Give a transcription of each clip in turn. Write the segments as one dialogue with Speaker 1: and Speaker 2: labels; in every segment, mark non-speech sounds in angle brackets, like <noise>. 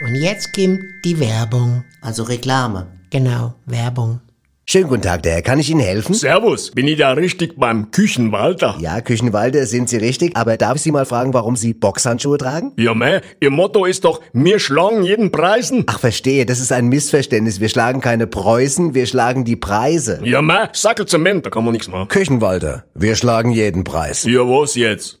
Speaker 1: Und jetzt kommt die Werbung.
Speaker 2: Also Reklame.
Speaker 1: Genau, Werbung.
Speaker 3: Schönen guten Tag, der. Herr. Kann ich Ihnen helfen?
Speaker 4: Servus, bin ich da richtig beim Küchenwalter?
Speaker 3: Ja, Küchenwalde, sind Sie richtig, aber darf ich Sie mal fragen, warum Sie Boxhandschuhe tragen?
Speaker 4: Ja, meh, Ihr Motto ist doch, mir schlagen jeden Preisen.
Speaker 3: Ach, verstehe, das ist ein Missverständnis. Wir schlagen keine Preußen, wir schlagen die Preise.
Speaker 4: Ja, meh, Sackel Zement, da kann man nichts machen.
Speaker 3: Küchenwalde, wir schlagen jeden Preis.
Speaker 4: Ja, was jetzt?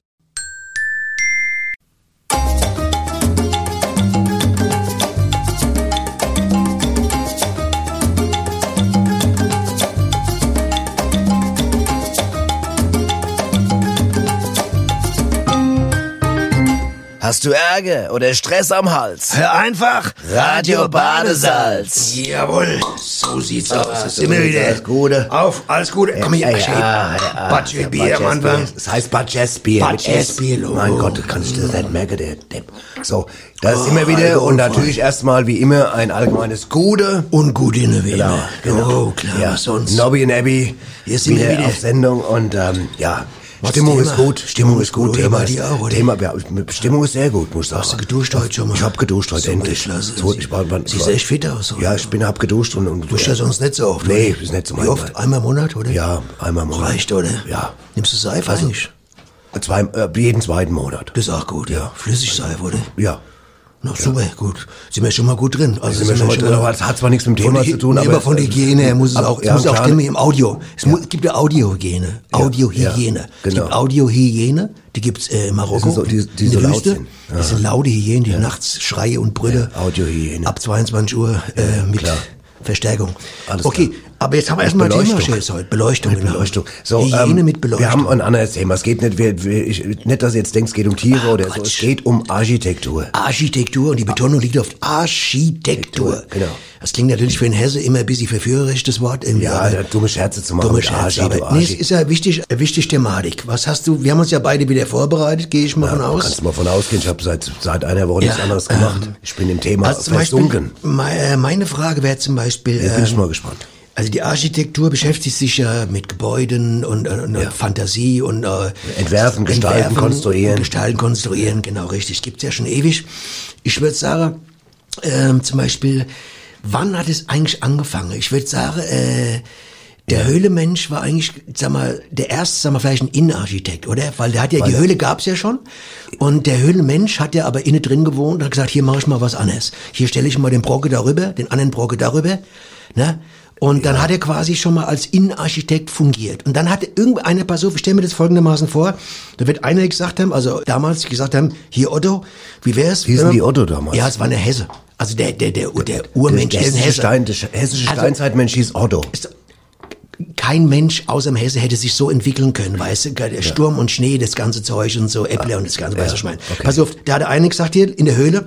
Speaker 3: Hast du Ärger oder Stress am Hals?
Speaker 5: Hör einfach.
Speaker 3: Radio Badesalz.
Speaker 5: Jawohl, so sieht's
Speaker 3: Ah,
Speaker 5: aus. Das sind wir wieder.
Speaker 3: Alles Gute.
Speaker 5: Auf, alles Gute. Komm hier,
Speaker 3: ja, ja, ja.
Speaker 5: Batsche Bier am
Speaker 3: Batschesbier.
Speaker 5: Anfang.
Speaker 3: Es heißt Batschesbier.
Speaker 5: Batschesbier, Logo.
Speaker 3: Mein Gott, du kannst das nicht merken, der Depp. So, das ist immer wieder und natürlich erstmal wie immer ein allgemeines Gute.
Speaker 5: Und gut in der Wiener.
Speaker 3: genau.
Speaker 5: Oh, klar, was sonst.
Speaker 3: Nobby und Abby
Speaker 5: Hier sind wir wieder.
Speaker 3: auf Sendung und ähm, ja.
Speaker 5: Was
Speaker 3: Stimmung
Speaker 5: Thema?
Speaker 3: ist gut, Stimmung ist gut.
Speaker 5: Gut,
Speaker 3: Thema,
Speaker 5: bei
Speaker 3: ist,
Speaker 5: dir auch, oder?
Speaker 3: Thema, ja, Stimmung ist sehr gut, muss ich sagen.
Speaker 5: Hast du geduscht heute schon mal?
Speaker 3: Ich hab geduscht heute
Speaker 5: So,
Speaker 3: endlich.
Speaker 5: ich lasse-
Speaker 3: So, ich war- war-
Speaker 5: Siehst echt fit aus, oder?
Speaker 3: Ja, ich bin hab geduscht und, und
Speaker 5: Duschst du sonst nicht so oft?
Speaker 3: Nee,
Speaker 5: oder?
Speaker 3: ist nicht so
Speaker 5: Wie
Speaker 3: mein
Speaker 5: oft?
Speaker 3: Fall.
Speaker 5: Einmal im Monat, oder?
Speaker 3: Ja, einmal im Monat.
Speaker 5: Reicht, oder?
Speaker 3: Ja. Also-
Speaker 5: Nimmst du Seife eigentlich?
Speaker 3: Zwei, äh, jeden zweiten Monat.
Speaker 5: Das ist auch gut, ja. Flüssigseife, oder?
Speaker 3: Ja.
Speaker 5: Na super, gut. Sind wir schon mal gut drin. Also
Speaker 3: Sind wir schon mal drin, aber das hat zwar nichts mit dem
Speaker 5: von
Speaker 3: Thema
Speaker 5: der-
Speaker 3: zu tun,
Speaker 5: nee,
Speaker 3: aber-
Speaker 5: aber von der Hygiene her muss es
Speaker 3: aber-
Speaker 5: auch, es
Speaker 3: ja,
Speaker 5: muss auch
Speaker 3: klar.
Speaker 5: stimmen im Audio. Es mu- gibt ja Audiohygiene, Audiohygiene.
Speaker 3: ja,
Speaker 5: Es
Speaker 3: genau.
Speaker 5: gibt Audiohygiene, die gibt's äh, in Marokko,
Speaker 3: Die sind so- die- die
Speaker 5: in
Speaker 3: so
Speaker 5: der
Speaker 3: laut
Speaker 5: Wüste.
Speaker 3: sind.
Speaker 5: Das sind laute Hygienen, die nachts Schreie und Brille.
Speaker 3: Ja, Audiohygiene.
Speaker 5: Ab 22 Uhr äh, mit
Speaker 3: klar.
Speaker 5: Verstärkung.
Speaker 3: Alles
Speaker 5: okay,
Speaker 3: klar.
Speaker 5: aber jetzt haben wir
Speaker 3: Mit
Speaker 5: erstmal ein Thema,
Speaker 3: Beleuchtung.
Speaker 5: Chef, heute. Beleuchtung. genau.
Speaker 3: Beleuchtung. So,
Speaker 5: Hygiene
Speaker 3: ähm,
Speaker 5: mit Beleuchtung.
Speaker 3: Wir haben ein anderes Thema. Es geht nicht, wir, wir, ich, nicht dass ihr jetzt denkt, es geht um Tiere oder so.
Speaker 5: Ah, Quatsch.
Speaker 3: Es geht um Architektur.
Speaker 5: Architektur und die Betonung liegt auf Architektur.
Speaker 3: Genau.
Speaker 5: Das klingt natürlich für einen Hesse immer ein bisschen verführerisch, das Wort. Ähm,
Speaker 3: Ja,
Speaker 5: aber-
Speaker 3: da dumme Scherze zu machen.
Speaker 5: dumme
Speaker 3: mit
Speaker 5: Scherz,
Speaker 3: Archi, du
Speaker 5: aber nee, es
Speaker 3: Archi.
Speaker 5: ist ja wichtig, äh, wichtig Thematik. Was hast du, wir haben uns ja beide wieder vorbereitet, gehe ich mal von
Speaker 3: Ja, Äh, du
Speaker 5: aus.
Speaker 3: kannst mal von ausgehen. Ich habe seit, seit einer Woche nichts
Speaker 5: Ja,
Speaker 3: anderes gemacht.
Speaker 5: ähm,
Speaker 3: ich bin im Thema
Speaker 5: Also zum Beispiel,
Speaker 3: versunken.
Speaker 5: me- äh, meine Frage wäre zum Beispiel,
Speaker 3: Jetzt bin ich
Speaker 5: ähm,
Speaker 3: mal gespannt.
Speaker 5: also die Architektur beschäftigt sich ja mit Gebäuden und, und, und Fantasie und äh,
Speaker 3: Entwerfen, gestalten, konstruieren.
Speaker 5: Gestalten, konstruieren, genau richtig. Gibt's ja schon ewig. Ich würde sagen, ähm, zum Beispiel, wann hat es eigentlich angefangen? Ich würde sagen, äh, der Höhlemensch war eigentlich, sag mal, der erste, sag mal, vielleicht ein Innenarchitekt, oder? Weil der hat ja, die Höhle gab's ja schon. Und der Höhlenmensch hat ja aber innen drin gewohnt und hat gesagt, hier mache ich mal was anderes. Hier stelle ich mal den Brocke darüber, den anderen Brocke darüber, ne? Und dann hat er quasi schon mal als Innenarchitekt fungiert. Und dann hat irgendeiner, pass auf, ich stelle mir das folgendermaßen vor, da wird einer gesagt haben, also damals gesagt haben, hier Otto, wie wär's?
Speaker 3: Hießen
Speaker 5: wenn man-
Speaker 3: die Otto damals?
Speaker 5: Ja, es war eine Hesse. Also der, der, der, der Urmensch
Speaker 3: der
Speaker 5: ist ein
Speaker 3: hessische,
Speaker 5: Hesse.
Speaker 3: Stein, der hessische
Speaker 5: Also-
Speaker 3: Steinzeitmensch hieß Otto.
Speaker 5: Kein Mensch außer dem Hesse hätte sich so entwickeln können, weißt du? Der Sturm und Schnee, das ganze Zeug und so, Äpple und das ganze, weißt du, was ich meine. Pass auf, da hat der eine gesagt hier in der Höhle,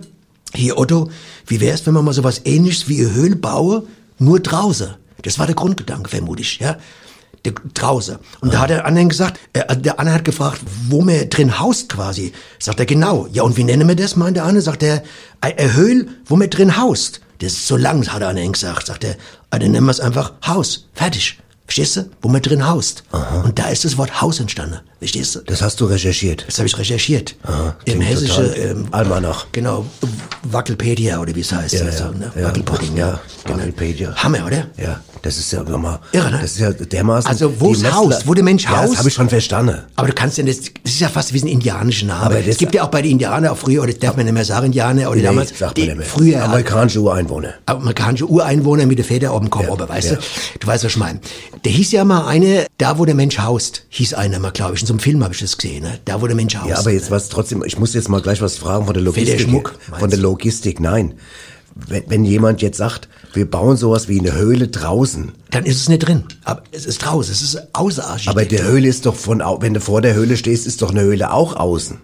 Speaker 5: hier Otto, wie wär's, wenn man mal sowas ähnliches wie eine Höhle baue, nur draußen? Das war der Grundgedanke, vermute ich, ja? Der, draußen. Und da hat der andere gesagt, äh, also der andere hat gefragt, wo man drin haust quasi. Sagt er, genau. Ja, und wie nennen wir das, meint der andere? Sagt er, eine Höhle, wo man drin haust. Das ist so lang, hat der andere gesagt. Sagt er, ah, dann nennen wir es einfach Haus. Fertig. Verstehst du? Wo man drin haust. Und da ist das Wort Haus entstanden. Verstehst du?
Speaker 3: Das hast du recherchiert.
Speaker 5: Das habe ich recherchiert. Im
Speaker 3: klingt
Speaker 5: hessischen ähm,
Speaker 3: total. äh, Almanach.
Speaker 5: Genau, Wackelpedia oder wie es heißt. also, ne? Wackelpudding.
Speaker 3: ja.
Speaker 5: Genau.
Speaker 3: Wikipedia.
Speaker 5: Hammer, oder?
Speaker 3: Ja, das ist ja nochmal.
Speaker 5: Irre, ne?
Speaker 3: Das ist ja dermaßen.
Speaker 5: Also, wo
Speaker 3: die
Speaker 5: ist
Speaker 3: Metzler-
Speaker 5: Haus? Wo der Mensch
Speaker 3: ja,
Speaker 5: Haus?
Speaker 3: Das habe ich schon verstanden.
Speaker 5: Aber du kannst ja nicht, das ist ja fast wie ein indianischer Name.
Speaker 3: Aber
Speaker 5: es
Speaker 3: das-
Speaker 5: gibt ja auch bei den Indianern, auch früher, oder das darf man nicht mehr sagen, Indianer, oder damals,
Speaker 3: sagt
Speaker 5: die,
Speaker 3: man nicht mehr.
Speaker 5: früher,
Speaker 3: Amerikanische Ureinwohner.
Speaker 5: amerikanische Ureinwohner mit der Feder auf dem Kopf, aber weißt
Speaker 3: ja.
Speaker 5: du, du weißt, was ich meine. Der hieß ja mal eine, da wo der Mensch haust, hieß einer mal, glaube ich, in so einem Film habe ich das gesehen, ne? da wo der Mensch haust.
Speaker 3: Ja, aber jetzt was trotzdem, ich muss jetzt mal gleich was fragen von der Logistik.
Speaker 5: der Schmuck,
Speaker 3: her.
Speaker 5: meinst
Speaker 3: von der Logistik, nein. Wenn, wenn jemand jetzt sagt, wir bauen sowas wie eine Höhle draußen,
Speaker 5: Dann ist es nicht drin, aber es ist draußen, es ist außerarchitekt.
Speaker 3: aber die Höhle ist doch von, au- wenn du vor der Höhle stehst, ist doch eine Höhle auch außen.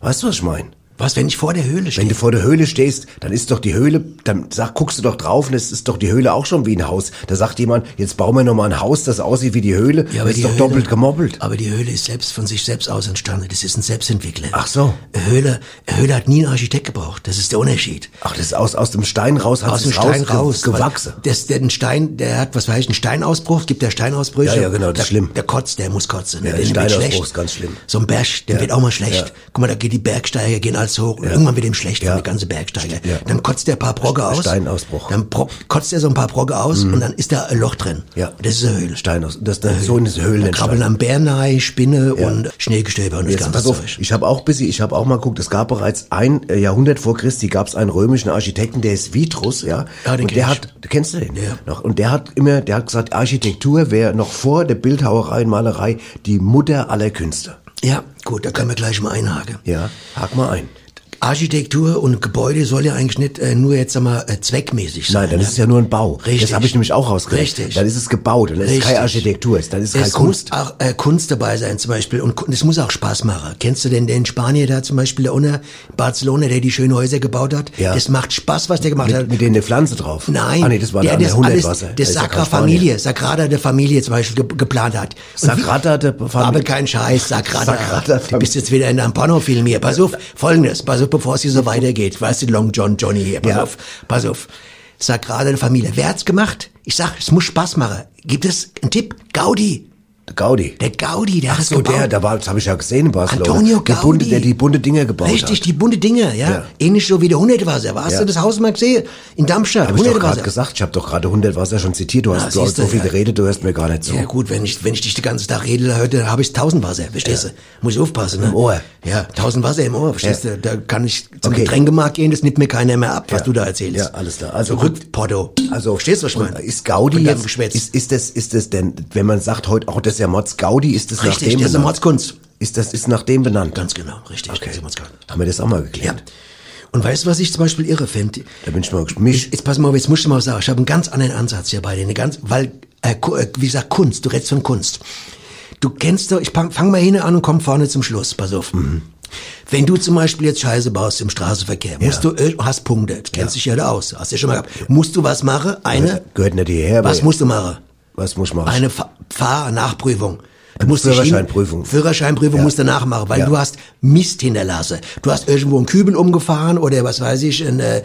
Speaker 3: Weißt du, was ich meine?
Speaker 5: was, wenn ich vor der Höhle
Speaker 3: Wenn
Speaker 5: stehe?
Speaker 3: du vor der Höhle stehst, dann ist doch die Höhle, dann sag, guckst du doch drauf und es ist doch die Höhle auch schon wie ein Haus. Da sagt jemand, jetzt bauen wir nochmal ein Haus, das aussieht wie die Höhle, ist doch doppelt gemoppelt.
Speaker 5: Aber die Höhle ist selbst von sich selbst aus entstanden. Das ist ein Selbstentwickler.
Speaker 3: Ach so.
Speaker 5: Eine Höhle, eine Höhle hat nie einen Architekt gebraucht. Das ist der Unterschied.
Speaker 3: Ach, das ist aus, aus dem Stein raus, hat
Speaker 5: aus dem
Speaker 3: es
Speaker 5: Stein
Speaker 3: rausge-
Speaker 5: raus.
Speaker 3: gewachsen.
Speaker 5: Weil Das, der, den Stein, der hat, was weiß ich, einen Steinausbruch, gibt der Steinausbrüche.
Speaker 3: Ja, ja, genau, das
Speaker 5: der,
Speaker 3: ist schlimm.
Speaker 5: Der kotzt, der muss kotzen. ne?
Speaker 3: Ja,
Speaker 5: Dem
Speaker 3: der
Speaker 5: wird
Speaker 3: Steinausbruch
Speaker 5: schlecht.
Speaker 3: ist ganz schlimm.
Speaker 5: So ein Berg, dem wird auch mal schlecht. Guck mal, da geht die Bergsteiger, gehen alle Hals hoch. Und irgendwann wird ihm schlecht von der ganze Bergsteiger.
Speaker 3: Ja.
Speaker 5: Dann kotzt er ein paar Brocke aus.
Speaker 3: Steinausbruch. Mhm.
Speaker 5: Dann pro- kotzt er so ein paar Brocke aus und dann ist da ein Loch drin.
Speaker 3: Ja.
Speaker 5: Das ist eine Höhle.
Speaker 3: Stein aus. Das, das, so eine Höhlen
Speaker 5: Da krabbeln am Bärenhai, Spinne und Schneegestöber und das
Speaker 3: Jetzt
Speaker 5: ganze
Speaker 3: pass auf,
Speaker 5: Zeug.
Speaker 3: ich habe auch bis ich habe auch mal geguckt, es gab bereits ein äh, Jahrhundert vor Christi gab es einen römischen Architekten, der ist Vitrus, ja.
Speaker 5: Ja, den
Speaker 3: und der
Speaker 5: kenn
Speaker 3: hat kennst du den?
Speaker 5: Ja.
Speaker 3: Noch, und der hat immer, der hat gesagt, Architektur wäre noch vor der Bildhauerei und Malerei die Mutter aller Künste.
Speaker 5: Ja, gut, da können wir gleich mal einhaken.
Speaker 3: Ja, hak mal ein.
Speaker 5: Architektur und Gebäude soll ja eigentlich nicht äh, nur jetzt sag mal äh, zweckmäßig sein.
Speaker 3: Nein, dann
Speaker 5: ne?
Speaker 3: ist es ja nur ein Bau.
Speaker 5: Richtig.
Speaker 3: Das habe ich nämlich auch rausgekriegt.
Speaker 5: Richtig.
Speaker 3: Dann ist es gebaut, dann ist es
Speaker 5: Richtig.
Speaker 3: keine Architektur, dann ist es keine
Speaker 5: es
Speaker 3: Kunst.
Speaker 5: muss auch äh, Kunst dabei sein zum Beispiel und Ku- es muss auch Spaß machen. Kennst du denn den Spanier da zum Beispiel, der unter Barcelona, der die schönen Häuser gebaut hat?
Speaker 3: Ja.
Speaker 5: Das macht Spaß, was der gemacht hat.
Speaker 3: Mit, mit denen eine Pflanze drauf.
Speaker 5: halt Nein,
Speaker 3: Ah, nee, das war
Speaker 5: der
Speaker 3: der, der
Speaker 5: das alles,
Speaker 3: Jahrhundertwasser.
Speaker 5: das Sacra Familie, Sagrada de Familie zum Beispiel ge geplant hat. Und
Speaker 3: Sagrada de
Speaker 5: wie,
Speaker 3: Familie.
Speaker 5: aber kein Scheiß, Sagrada.
Speaker 3: Sagrada
Speaker 5: du bist jetzt wieder in einem Pornofilm hier. Pass auf, folgendes, pass auf, bevor es hier so weitergeht. Weißt du, Long John Johnny hier, pass
Speaker 3: Ja.
Speaker 5: auf, pass auf. Sagrada de Familie. Wer hat's gemacht? Ich sag, es muss Spaß machen. Gibt es einen Tipp? Gaudi.
Speaker 3: Gaudi.
Speaker 5: Der Gaudi, der hat es
Speaker 3: So
Speaker 5: gebaut.
Speaker 3: Oh, der, da war, das habe ich ja gesehen in Barcelona.
Speaker 5: Antonio
Speaker 3: Der bunte,
Speaker 5: Gaudi.
Speaker 3: der die bunte Dinger gebaut
Speaker 5: Richtig,
Speaker 3: hat.
Speaker 5: die bunte Dinge, ja.
Speaker 3: Ja.
Speaker 5: Ähnlich so wie der Hundertwasser. Warst
Speaker 3: Ja.
Speaker 5: du das Haus mal gesehen? In Darmstadt,
Speaker 3: Hab ich doch gerade
Speaker 5: Hundertwasser.
Speaker 3: gesagt. Ich habe doch gerade 100 Wasser schon zitiert. Du hast, du hast
Speaker 5: siehst du,
Speaker 3: so viel
Speaker 5: ja.
Speaker 3: geredet, du hörst mir gar nicht zu.
Speaker 5: Ja gut, wenn ich, wenn ich dich den ganzen Tag rede, dann heute habe ich tausend Wasser, verstehst du? Muss ich aufpassen, ne?
Speaker 3: Im Ohr.
Speaker 5: Ja, tausend Wasser im Ohr, verstehst
Speaker 3: Ja.
Speaker 5: du? Da kann ich zum
Speaker 3: Okay.
Speaker 5: Getränkemarkt gehen, das nimmt mir keiner mehr ab, was du da erzählst.
Speaker 3: Ja, alles klar. Also
Speaker 5: Zurück, Porto.
Speaker 3: Also
Speaker 5: verstehst du, was ich meine?
Speaker 3: Ist Gaudi
Speaker 5: Mit deinem
Speaker 3: jetzt,
Speaker 5: Geschwätz.
Speaker 3: Ist, ist das, ist das denn, wenn man sagt heute, auch das ist ja Mods Gaudi, ist das nach
Speaker 5: Richtig,
Speaker 3: dem
Speaker 5: das ist eine
Speaker 3: benannt?
Speaker 5: Mordskunst.
Speaker 3: Ist das, ist nach dem benannt?
Speaker 5: Ganz genau, richtig. das ist Mordskunst.
Speaker 3: Haben wir das auch mal
Speaker 5: Ja.
Speaker 3: geklärt?
Speaker 5: Und weißt du, was ich zum Beispiel irre finde?
Speaker 3: Da bin ich mal gespannt. Mich,
Speaker 5: Jetzt pass mal auf, jetzt musst du mal sagen, ich habe einen ganz anderen Ansatz hier bei dir. Eine ganz, weil, äh, Ku- äh, wie gesagt, Kunst, du redest von Kunst. Du kennst doch, ich fang, fang mal hin an und komm vorne zum Schluss, pass auf.
Speaker 3: Mhm.
Speaker 5: Wenn du zum Beispiel jetzt Scheiße baust im Straßenverkehr, musst du, äh, hast Punkte, du kennst dich ja da aus, hast ja schon mal gehabt. Musst du was machen? Eine,
Speaker 3: gehört nicht hierher.
Speaker 5: was
Speaker 3: aber-
Speaker 5: musst du machen?
Speaker 3: was muss ich machen?
Speaker 5: Eine Fa- Fahrnachprüfung. Du
Speaker 3: Eine
Speaker 5: musst dich hin-
Speaker 3: Führerscheinprüfung.
Speaker 5: Führerscheinprüfung
Speaker 3: Ja.
Speaker 5: musst du nachmachen, weil
Speaker 3: Ja.
Speaker 5: du hast Mist hinterlassen. Du hast irgendwo einen Kübel umgefahren oder was weiß ich, ein, äh,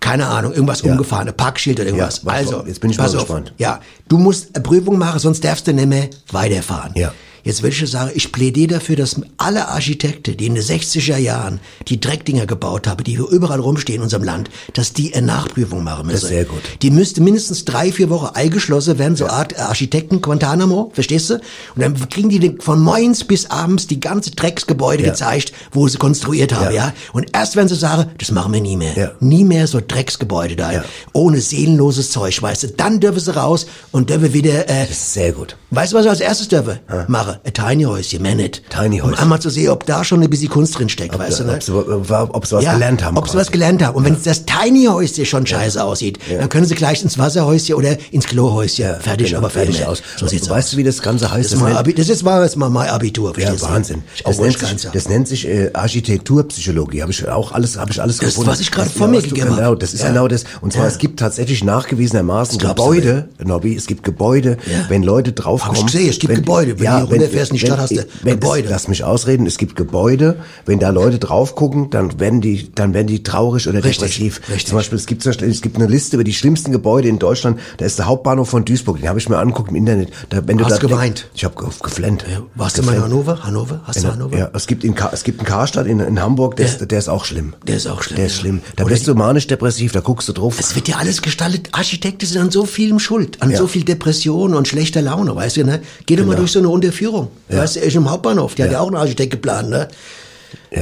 Speaker 5: keine Ahnung, irgendwas umgefahren, ein Parkschild oder irgendwas.
Speaker 3: Ja, was-
Speaker 5: also,
Speaker 3: jetzt bin ich mal
Speaker 5: pass
Speaker 3: gespannt.
Speaker 5: Auf, ja, du musst eine Prüfung machen, sonst darfst du nicht mehr weiterfahren.
Speaker 3: Ja.
Speaker 5: Jetzt will ich dir sagen, ich plädiere dafür, dass alle Architekten, die in den 60er Jahren die Dreckdinger gebaut haben, die hier überall rumstehen in unserem Land, dass die eine Nachprüfung machen müssen.
Speaker 3: ist sehr gut.
Speaker 5: Die müsste mindestens drei, vier Wochen eingeschlossen werden, so Art Architekten Guantanamo, verstehst du? Und dann kriegen die den- von morgens bis abends die ganze Drecksgebäude
Speaker 3: Ja.
Speaker 5: gezeigt, wo sie konstruiert haben, ja.
Speaker 3: Ja.
Speaker 5: Und erst wenn sie sagen, das machen wir nie mehr.
Speaker 3: Ja.
Speaker 5: Nie mehr so Drecksgebäude da,
Speaker 3: Ja.
Speaker 5: ohne seelenloses Zeug, weißt du? Dann dürfen sie raus und dürfen wieder, äh,
Speaker 3: Sehr gut.
Speaker 5: Weißt du, was ich als erstes dürfe? Mache. Ein Tiny Häuschen, man it.
Speaker 3: Tiny
Speaker 5: Um
Speaker 3: Häuschen.
Speaker 5: einmal zu sehen, ob da schon ein bisschen Kunst drin steckt, weißt du, ne?
Speaker 3: Ob sie, ob sie was
Speaker 5: Ja,
Speaker 3: gelernt haben.
Speaker 5: Ob sie
Speaker 3: quasi.
Speaker 5: was gelernt haben. Und wenn das Tiny Häuschen schon scheiße aussieht, dann können sie gleich ins Wasserhäuschen oder ins Klohäuschen. fertig,
Speaker 3: Genau,
Speaker 5: aber fertig
Speaker 3: fertig aus.
Speaker 5: So sieht's
Speaker 3: weißt
Speaker 5: aus.
Speaker 3: du, wie das Ganze heißt?
Speaker 5: Das, ist mal
Speaker 3: nennt-
Speaker 5: Abi, das ist mal, jetzt mal mein Abitur,
Speaker 3: Ja,
Speaker 5: verstehst du?
Speaker 3: Wahnsinn. Das
Speaker 5: Obwohl
Speaker 3: nennt,
Speaker 5: ich
Speaker 3: sich,
Speaker 5: ganz
Speaker 3: das nennt sich äh, Architekturpsychologie. Habe ich auch alles, habe ich alles
Speaker 5: Das,
Speaker 3: gefunden.
Speaker 5: was ich gerade
Speaker 3: Das-
Speaker 5: vor
Speaker 3: ja,
Speaker 5: mir
Speaker 3: was du-
Speaker 5: gegeben habe.
Speaker 3: Genau, das ist
Speaker 5: Ja.
Speaker 3: genau das. Und zwar
Speaker 5: Ja.
Speaker 3: es gibt tatsächlich nachgewiesenermaßen
Speaker 5: glaubst du
Speaker 3: Gebäude, Nobby. Es gibt Gebäude,
Speaker 5: Ja.
Speaker 3: wenn Leute draufkommen.
Speaker 5: Hab ich gesehen, es gibt
Speaker 3: wenn,
Speaker 5: Gebäude. Wenn du hier runterfährst in die Stadt, hast du
Speaker 3: wenn,
Speaker 5: Gebäude.
Speaker 3: Es, lass mich ausreden. Es gibt Gebäude. Wenn da Leute drauf gucken, dann werden die, dann werden die traurig oder
Speaker 5: Richtig,
Speaker 3: depressiv.
Speaker 5: richtig.
Speaker 3: Zum Beispiel es gibt zum Beispiel- es gibt eine Liste über die schlimmsten Gebäude in Deutschland. Da ist der Hauptbahnhof von Duisburg. Den habe ich mir angeguckt im Internet. Da, wenn du
Speaker 5: Hast
Speaker 3: da
Speaker 5: geweint?
Speaker 3: Ich habe ge- geflennt.
Speaker 5: Warst du mal in Hannover? Hannover? Hast du Hannover?
Speaker 3: Ja, es gibt, in Ka- es gibt einen Karstadt in, in Hamburg, der,
Speaker 5: Ja.
Speaker 3: ist, der ist auch schlimm.
Speaker 5: Der ist auch schlimm,
Speaker 3: Der ist
Speaker 5: ja.
Speaker 3: schlimm. Da
Speaker 5: Oder
Speaker 3: bist du manisch-depressiv, da guckst du drauf.
Speaker 5: Es wird ja alles gestaltet. Architekten sind an so vielem schuld, an
Speaker 3: Ja. Genau.
Speaker 5: so viel Depression und schlechter Laune, weißt du, ne? Geh doch mal durch so eine Unterführung. Weißt du, er ist im Hauptbahnhof, der hat ja auch einen Architekt geplant, ne?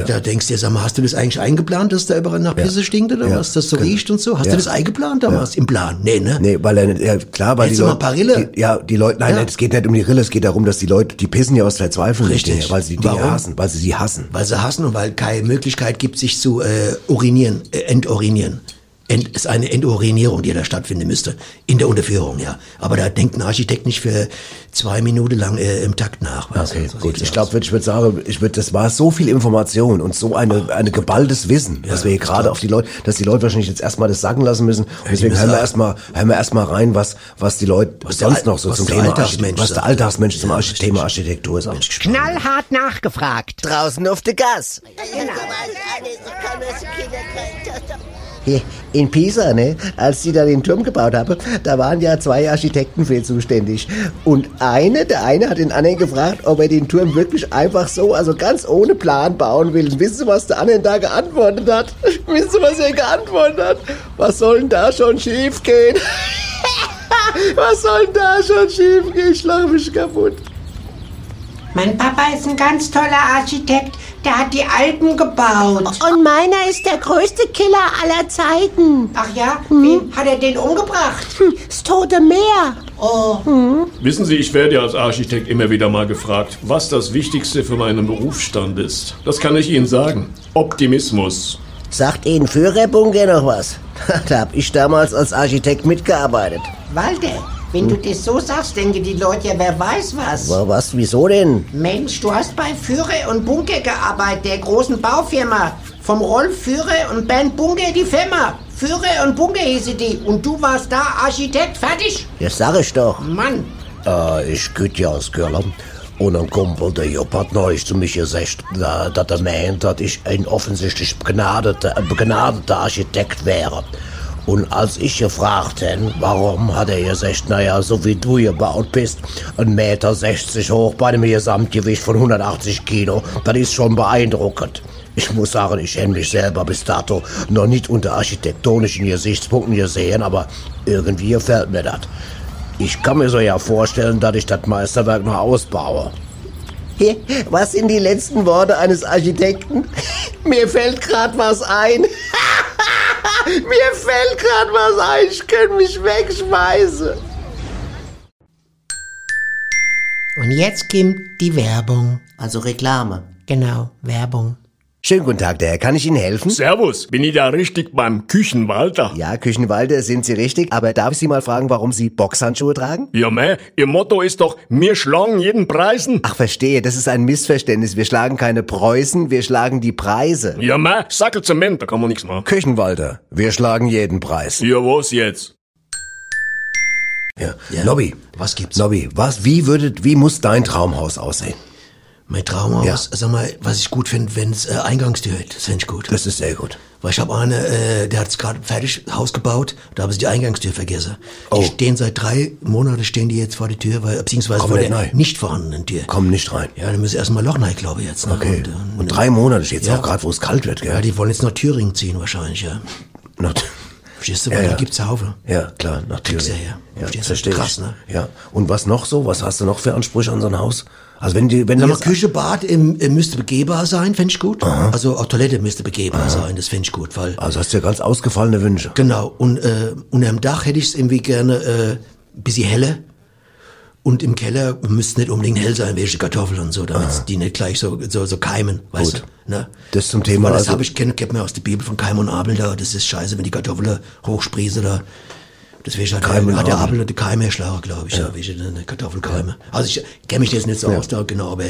Speaker 5: Da denkst du dir, sag mal, hast du das eigentlich eingeplant, dass da überall nach Pisse stinkt oder
Speaker 3: Ja.
Speaker 5: was, dass so
Speaker 3: Genau.
Speaker 5: riecht und so? Hast
Speaker 3: Ja.
Speaker 5: du das eingeplant damals im Plan? Nee, ne?
Speaker 3: Nee, weil er, ja, klar, weil
Speaker 5: Hättest
Speaker 3: die
Speaker 5: du mal
Speaker 3: Leute,
Speaker 5: ein paar Rille?
Speaker 3: Die, ja, die Leute, nein,
Speaker 5: Ja.
Speaker 3: nein, es geht nicht um die Rille, es geht darum, dass die Leute, die pissen ja aus Verzweiflung nicht
Speaker 5: Richtig.
Speaker 3: hinterher, weil sie die Dinge
Speaker 5: Warum?
Speaker 3: hassen, weil sie sie hassen.
Speaker 5: Weil sie hassen und weil keine Möglichkeit gibt, sich zu äh, urinieren, äh, enturinieren. Ent, ist eine Enturinierung, die da stattfinden müsste. In der Unterführung, ja. Aber da denkt ein Architekt nicht für zwei Minuten lang äh, im Takt nach. weißt du,
Speaker 3: Okay,
Speaker 5: so
Speaker 3: gut.
Speaker 5: sieht's
Speaker 3: Ich
Speaker 5: aus.
Speaker 3: glaube, ich würde sagen, ich würd, das war so viel Information und so eine, eine geballtes Wissen, dass wir hier gerade auf die Leute, dass die Leute wahrscheinlich jetzt erstmal das sagen lassen müssen. Und deswegen
Speaker 5: müssen
Speaker 3: hören wir
Speaker 5: auch-
Speaker 3: erstmal, hören wir erstmal rein, was, was die Leute
Speaker 5: der
Speaker 3: sonst
Speaker 5: Al-
Speaker 3: noch so
Speaker 5: was
Speaker 3: zum
Speaker 5: der
Speaker 3: Thema
Speaker 5: Alltagsmensch
Speaker 3: Architektur, was der
Speaker 5: sagt.
Speaker 3: Alltagsmensch zum Arch Thema Architektur sagt.
Speaker 2: Knallhart nachgefragt.
Speaker 6: Draußen auf der Gas.
Speaker 7: Genau.
Speaker 2: Hier, In Pisa, ne, als die da den Turm gebaut haben, da waren ja zwei Architekten für zuständig. Und eine, der eine hat den anderen gefragt, ob er den Turm wirklich einfach so, also ganz ohne Plan bauen will. Und wissen Sie, was der andere da geantwortet hat? <laughs> Wissen Sie, was er geantwortet hat? Was soll denn da schon schief gehen? <laughs> was soll denn da schon schief gehen? Ich lache mich kaputt.
Speaker 6: Mein Papa ist ein ganz toller Architekt. Der hat die Alpen gebaut.
Speaker 7: Und meiner ist der größte Killer aller Zeiten.
Speaker 6: Ach ja? Wen hat er den umgebracht?
Speaker 7: Hm, Das Tote Meer.
Speaker 4: Wissen Sie, ich werde ja als Architekt immer wieder mal gefragt, was das Wichtigste für meinen Berufsstand ist. Das kann ich Ihnen sagen. Optimismus.
Speaker 2: Sagt Ihnen Führerbunker noch was? <laughs> da hab ich damals als Architekt mitgearbeitet.
Speaker 6: Walter, wenn du das so sagst, denken die Leute ja, wer weiß was.
Speaker 2: Aber Hm. was, wieso denn?
Speaker 6: Mensch, du hast bei Führer und Bunker gearbeitet, der großen Baufirma. Vom Rolf Führer und Bernd Bunker die Firma. Führer und Bunker hieße die. Und du warst da Architekt, fertig?
Speaker 2: Das sag ich doch.
Speaker 6: Mann,
Speaker 3: Äh, ich könnte ja aus Köln. Und ein Kumpel, der Jobpartner, ist zu mich gesagt, äh, dass er meint, dass ich ein offensichtlich begnadeter, äh, begnadeter Architekt wäre. Und als ich gefragt habe, warum, hat er gesagt, naja, so wie du gebaut bist, ein Meter 60 hoch bei einem Gesamtgewicht von 180 Kilo, das ist schon beeindruckend. Ich muss sagen, ich habe mich selber bis dato noch nicht unter architektonischen Gesichtspunkten gesehen, aber irgendwie gefällt mir das. Ich kann mir so ja vorstellen, dass ich das Meisterwerk noch ausbaue.
Speaker 2: Hier, Was sind die letzten Worte eines Architekten? Mir fällt grad was ein. <laughs> Mir fällt grad was ein. Ich könnte mich wegschmeißen.
Speaker 1: Und jetzt kommt die Werbung.
Speaker 2: Also Reklame.
Speaker 1: Genau, Werbung.
Speaker 3: Schönen guten Tag, der Herr. Kann ich Ihnen helfen?
Speaker 4: Servus, bin ich da richtig beim Küchenwalter?
Speaker 3: Ja, Küchenwalde, sind Sie richtig. Aber darf ich Sie mal fragen, warum Sie Boxhandschuhe tragen?
Speaker 4: Ja, meh, Ihr Motto ist doch, wir schlagen jeden Preisen.
Speaker 3: Ach, verstehe, das ist ein Missverständnis. Wir schlagen keine Preußen, wir schlagen die Preise.
Speaker 4: Ja, meh, Sackel Zement, da kann man nichts machen.
Speaker 3: Küchenwalde, wir schlagen jeden Preis.
Speaker 4: Ja, was jetzt?
Speaker 3: Ja. Lobby,
Speaker 5: Was gibt's?
Speaker 3: Lobby, was, wie würdet, wie muss dein Traumhaus aussehen?
Speaker 5: Mein Traumhaus,
Speaker 3: Ja.
Speaker 5: sag mal, was ich gut finde, wenn's äh, Eingangstür hat. Das finde ich gut.
Speaker 3: Das ist sehr gut.
Speaker 5: Weil ich habe einen, äh, der hat's gerade fertig Haus gebaut, da haben sie die Eingangstür vergessen.
Speaker 3: Oh.
Speaker 5: Die stehen seit drei Monaten stehen die jetzt vor der Tür, weil, beziehungsweise
Speaker 3: Kommen
Speaker 5: vor
Speaker 3: nicht
Speaker 5: der
Speaker 3: rein.
Speaker 5: nicht vorhandenen Tür.
Speaker 3: Komm nicht rein.
Speaker 5: Ja, dann müssen sie erstmal Loch rein, glaube ich jetzt. Ne?
Speaker 3: Okay.
Speaker 5: Und, äh,
Speaker 3: Und drei Monate steht's
Speaker 5: Ja.
Speaker 3: auch gerade, wo es kalt wird,
Speaker 5: ja,
Speaker 3: gell?
Speaker 5: die wollen jetzt nach Thüringen ziehen wahrscheinlich, ja.
Speaker 3: Na,
Speaker 5: Verstehst du,
Speaker 3: Ja,
Speaker 5: weil
Speaker 3: ja.
Speaker 5: da gibt's Haufe.
Speaker 3: Ja, klar, natürlich.
Speaker 5: Kriegst du her.
Speaker 3: Ja,
Speaker 5: Verstehst du?
Speaker 3: verstehe
Speaker 5: Krass,
Speaker 3: ich.
Speaker 5: ne?
Speaker 3: Ja. Und was noch so? Was hast du noch für Ansprüche an so ein Haus? Also wenn die, wenn die
Speaker 5: Sag mal,
Speaker 3: jetzt,
Speaker 5: Küche, Bad ähm, äh, müsste begehbar sein, fände ich gut. Also auch Toilette müsste begehbar sein, das fände ich gut, weil...
Speaker 3: also hast du ja ganz ausgefallene Wünsche.
Speaker 5: Genau, und äh, unterm Dach hätte ich es irgendwie gerne äh, ein bisschen heller. Und im Keller müsste nicht unbedingt hell sein, welche Kartoffeln und so, damit die nicht gleich so, so, so keimen, weißt
Speaker 3: Ah. Gut.
Speaker 5: du? Ne?
Speaker 3: Das zum Thema,
Speaker 5: Weil das
Speaker 3: also-
Speaker 5: habe ich kennt kennt man aus der Bibel von Keim und Abel da. Das ist scheiße, wenn die Kartoffeln hochsprießen da. Deswegen hat,
Speaker 3: Keim und
Speaker 5: der, hat der
Speaker 3: Abel.
Speaker 5: Abel die Keime erschlagen, glaube ich. Ja. welche dann die Kartoffelkeime. Also ich kenne mich jetzt nicht so aus da, genau, aber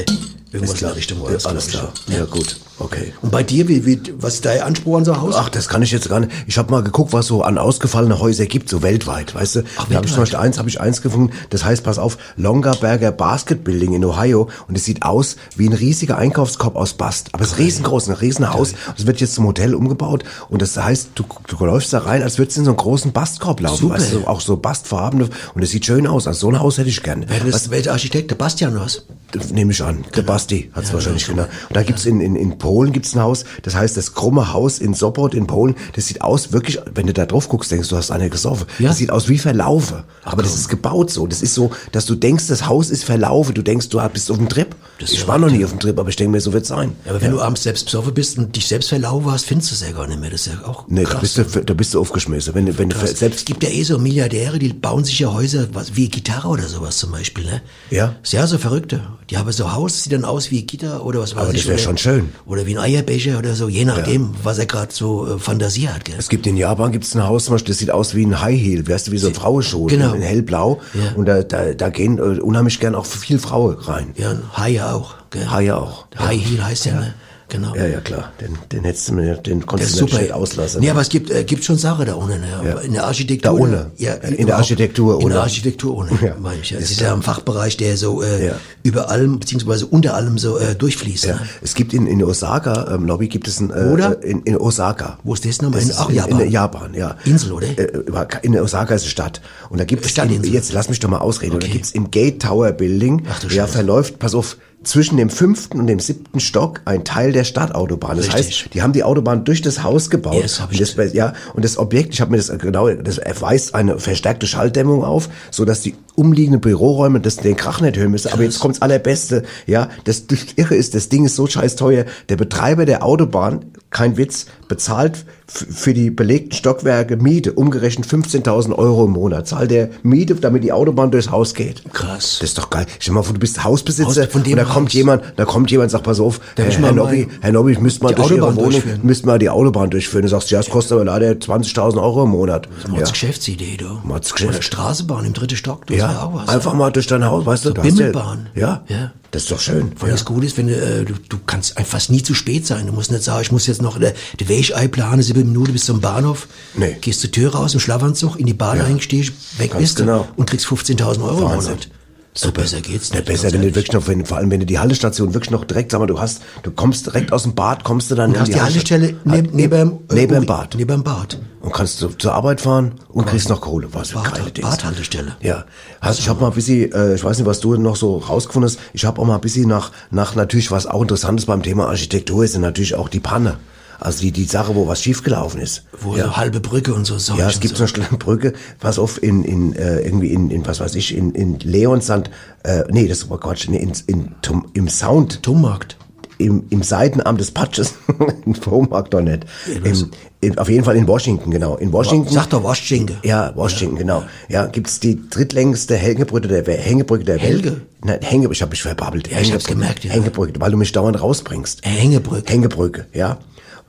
Speaker 5: irgendwas in der Richtung war das,
Speaker 3: Ja, Äh, alles
Speaker 5: glaub
Speaker 3: klar.
Speaker 5: ich.
Speaker 3: Ja, gut. Okay.
Speaker 5: Und bei dir, wie, wie, was ist dein Anspruch an so ein Haus?
Speaker 3: Ach, das kann ich jetzt gar nicht. Ich habe mal geguckt, was so an ausgefallene Häuser gibt, so weltweit, weißt du? Ach, da habe ich zum Beispiel eins, habe ich eins gefunden. Das heißt, pass auf, Longaberger Basket Building in Ohio. Und es sieht aus wie ein riesiger Einkaufskorb aus Bast. Aber es ist riesengroß, ein Riesenhaus. Es wird jetzt zum Hotel umgebaut. Und das heißt, du, du läufst da rein, als würdest du in so einen großen Bastkorb laufen.
Speaker 5: Super.
Speaker 3: Weißt du, so- auch so bastfarbene. Und es sieht schön aus. Also so ein Haus hätte ich gerne.
Speaker 5: Wer ist, welcher Architekt? Der Bastian oder was?
Speaker 3: Das Nehme ich an. Der Basti hat es wahrscheinlich genau. Und da gibt's in, in, in Polen gibt's ein Haus, das heißt das krumme Haus in Sopot in Polen, das sieht aus wirklich, wenn du da drauf guckst, denkst du, hast eine gesoffen.
Speaker 5: Ja?
Speaker 3: Das sieht aus wie Verlaufe. Aber das ist gebaut so. Das ist so, dass du denkst, das Haus ist Verlaufe. Du denkst, du bist auf dem Trip. ich war noch nie auf dem Trip, aber ich denke mir, so wird's sein.
Speaker 5: Ja, aber wenn du abends selbst besoffen bist und dich selbst verlaufen hast, findest du es ja gar nicht mehr. Das ist ja auch
Speaker 3: Nee, da
Speaker 5: krass.
Speaker 3: bist, du, da bist du aufgeschmissen. Wenn, du- wenn du
Speaker 5: krass. Es
Speaker 3: selbst
Speaker 5: gibt ja eh so Milliardäre, die bauen sich ja Häuser was, wie Gitarre oder sowas zum Beispiel. Ne?
Speaker 3: Ja.
Speaker 5: Sehr so Verrückte. Die haben so Haus, sieht dann aus wie Gitter oder was weiß
Speaker 3: Aber
Speaker 5: ich.
Speaker 3: das wär
Speaker 5: oder-
Speaker 3: schon schön.
Speaker 5: Oder wie ein Eierbecher oder so, je nachdem, was er gerade so äh, Fantasie hat. Gell?
Speaker 3: Es gibt in Japan gibt's ein Haus, zum Beispiel, das sieht aus wie ein High Heel, weißt du, wie so ein Frauenschuh,
Speaker 5: Genau.
Speaker 3: in hellblau.
Speaker 5: Ja.
Speaker 3: Und da, da, da gehen äh, unheimlich gern auch viel Frauen rein.
Speaker 5: Ja, ein Hai ja auch. Gell?
Speaker 3: Haie auch.
Speaker 5: Hai Heel heißt ja, ne? genau.
Speaker 3: Ja, ja, klar. Den, den hättest du mir, den
Speaker 5: Das
Speaker 3: konntest
Speaker 5: ist
Speaker 3: du mir
Speaker 5: super.
Speaker 3: nicht auslassen.
Speaker 5: Nee, aber es gibt, äh, gibt schon Sache da ohne. Ne? In der Architektur.
Speaker 3: ne? Da ohne.
Speaker 5: Ja,
Speaker 3: In der
Speaker 5: überhaupt.
Speaker 3: Architektur
Speaker 5: In
Speaker 3: ohne.
Speaker 5: der Architektur ohne,
Speaker 3: Ja.
Speaker 5: meine ich.
Speaker 3: Ist
Speaker 5: Es ist ja ein Fachbereich, der so äh,
Speaker 3: Ja.
Speaker 5: über allem, beziehungsweise unter allem so äh, durchfließt.
Speaker 3: ja.
Speaker 5: Ne?
Speaker 3: Es gibt in, in Osaka, ähm, Nobby, gibt es ein, äh,
Speaker 5: Oder?
Speaker 3: In, in Osaka.
Speaker 5: Wo ist das nochmal?
Speaker 3: Das
Speaker 5: In-
Speaker 3: ist
Speaker 5: ach,
Speaker 3: in,
Speaker 5: Japan.
Speaker 3: In Japan, ja.
Speaker 5: Insel, oder?
Speaker 3: Äh, über- in Osaka ist eine Stadt. Und da gibt es, im,
Speaker 5: Stadtinsel.
Speaker 3: jetzt lass mich doch mal ausreden, da
Speaker 5: Okay.
Speaker 3: gibt es im Gate Tower Building,
Speaker 5: Ach du
Speaker 3: ja,
Speaker 5: Scheiße.
Speaker 3: verläuft, pass auf, zwischen dem fünften und dem siebten Stock ein Teil der Stadtautobahn. Das
Speaker 5: Richtig.
Speaker 3: heißt, die haben die Autobahn durch das Haus gebaut.
Speaker 5: Ja, das hab ich
Speaker 3: und das, bei- ja, und das Objekt, ich habe mir das genau, das weist eine verstärkte Schalldämmung auf, sodass die umliegenden Büroräume das, den Krach nicht hören müssen. Aber jetzt kommt's allerbeste, ja, das, das Irre ist, das Ding ist so scheiß teuer. Der Betreiber der Autobahn, kein Witz, bezahlt f- für die belegten Stockwerke Miete, umgerechnet 15.000 Euro im Monat, zahlt der Miete, damit die Autobahn durchs Haus geht.
Speaker 5: Krass.
Speaker 3: Das ist doch geil. Stell dir mal vor, du bist Hausbesitzer
Speaker 5: Haus- von dem
Speaker 3: und da
Speaker 5: Haus.
Speaker 3: kommt jemand, da kommt jemand, sagt, pass auf, Herr,
Speaker 5: ich mal
Speaker 3: Herr Nobby,
Speaker 5: meinen-
Speaker 3: Herr Nobby, ich müsste mal
Speaker 5: Die
Speaker 3: durch Ihre
Speaker 5: Autobahn
Speaker 3: Wohnung,
Speaker 5: durchführen.
Speaker 3: müssten mal die Autobahn durchführen. Du sagst, ja, es kostet aber leider 20.000 Euro im Monat.
Speaker 5: Mods
Speaker 3: Ja.
Speaker 5: Geschäftsidee, du.
Speaker 3: Mods Geschäft.
Speaker 5: Oder Straßenbahn im dritten Stock, das wäre
Speaker 3: Ja,
Speaker 5: auch was. ne?
Speaker 3: einfach mal durch dein Haus, weißt du? du hast
Speaker 5: Bimmelbahn.
Speaker 3: Ja, ja,
Speaker 5: Ja.
Speaker 3: das ist doch schön.
Speaker 5: Weil das Gute ist, wenn du, äh, du, du kannst einfach fast nie zu spät sein. Du musst nicht sagen, ich muss jetzt noch äh, die Weichei planen, sieben Minuten bis zum Bahnhof.
Speaker 3: Nee.
Speaker 5: Gehst zur Tür raus, im Schlafanzug, in die Bahn
Speaker 3: Ja.
Speaker 5: eingestiegen, weg
Speaker 3: Ganz
Speaker 5: bist du
Speaker 3: genau.
Speaker 5: und kriegst 15.000 Euro im
Speaker 3: Wahnsinn.
Speaker 5: Monat. So besser geht's
Speaker 3: Ja,
Speaker 5: nicht.
Speaker 3: besser,
Speaker 5: ganz
Speaker 3: wenn du
Speaker 5: ehrlich.
Speaker 3: wirklich noch, wenn, vor allem wenn du die Hallestation wirklich noch direkt, sag mal, du hast, du kommst direkt aus dem Bad, kommst du dann
Speaker 5: Du hast die Haltestelle neben, neben,
Speaker 3: Ah,
Speaker 5: äh, um
Speaker 3: neben, Äh, neben dem Bad
Speaker 5: Neben dem Bad.
Speaker 3: und kannst du zur Arbeit fahren und kriegst noch Kohle. Was für
Speaker 5: Bad-
Speaker 3: geile Dings.
Speaker 5: Badhaltestelle.
Speaker 3: Ja. Hast, ich habe mal ein bisschen, äh, ich weiß nicht, was du noch so rausgefunden hast, ich habe auch mal ein bisschen nach, nach natürlich, was auch interessant ist beim Thema Architektur, ist natürlich auch die Panne. Also die, die Sache, wo was schiefgelaufen ist.
Speaker 5: Wo so halbe Brücke und so. Zeug
Speaker 3: Ja,
Speaker 5: und
Speaker 3: es gibt
Speaker 5: so.
Speaker 3: so eine Brücke, pass auf, in, in äh, irgendwie in, in, was weiß ich, in, in Leonsand, äh, nee, das war Quatsch, nee, in, in, Tum, im Sound,
Speaker 5: Dommarkt.
Speaker 3: im, im Seitenarm des Patsches, <laughs> in Womack doch nicht, Im, im, auf jeden Fall in Washington, genau, in Washington.
Speaker 5: Sag doch Waschschinke.
Speaker 3: Ja, Washington, genau. Ja, gibt's die drittlängste Hängebrücke der, We- Hängebrücke der Welt.
Speaker 5: Helge?
Speaker 3: Nein, Hängebrücke, ich habe mich verbabbelt.
Speaker 5: Ja, ich hab's
Speaker 3: Hängebrücke.
Speaker 5: gemerkt, ja.
Speaker 3: Hängebrücke, weil du mich dauernd rausbringst.
Speaker 5: Äh, Hängebrücke.
Speaker 3: Hängebrücke, ja.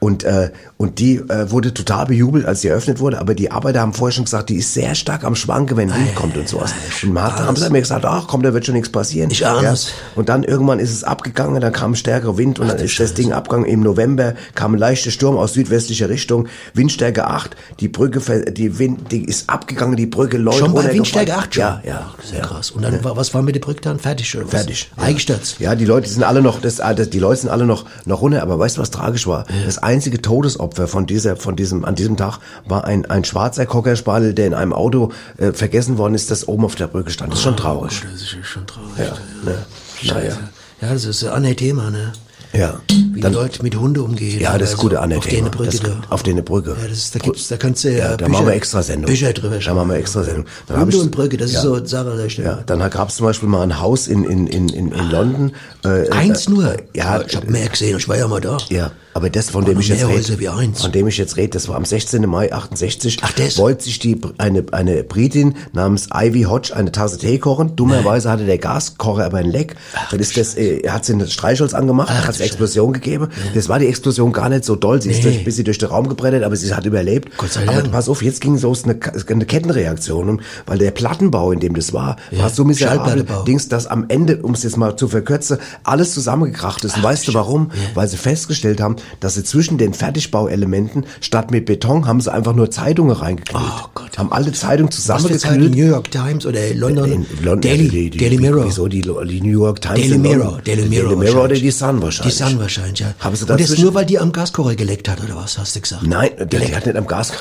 Speaker 3: Und, äh, und die äh, wurde total bejubelt, als sie eröffnet wurde, aber die Arbeiter haben vorher schon gesagt, die ist sehr stark am Schwanken, wenn
Speaker 5: Äh,
Speaker 3: Wind kommt und sowas. Und Martha haben sie mir gesagt, ach komm, da wird schon nichts passieren.
Speaker 5: Ich ahne
Speaker 3: ja.
Speaker 5: es.
Speaker 3: Und dann irgendwann ist es abgegangen, dann kam stärkerer Wind und dann ist das Ding abgegangen. Im November kam ein leichter Sturm aus südwestlicher Richtung, Windstärke 8, die Brücke, ver- die Wind, die ist abgegangen, die Brücke läuft
Speaker 5: Schon bei Windstärke 8 schon.
Speaker 3: Ja, ja.
Speaker 5: Sehr krass. Und dann, war- was war mit der Brücke dann? Fertig oder was?
Speaker 3: Fertig. ja.
Speaker 5: Eingestürzt.
Speaker 3: Ja, die Leute sind alle noch, das, ah, das, die Leute sind alle noch, noch runter. Aber weißt du, was tragisch war? Das einzige Todesopfer von dieser, von diesem, an diesem Tag war ein, ein schwarzer Cockerspaniel, der in einem Auto äh, vergessen worden ist, das oben auf der Brücke stand. Das ist
Speaker 5: Ah,
Speaker 3: schon traurig.
Speaker 5: Oh, Das ist ja schon traurig.
Speaker 3: Ja, ne? Naja.
Speaker 5: Ja, das ist ein anderes Thema, ne?
Speaker 3: Ja.
Speaker 5: Wie
Speaker 3: Dann,
Speaker 5: die Leute mit Hunde umgehen.
Speaker 3: ja, das ist
Speaker 5: Also
Speaker 3: gute Anne.
Speaker 5: Auf denen Brücke
Speaker 3: das,
Speaker 5: da.
Speaker 3: Auf der Brücke.
Speaker 5: ja, das ist, da gibt's, da kannst du ja,
Speaker 3: Ja, da machen wir extra Sendung.
Speaker 5: Bücher drüber
Speaker 3: Da
Speaker 5: schreiben.
Speaker 3: machen wir extra Sendung. Dann hab
Speaker 5: Hunde
Speaker 3: ich-
Speaker 5: und Brücke, das
Speaker 3: ja.
Speaker 5: ist so eine Sache, da ich
Speaker 3: Ja, dann gab es zum Beispiel mal ein Haus in, in, in, in, in London. Äh,
Speaker 5: Eins nur. Oh,
Speaker 3: ja, äh,
Speaker 5: ich habe mehr gesehen, ich war ja mal da.
Speaker 3: Ja, aber das, von dem
Speaker 5: noch
Speaker 3: ich jetzt
Speaker 5: mehr
Speaker 3: rede,
Speaker 5: Häuser wie eins.
Speaker 3: von dem ich jetzt rede, das war am 16. Mai 68,
Speaker 5: Ach, das?
Speaker 3: wollte sich die, Br- eine, eine Britin namens Ivy Hodge eine Tasse Tee kochen. Dummerweise hatte der Gaskocher aber ein Leck. Dann ist das, äh, hat sie in das Streichholz angemacht,
Speaker 5: Ach,
Speaker 3: hat es
Speaker 5: du
Speaker 3: Explosion gegeben. Das war die Explosion gar nicht so doll. Sie ist
Speaker 5: Nee.
Speaker 3: durch, ein bisschen durch den Raum gebrettet, aber sie hat überlebt.
Speaker 5: Gott sei
Speaker 3: aber
Speaker 5: Dank.
Speaker 3: pass auf, jetzt ging so eine, Ka- eine Kettenreaktion, und- weil der Plattenbau, in dem das war, war so miserabel,
Speaker 5: Schallplattenbau.
Speaker 3: Dings, dass am Ende, um es jetzt mal zu verkürzen, alles zusammengekracht ist. Und weißt du warum? Weil sie festgestellt haben, dass sie zwischen den Fertigbauelementen statt mit Beton haben sie einfach nur Zeitungen reingeknüllt.
Speaker 5: Oh Gott.
Speaker 3: Haben alle Zeitungen
Speaker 5: Was für Zeiten?
Speaker 3: zusammengeknüllt.
Speaker 5: New York Times oder London?
Speaker 3: Äh, In London,
Speaker 5: Daily,
Speaker 3: die- die-
Speaker 5: Daily
Speaker 3: die-
Speaker 5: Mirror.
Speaker 3: Wieso die, die New York Times?
Speaker 5: Daily
Speaker 3: in London?
Speaker 5: Mirror, Daily Mirror
Speaker 3: Daily Mirror oder
Speaker 5: wahrscheinlich.
Speaker 3: die Sun wahrscheinlich.
Speaker 5: Die Sun wahrscheinlich, ja.
Speaker 3: Haben sie
Speaker 5: Und das
Speaker 3: dazwischen-
Speaker 5: nur, weil die am Gaskocher geleckt hat, oder was, hast du gesagt?
Speaker 3: Nein, der Leck hat nicht am Gas.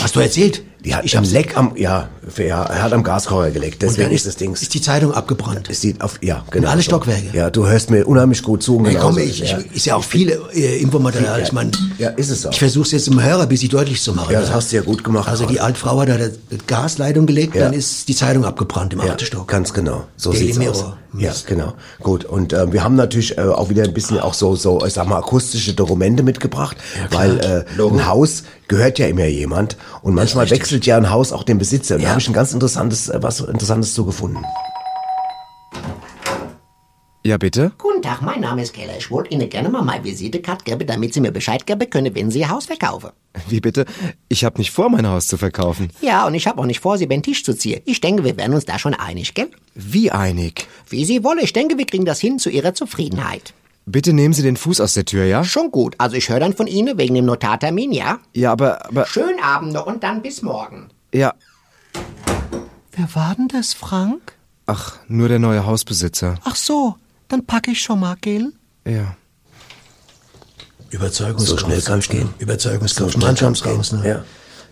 Speaker 5: Hast du erzählt?
Speaker 3: Die hat
Speaker 5: Ich
Speaker 3: ich am
Speaker 5: hab's-
Speaker 3: Leck am, ja, ja, er hat am Gaskocher geleckt.
Speaker 5: Und dann
Speaker 3: Deswegen
Speaker 5: ist,
Speaker 3: ist das Ding.
Speaker 5: ist die Zeitung abgebrannt.
Speaker 3: Es sieht auf, ja, genau.
Speaker 5: alle
Speaker 3: so.
Speaker 5: Stockwerke.
Speaker 3: Ja, du hörst mir unheimlich gut zu. und
Speaker 5: Ja,
Speaker 3: genauso
Speaker 5: komm,
Speaker 3: ist
Speaker 5: ich,
Speaker 3: es,
Speaker 5: ich,
Speaker 3: ja.
Speaker 5: ist ja auch viel äh, Infomaterial. Ich meine,
Speaker 3: Ja, ist es auch.
Speaker 5: ich versuche es jetzt im Hörer ein bisschen deutlich zu machen.
Speaker 3: Ja, das hast du ja gut gemacht.
Speaker 5: Also die alte Frau hat da die Gasleitung gelegt,
Speaker 3: Ja.
Speaker 5: dann ist die Zeitung abgebrannt im
Speaker 3: ja,
Speaker 5: achten Stock.
Speaker 3: ganz genau. So
Speaker 5: Daily
Speaker 3: sieht's
Speaker 5: Mirror.
Speaker 3: aus. Ja,
Speaker 5: Mist.
Speaker 3: genau. Gut. Und ähm, wir haben natürlich äh, auch wieder ein bisschen auch so, so, ich sag mal, akustische Dokumente mitgebracht, weil äh, ein Haus gehört ja immer jemand und manchmal wechselt ja ein Haus auch den Besitzer. Und da
Speaker 5: Ja.
Speaker 3: habe ich ein ganz interessantes, äh, was interessantes zugefunden.
Speaker 8: Ja,
Speaker 9: <laughs>
Speaker 8: bitte?
Speaker 10: Guten Tag, mein Name ist Keller. Ich wollte Ihnen gerne mal meine Visitekarte geben, damit Sie mir Bescheid geben können, wenn Sie Ihr Haus verkaufen.
Speaker 8: Wie bitte? Ich habe nicht vor, mein Haus zu verkaufen.
Speaker 10: Ja, und ich habe auch nicht vor, Sie über den Tisch zu ziehen. Ich denke, wir werden uns da schon einig, gell?
Speaker 8: Wie einig?
Speaker 10: Wie Sie wollen. Ich denke, wir kriegen das hin zu Ihrer Zufriedenheit.
Speaker 9: Bitte nehmen Sie den Fuß aus der Tür, ja?
Speaker 6: Schon gut. Also ich höre dann von Ihnen wegen dem Notartermin, ja?
Speaker 9: Ja, aber, aber,
Speaker 6: Schönen Abend noch und dann bis morgen.
Speaker 9: ja.
Speaker 11: Wer war denn das, Frank?
Speaker 9: Ach, nur der neue Hausbesitzer.
Speaker 11: Ach so, dann packe ich schon mal, gell?
Speaker 9: Ja.
Speaker 5: Überzeugungskraft.
Speaker 3: So schnell kann's gehen.
Speaker 5: Überzeugungskraft.
Speaker 3: So schnell kann's gehen,
Speaker 5: raus, ne?
Speaker 3: ja.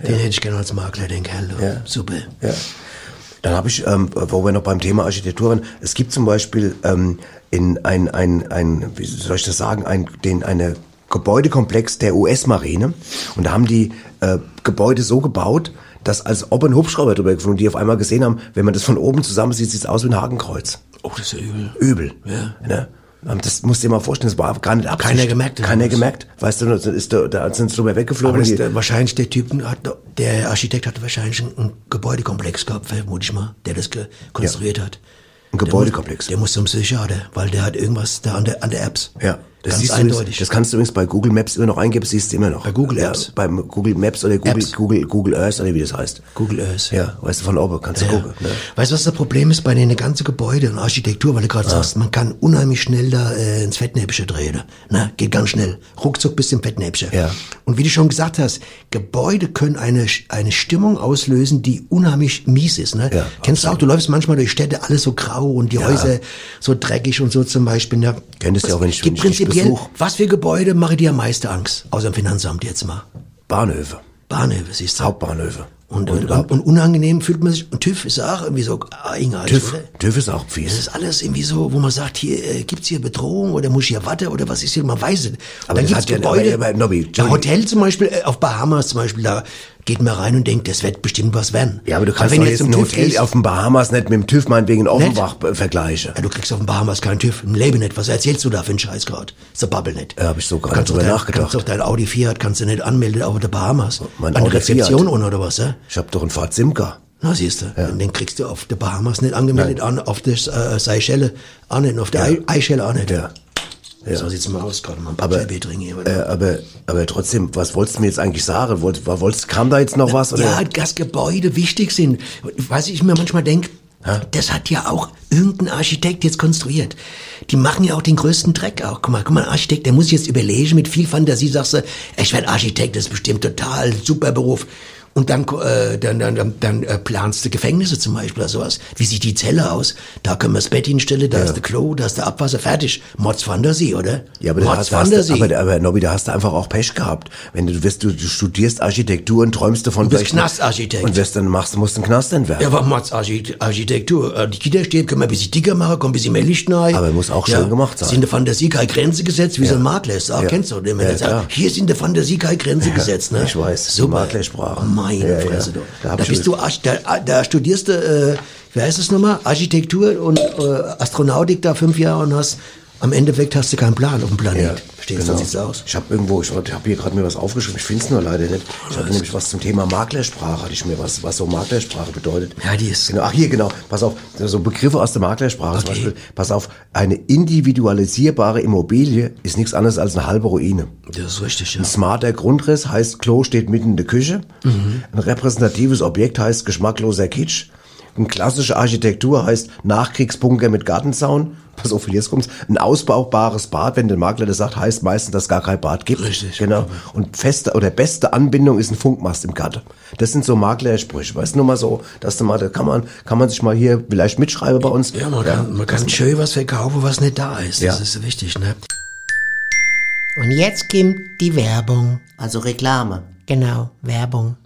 Speaker 5: Den hätte ich gerne als Makler, den Kerl. du.
Speaker 3: Ja.
Speaker 5: Super.
Speaker 3: Ja. Dann habe ich, ähm, wo wir noch beim Thema Architektur waren, es gibt zum Beispiel ähm, in ein, ein, ein, wie soll ich das sagen, ein, den, eine Gebäudekomplex der US-Marine. Und da haben die äh, Gebäude so gebaut, dass als ob ein Hubschrauber drüber geflogen, die auf einmal gesehen haben, wenn man das von oben zusammen sieht, sieht's aus wie ein Hakenkreuz.
Speaker 5: Oh, das ist ja übel.
Speaker 3: Übel. Ne? Ähm, Das musst du dir mal vorstellen, das war gar nicht Absicht.
Speaker 5: Keiner gemerkt, oder
Speaker 3: Keiner
Speaker 5: was?
Speaker 3: gemerkt. Weißt du, da ist da, da sind sie drüber
Speaker 5: Aber
Speaker 3: weggeflogen.
Speaker 5: das,
Speaker 3: die-
Speaker 5: der, wahrscheinlich der Typ, hat, der Architekt hat wahrscheinlich einen- einen Gebäudekomplex gehabt, vermute ich mal, der das ge- konstruiert hat.
Speaker 3: Ein Gebäudekomplex.
Speaker 5: Der muss, der muss zum Psychiater, weil der hat irgendwas da an der, an der Apps.
Speaker 3: Ja, das
Speaker 5: das
Speaker 3: siehst
Speaker 5: ist
Speaker 3: du übrigens-
Speaker 5: eindeutig.
Speaker 3: Das kannst du übrigens bei Google Maps immer noch eingeben, siehst du immer noch.
Speaker 5: Bei Google
Speaker 3: ja,
Speaker 5: Apps?
Speaker 3: Beim Google Maps oder Google,
Speaker 5: Apps.
Speaker 3: Google, Google Earth oder wie das heißt.
Speaker 5: Google Earth.
Speaker 3: Ja, weißt du, von oben kannst du
Speaker 5: Ja.
Speaker 3: gucken. Ne?
Speaker 5: Weißt du, was das Problem ist bei den ganzen Gebäuden und Architektur, weil du gerade sagst, man kann unheimlich schnell da äh, ins Fettnäpfchen drehen. Ne? Geht ganz schnell. Ruckzuck bis zum Fettnäpfchen.
Speaker 3: Ja.
Speaker 5: Und wie du schon gesagt hast, Gebäude können eine, eine Stimmung auslösen, die unheimlich mies ist. Ne?
Speaker 3: Ja,
Speaker 5: Kennst du auch, du läufst manchmal durch Städte, alles so grau und die Häuser so dreckig und so zum Beispiel. Ne?
Speaker 3: Könntest du auch, wenn ich- wenn
Speaker 5: Gibt
Speaker 3: ich dich
Speaker 5: prinzipiell,
Speaker 3: besuch.
Speaker 5: was für Gebäude mache dir am meisten Angst? Außer im Finanzamt jetzt mal.
Speaker 3: Bahnhöfe,
Speaker 5: Bahnhöfe, siehst du.
Speaker 3: Hauptbahnhöfe.
Speaker 5: Und, und, und, und unangenehm fühlt man sich. Und TÜV ist auch irgendwie so eigenartig.
Speaker 3: TÜV,
Speaker 5: Oder?
Speaker 3: TÜV ist auch
Speaker 5: Das
Speaker 3: fies.
Speaker 5: ist alles irgendwie so, wo man sagt, hier äh, gibt's hier Bedrohung oder muss ich hier Watte oder was ist hier? Man weiß es. Und
Speaker 3: Aber
Speaker 5: dann
Speaker 3: das
Speaker 5: gibt's
Speaker 3: hat ja-
Speaker 5: Gebäude,
Speaker 3: aber- aber, Nobby,
Speaker 5: ein
Speaker 3: Entschuldigung.
Speaker 5: Hotel zum Beispiel äh, auf Bahamas zum Beispiel, da geht man rein und denkt, das wird bestimmt was werden.
Speaker 3: Ja, aber du
Speaker 5: Weil
Speaker 3: kannst
Speaker 5: wenn
Speaker 3: doch
Speaker 5: du
Speaker 3: jetzt
Speaker 5: zum
Speaker 3: ein
Speaker 5: TÜV
Speaker 3: Hotel
Speaker 5: gehst-
Speaker 3: auf den Bahamas nicht mit dem TÜV meinetwegen in Offenbach äh, vergleichen.
Speaker 5: ja, du kriegst auf den Bahamas keinen TÜV, im Leben nicht. Was erzählst du da für einen Scheiß gerade? Ist der Bubble nicht.
Speaker 3: Ja, hab ich so gar nicht
Speaker 5: Kannst doch
Speaker 3: drüber
Speaker 5: dein-
Speaker 3: nachgedacht.
Speaker 5: Kannst doch dein Audi Fiat kannst du nicht anmelden auf der Bahamas.
Speaker 3: Mein
Speaker 5: An der
Speaker 3: Audi
Speaker 5: Rezeption
Speaker 3: Fiat.
Speaker 5: ohne oder was, ja?
Speaker 3: Ich habe doch einen Fahrt Simca.
Speaker 5: Na, siehst du, den kriegst du auf der Bahamas nicht angemeldet, an, auf der äh, Seychelle auch nicht, und auf der Ei- Eichelle auch nicht.
Speaker 3: Ja.
Speaker 5: So sieht's mal aus, gerade mal ein paar
Speaker 3: Aber-
Speaker 5: Bier trinken hier.
Speaker 3: Äh, aber, aber trotzdem, was wolltest du mir jetzt eigentlich sagen? Wollt, war- wolltest, kam da jetzt noch was? Oder?
Speaker 5: ja, dass Gebäude wichtig sind. Was ich mir manchmal denke, das hat ja auch irgendein Architekt jetzt konstruiert. Die machen ja auch den größten Dreck auch. Guck mal, guck mal, ein Architekt, der muss jetzt überlegen, mit viel Fantasie sagst du, ich werde Architekt, das ist bestimmt total super Beruf. Und dann, äh, dann, dann, dann, dann äh, planst du Gefängnisse zum Beispiel oder sowas. Wie sieht die Zelle aus? Da können wir das Bett hinstellen, da ist der Klo, da ist der Abwasser, fertig. Mods Fantasie, oder?
Speaker 3: Ja, aber da
Speaker 5: Mods
Speaker 3: hast, da hast,
Speaker 5: Fantasie.
Speaker 3: aber, aber Nobby, da hast du einfach auch Pech gehabt. Wenn du, du wirst, du, du studierst Architektur und träumst davon,
Speaker 5: Du bist
Speaker 3: vielleicht-
Speaker 5: Knastarchitekt.
Speaker 3: Und wirst dann machst, musst einen Knast entwerfen.
Speaker 5: Ja, aber Mats Architektur, äh, die Kinder stehen, können wir ein bisschen dicker machen, kommen ein bisschen mehr Licht rein.
Speaker 3: Aber muss auch schön gemacht sein.
Speaker 5: Sind der Fantasie keine Grenze gesetzt, wie so ein Makler ist. Ah, kennst du, den, wenn
Speaker 3: Ja,
Speaker 5: der sagt,
Speaker 3: klar.
Speaker 5: hier sind der Fantasie keine Grenze gesetzt, ne?
Speaker 3: ich weiß, die
Speaker 5: Super.
Speaker 3: Maklersprache. Ja,
Speaker 5: Meine Fresse,
Speaker 3: ja.
Speaker 5: du.
Speaker 3: Da
Speaker 5: Da,
Speaker 3: hab ich
Speaker 5: bist du, Arch- da, ah, da studierst du, äh, wer heißt es nochmal? Architektur und äh, Astronautik da fünf Jahre und hast, am Endeffekt hast du keinen Plan auf dem Planet. Verstehst
Speaker 3: genau.
Speaker 5: du, so sieht's aus.
Speaker 3: Ich habe irgendwo, ich habe hier gerade mir was aufgeschrieben, ich finde es nur leider nicht. Ich hatte nämlich was zum Thema Maklersprache, hatte ich mir was, was so Maklersprache bedeutet.
Speaker 5: Ja, die ist-
Speaker 3: Genau, ach hier, genau, pass auf, so Begriffe aus der Maklersprache zum Beispiel, pass auf, eine individualisierbare Immobilie ist nichts anderes als eine halbe Ruine.
Speaker 5: Das ist richtig, ja.
Speaker 3: Ein smarter Grundriss heißt Klo steht mitten in der Küche.
Speaker 5: Mhm.
Speaker 3: Ein repräsentatives Objekt heißt geschmackloser Kitsch. Eine klassische Architektur heißt Nachkriegsbunker mit Gartenzaun. <laughs> Pass auf, jetzt kommt's. Ein ausbaubares Bad, wenn der Makler das sagt, heißt meistens, dass es gar kein Bad gibt.
Speaker 5: Richtig.
Speaker 3: Genau. Und feste oder beste Anbindung ist ein Funkmast im Garten. Das sind so Maklersprüche. Weißt du, nur mal so, dass du mal, da kann man, kann man sich mal hier vielleicht mitschreiben bei uns.
Speaker 5: Ja, man kann, man kann schön was verkaufen, was nicht da ist. Das ist wichtig, ne?
Speaker 1: Und jetzt kommt die Werbung.
Speaker 6: Also Reklame.
Speaker 1: Genau, Werbung.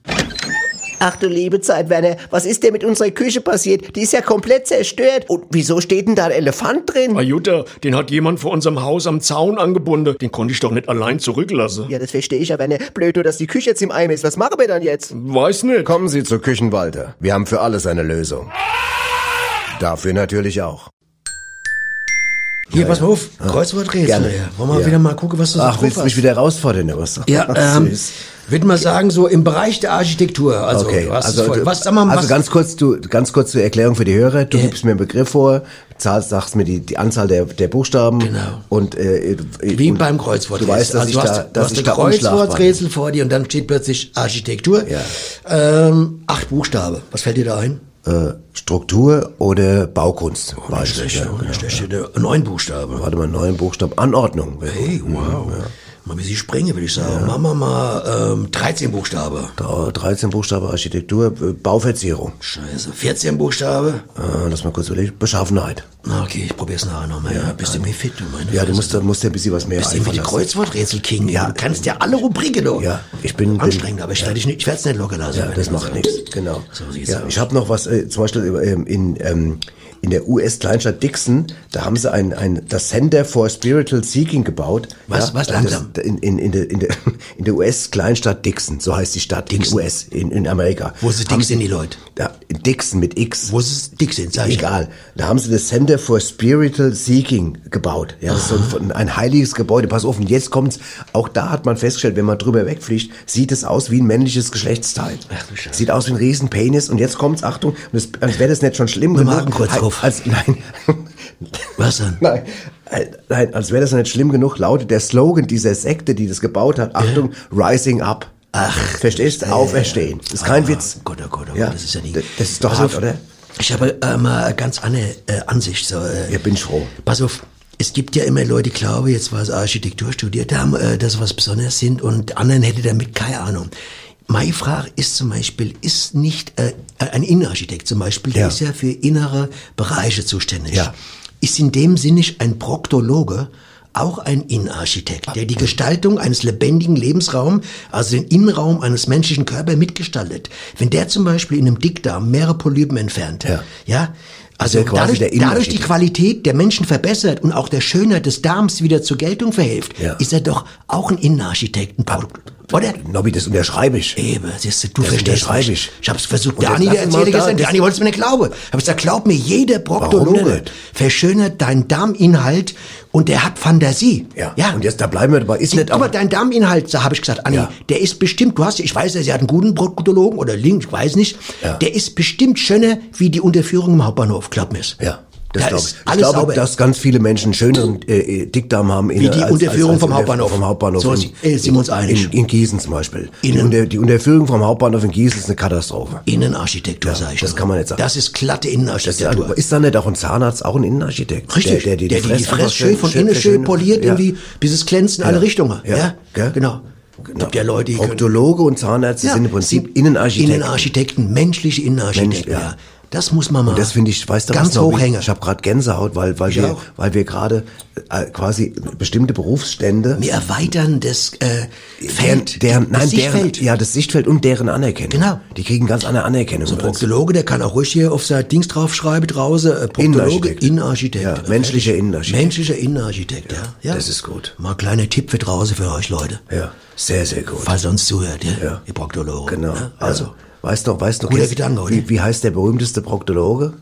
Speaker 2: Ach du liebe Zeit, Werner, was ist denn mit unserer Küche passiert? Die ist ja komplett zerstört. Und wieso steht denn da ein Elefant drin?
Speaker 4: Ah, Jutta, den hat jemand vor unserem Haus am Zaun angebunden. Den konnte ich doch nicht allein zurücklassen.
Speaker 2: Ja, das verstehe ich ja, Werner. Blöd, nur, dass die Küche jetzt im Eimer ist. Was machen wir dann jetzt?
Speaker 4: Weiß nicht.
Speaker 3: Kommen Sie zur Küchenwalde. Wir haben für alles eine Lösung. Dafür natürlich auch.
Speaker 5: Hier, pass mal auf, Kreuzworträtsel.
Speaker 3: Ah. Gerne.
Speaker 5: Ja. Wollen wir
Speaker 3: Ja.
Speaker 5: wieder mal gucken, was du so
Speaker 3: Ach,
Speaker 5: drauf
Speaker 3: willst du mich
Speaker 5: hast?
Speaker 3: wieder herausfordern, oder was?
Speaker 5: Ja, ähm,
Speaker 3: Süß.
Speaker 5: würde mal sagen, so im Bereich der Architektur. Also,
Speaker 3: Okay,
Speaker 5: was,
Speaker 3: also,
Speaker 5: voll,
Speaker 3: du-
Speaker 5: was sag mal,
Speaker 3: also
Speaker 5: was,
Speaker 3: ganz kurz, du, ganz kurz zur Erklärung für die Hörer. Du gibst mir einen Begriff vor, zahlst, sagst mir die, die Anzahl der, der Buchstaben.
Speaker 5: Genau.
Speaker 3: Und, äh,
Speaker 5: wie
Speaker 3: und,
Speaker 5: beim Kreuzworträtsel.
Speaker 3: Du weißt, dass
Speaker 5: also,
Speaker 3: ich
Speaker 5: du hast,
Speaker 3: da,
Speaker 5: du
Speaker 3: dass
Speaker 5: hast
Speaker 3: ich
Speaker 5: ein
Speaker 3: da unschlagbar bin.
Speaker 5: Kreuzworträtsel vor dir und dann steht plötzlich Architektur.
Speaker 3: Ja.
Speaker 5: Ähm, acht Buchstabe. Was fällt dir da ein?
Speaker 3: äh, Struktur oder Baukunst. Oh,
Speaker 5: Da steht ja, da steht ja neun Buchstaben.
Speaker 3: Warte mal, neuen Buchstaben. Anordnung.
Speaker 5: Hey, wow. Mal wie sie springen, würde ich sagen. Machen wir mal ähm, 13 Buchstaben.
Speaker 3: Dra- 13 Buchstaben Architektur, äh, Bauverzierung.
Speaker 5: Scheiße, 14 Buchstaben.
Speaker 3: Äh, lass mal kurz überlegen. Beschaffenheit.
Speaker 5: Na, okay, ich probier's nachher nochmal. Ja, bist du mir fit, du meine
Speaker 3: Ja, du
Speaker 5: Fresse.
Speaker 3: musst, da- musst dir ein bisschen was mehr
Speaker 5: Bist du wie die
Speaker 3: einfallen lassen.
Speaker 5: Kreuzworträtsel King? Ja. Du kannst ja alle Rubriken noch.
Speaker 3: Ja, ich bin- bin-
Speaker 5: Anstrengend, aber ich, werde dich nicht, ich werde es nicht locker lassen.
Speaker 3: Ja, das macht nichts, genau.
Speaker 5: So sieht's
Speaker 3: ja,
Speaker 5: aus.
Speaker 3: ich habe noch was, äh, zum Beispiel ähm, in, ähm, in der US-Kleinstadt Dixon, da haben sie ein, ein, das Center for Spiritual Seeking gebaut.
Speaker 5: Was? Was? Langsam?
Speaker 3: Das, in, in, in, der- in der, <laughs> in der US-Kleinstadt Dixon, so heißt die Stadt,
Speaker 5: Dixon.
Speaker 3: in US, in, in Amerika.
Speaker 5: Wo sie dick
Speaker 3: Haben
Speaker 5: sind, die Leute.
Speaker 3: Ja, Dixon mit X.
Speaker 5: Wo sie dick sind, sag ich.
Speaker 3: Egal. Da haben sie das Center for Spiritual Seeking gebaut. Ja, das ist so ein, ein heiliges Gebäude. Pass auf, und jetzt kommt's. Auch da hat man festgestellt, wenn man drüber wegfliegt, sieht es aus wie ein männliches Geschlechtsteil. Ach,
Speaker 5: du Scheiße.
Speaker 3: sieht aus wie ein riesen Penis. Und jetzt kommt's, Achtung, und das, als wäre das nicht schon schlimm
Speaker 5: Wir
Speaker 3: genug.
Speaker 5: machen kurz
Speaker 3: als,
Speaker 5: auf.
Speaker 3: Als, nein. <laughs>
Speaker 5: Was denn?
Speaker 3: Nein, äh, nein, als wäre das nicht schlimm genug, lautet der Slogan dieser Sekte, die das gebaut hat, Achtung, Rising Up. Ach. Verstehst? Auferstehen. Ist kein
Speaker 5: Ah,
Speaker 3: Witz.
Speaker 5: Gott, oh Gott, oh Gott,
Speaker 3: Ja,
Speaker 5: das ist ja nicht.
Speaker 3: d- das ist doch
Speaker 5: Pass
Speaker 3: hart,
Speaker 5: auf,
Speaker 3: oder?
Speaker 5: Ich habe äh, mal eine ganz andere äh, Ansicht. So, äh,
Speaker 3: Ja, bin ich froh.
Speaker 5: Pass auf, es gibt ja immer Leute, glaube jetzt was Architektur studiert haben, äh, dass sie was Besonderes sind und anderen hätte damit keine Ahnung. Meine Frage ist zum Beispiel, ist nicht äh, ein Innenarchitekt zum Beispiel, der
Speaker 3: Ja.
Speaker 5: ist ja für innere Bereiche zuständig.
Speaker 3: Ja.
Speaker 5: Ist in dem Sinne nicht ein Proktologe auch ein Innenarchitekt, der die Gestaltung eines lebendigen Lebensraums, also den Innenraum eines menschlichen Körpers mitgestaltet. Wenn der zum Beispiel in einem Dickdarm mehrere Polypen entfernt,
Speaker 3: Ja.
Speaker 5: ja also
Speaker 3: Ja, quasi
Speaker 5: dadurch,
Speaker 3: der
Speaker 5: dadurch die
Speaker 3: Innenarchitekt.
Speaker 5: Qualität der Menschen verbessert und auch der Schönheit des Darms wieder zur Geltung verhilft,
Speaker 3: Ja.
Speaker 5: ist er doch auch ein Innenarchitekt, ein Produkt. Oder?
Speaker 3: Nobby, das unterschreibe ich.
Speaker 5: Eben, siehst du, du
Speaker 3: Das
Speaker 5: verstehst
Speaker 3: unterschreibe
Speaker 5: nicht.
Speaker 3: ich.
Speaker 5: Ich hab's versucht,
Speaker 3: Und
Speaker 5: der
Speaker 3: jetzt
Speaker 5: Ani, der
Speaker 3: lassen wir
Speaker 5: erzählte
Speaker 3: da
Speaker 5: gestern, der
Speaker 3: das-
Speaker 5: Ani wollte es mir nicht glauben. Hab gesagt, glaub mir, jeder
Speaker 3: Warum
Speaker 5: Proktologe
Speaker 3: nicht?
Speaker 5: verschönert deinen Darminhalt und der hat Fantasie.
Speaker 3: Ja. Und jetzt, da bleiben wir dabei. Ist nicht,
Speaker 5: Guck mal,
Speaker 3: aber,
Speaker 5: dein Darminhalt, da habe ich gesagt, Anni,
Speaker 3: Ja.
Speaker 5: der ist bestimmt, du hast, ich weiß ja, sie hat einen guten Proktologen oder Link, ich weiß nicht,
Speaker 3: Ja.
Speaker 5: der ist bestimmt schöner wie die Unterführung im Hauptbahnhof, glaub mir's.
Speaker 3: ja,
Speaker 5: Da
Speaker 3: das glaube
Speaker 5: ist
Speaker 3: ich.
Speaker 5: alles
Speaker 3: ich glaube,
Speaker 5: sauber.
Speaker 3: dass ganz viele Menschen einen schöneren äh, äh, Dickdarm haben. in
Speaker 5: Wie
Speaker 3: der-
Speaker 5: die Unterführung vom Hauptbahnhof.
Speaker 3: Vom Hauptbahnhof.
Speaker 5: So,
Speaker 3: in,
Speaker 5: äh, sind wir uns einig.
Speaker 3: In, in Gießen zum Beispiel. Die,
Speaker 5: Innen-
Speaker 3: unter, die Unterführung vom Hauptbahnhof in Gießen ist eine Katastrophe.
Speaker 5: Innenarchitektur, sag ich
Speaker 3: das
Speaker 5: nur.
Speaker 3: kann man nicht sagen.
Speaker 5: Das ist glatte Innenarchitektur.
Speaker 3: Ist da nicht auch ein Zahnarzt, auch ein Innenarchitekt?
Speaker 5: Richtig,
Speaker 3: der, der, die, die
Speaker 5: Fresse,
Speaker 3: einfach
Speaker 5: schön von innen schön poliert,
Speaker 3: ja.
Speaker 5: irgendwie, bis es glänzt in alle Richtungen. Ja,
Speaker 3: Ja. Gell?
Speaker 5: genau. Gibt ja Leute, die können-
Speaker 3: Proktologe und Zahnärzte sind im Prinzip
Speaker 5: sie-
Speaker 3: Innenarchitekten.
Speaker 5: Innenarchitekten, menschliche Innenarchitekten,
Speaker 3: Mensch,
Speaker 5: ja.
Speaker 3: ja.
Speaker 5: Das muss man mal.
Speaker 3: Und das finde ich, weißt du,
Speaker 5: ganz
Speaker 3: was noch-
Speaker 5: hochhängen.
Speaker 3: Ich habe gerade Gänsehaut, weil weil
Speaker 5: Ich
Speaker 3: wir,
Speaker 5: auch.
Speaker 3: weil wir gerade äh, quasi bestimmte Berufsstände
Speaker 5: Wir erweitern das äh, Feld,
Speaker 3: deren,
Speaker 5: das
Speaker 3: nein,
Speaker 5: Sichtfeld.
Speaker 3: deren, ja, das Sichtfeld und deren Anerkennung.
Speaker 5: Genau.
Speaker 3: Die kriegen ganz andere Anerkennung.
Speaker 5: So also. ein Proktologe, der kann auch ruhig hier auf sein Dings draufschreiben draußen. Äh, Proktologe,
Speaker 3: Innenarchitekt.
Speaker 5: Innenarchitekt.
Speaker 3: Ja, menschlicher Innenarchitekt.
Speaker 5: Menschlicher Innenarchitekt, ja. ja.
Speaker 3: das ist gut.
Speaker 5: Mal ein kleiner Tipp für draußen für euch Leute.
Speaker 3: ja, sehr, sehr gut.
Speaker 5: Falls ihr uns zuhört, ja.
Speaker 3: Ja.
Speaker 5: Ihr Proktologe.
Speaker 3: Genau.
Speaker 5: Ne?
Speaker 3: Also,
Speaker 5: Also,
Speaker 3: weißt du, weißt du,
Speaker 5: Guter
Speaker 3: kennst-
Speaker 5: Gedanke, oder?
Speaker 3: wie, wie heißt der berühmteste Proktologe?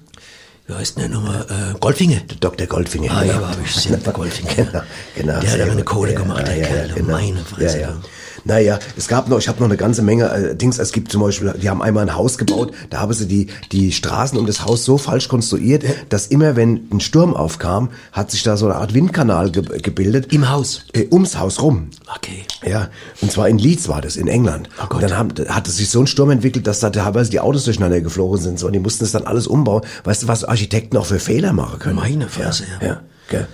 Speaker 5: wie heißt denn der nochmal? Äh, Goldfinge.
Speaker 3: Dr. Goldfinger.
Speaker 5: Ah,
Speaker 3: genau.
Speaker 5: ja, habe
Speaker 3: <laughs>
Speaker 5: ich gesehen, der Goldfinger.
Speaker 3: Genau, genau.
Speaker 5: Der hat
Speaker 3: sehr
Speaker 5: aber eine
Speaker 3: gut.
Speaker 5: Kohle gemacht, der Kerl. Meine Fresse.
Speaker 3: genau. Ja, ja. Naja, es gab noch, ich habe noch eine ganze Menge äh, Dings. Es gibt zum Beispiel, die haben einmal ein Haus gebaut, da haben sie die, die Straßen um das Haus so falsch konstruiert, dass immer, wenn ein Sturm aufkam, hat sich da so eine Art Windkanal ge gebildet.
Speaker 5: Im Haus?
Speaker 3: Äh, ums Haus rum.
Speaker 5: Okay. Oh
Speaker 3: Ja, und zwar in Leeds war das, in England. und dann haben, hat es sich so ein Sturm entwickelt, dass da teilweise die Autos durcheinander geflogen sind. So, und die mussten das dann alles umbauen. Weißt du, was Architekten auch für Fehler machen können?
Speaker 5: Meine Fresse, ja.
Speaker 3: ja. ja gell.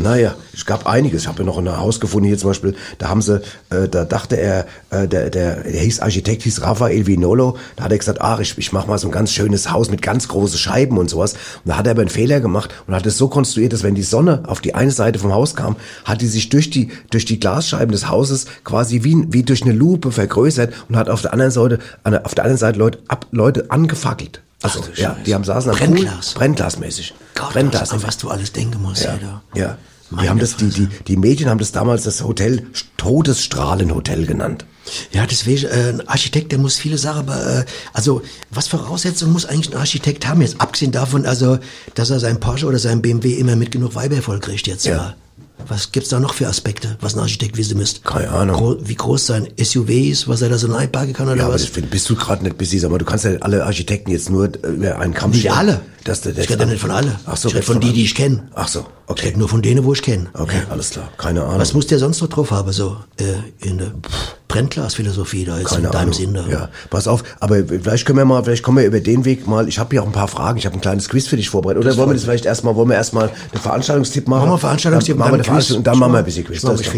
Speaker 3: Naja, es gab einiges. Ich habe ja noch ein Haus gefunden hier zum Beispiel. Da haben sie, äh, da dachte er, äh, der, der, der hieß Architekt, hieß Raphael Vinolo. Da hat er gesagt, ach, ich, ich mache mal so ein ganz schönes Haus mit ganz großen Scheiben und sowas. Und da hat er aber einen Fehler gemacht und hat es so konstruiert, dass wenn die Sonne auf die eine Seite vom Haus kam, hat die sich durch die, durch die Glasscheiben des Hauses quasi wie, wie durch eine Lupe vergrößert und hat auf der anderen Seite, an der- auf der anderen Seite Leute, ab, Leute angefackelt. Also,
Speaker 5: Ach du
Speaker 3: ja,
Speaker 5: Scheiße.
Speaker 3: die haben saßen am
Speaker 5: Brennglas.
Speaker 3: Pool, Brennglasmäßig.
Speaker 5: Gott,
Speaker 3: Brennglas.
Speaker 5: was, an was du alles denken musst,
Speaker 3: Ja.
Speaker 5: Alter.
Speaker 3: ja.
Speaker 5: Meine
Speaker 3: Wir haben das, die, die, die Medien haben das damals das Hotel Todesstrahlenhotel genannt.
Speaker 5: Ja, deswegen, äh, ein Architekt, der muss viele Sachen, aber, äh, also, was Voraussetzungen muss eigentlich ein Architekt haben jetzt? Abgesehen davon, also, dass er seinen Porsche oder seinen BMW immer mit genug Weiber vollkriegt jetzt, ja.
Speaker 3: Ja.
Speaker 5: Was gibt's da noch für Aspekte, was ein Architekt wissen müsst?
Speaker 3: Keine Ahnung.
Speaker 5: Gro wie groß sein SUV ist, was er da so einparken kann oder
Speaker 3: Ja, aber
Speaker 5: was?
Speaker 3: das bist du gerade nicht busy, sag mal, du kannst ja alle Architekten jetzt nur äh, über einen Kamm
Speaker 5: Nicht
Speaker 3: scheren.
Speaker 5: alle.
Speaker 3: Dass der,
Speaker 5: Ich rede ja nicht von alle.
Speaker 3: Ach so,
Speaker 5: Ich rede
Speaker 3: redest
Speaker 5: von die,
Speaker 3: alle.
Speaker 5: die ich kenn.
Speaker 3: Ach so,
Speaker 5: Ich rede
Speaker 3: okay.
Speaker 5: nur von denen, wo ich kenne.
Speaker 3: Okay, alles klar. Keine Ahnung.
Speaker 5: Was muss der sonst noch drauf haben, so, äh, in der, Brennglasphilosophie da jetzt in deinem
Speaker 3: Ahnung.
Speaker 5: Sinn. Da.
Speaker 3: Ja, pass auf, aber vielleicht können wir mal, vielleicht kommen wir über den Weg mal, ich habe ja auch ein paar Fragen, ich habe ein kleines Quiz für dich vorbereitet. Oder wollen wir das vielleicht erstmal, wollen wir erstmal einen Veranstaltungstipp machen?
Speaker 5: Machen wir einen Veranstaltungstipp
Speaker 3: Dann machen wir
Speaker 5: und
Speaker 3: eine
Speaker 5: dann Quiz.
Speaker 3: Veranstaltung und dann machen wir ein bisschen Quiz.
Speaker 5: Ich mach
Speaker 3: Das
Speaker 5: mich
Speaker 3: ist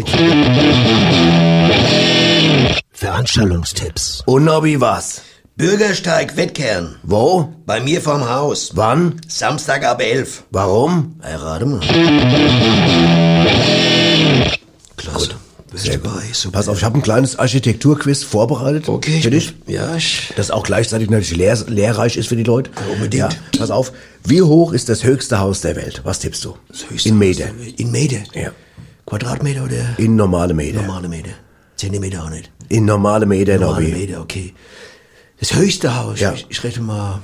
Speaker 5: fit.
Speaker 3: doch-
Speaker 5: Veranstaltungstipps.
Speaker 3: Und noch wie was?
Speaker 5: Bürgersteig Wettkern.
Speaker 3: Wo?
Speaker 5: Bei mir vorm Haus.
Speaker 3: Wann?
Speaker 5: Samstag ab 11.
Speaker 3: Warum?
Speaker 5: Errate mal. Klasse. Bist du dabei? Super.
Speaker 3: Pass auf, ich habe ein kleines Architekturquiz vorbereitet.
Speaker 5: Okay.
Speaker 3: Für dich.
Speaker 5: Ja, ich.
Speaker 3: Das auch gleichzeitig natürlich lehr lehrreich ist für die Leute.
Speaker 5: unbedingt.
Speaker 3: pass auf, wie hoch ist das höchste Haus der Welt? Was tippst du? In Meter.
Speaker 5: In Meter?
Speaker 3: Ja.
Speaker 5: Quadratmeter oder
Speaker 3: In normale Meter.
Speaker 5: normale Meter? Zentimeter auch nicht.
Speaker 3: In normale Meter,
Speaker 5: Normale
Speaker 3: Nobby.
Speaker 5: Meter, okay. Das höchste Haus,
Speaker 3: Ja.
Speaker 5: ich, ich rechne mal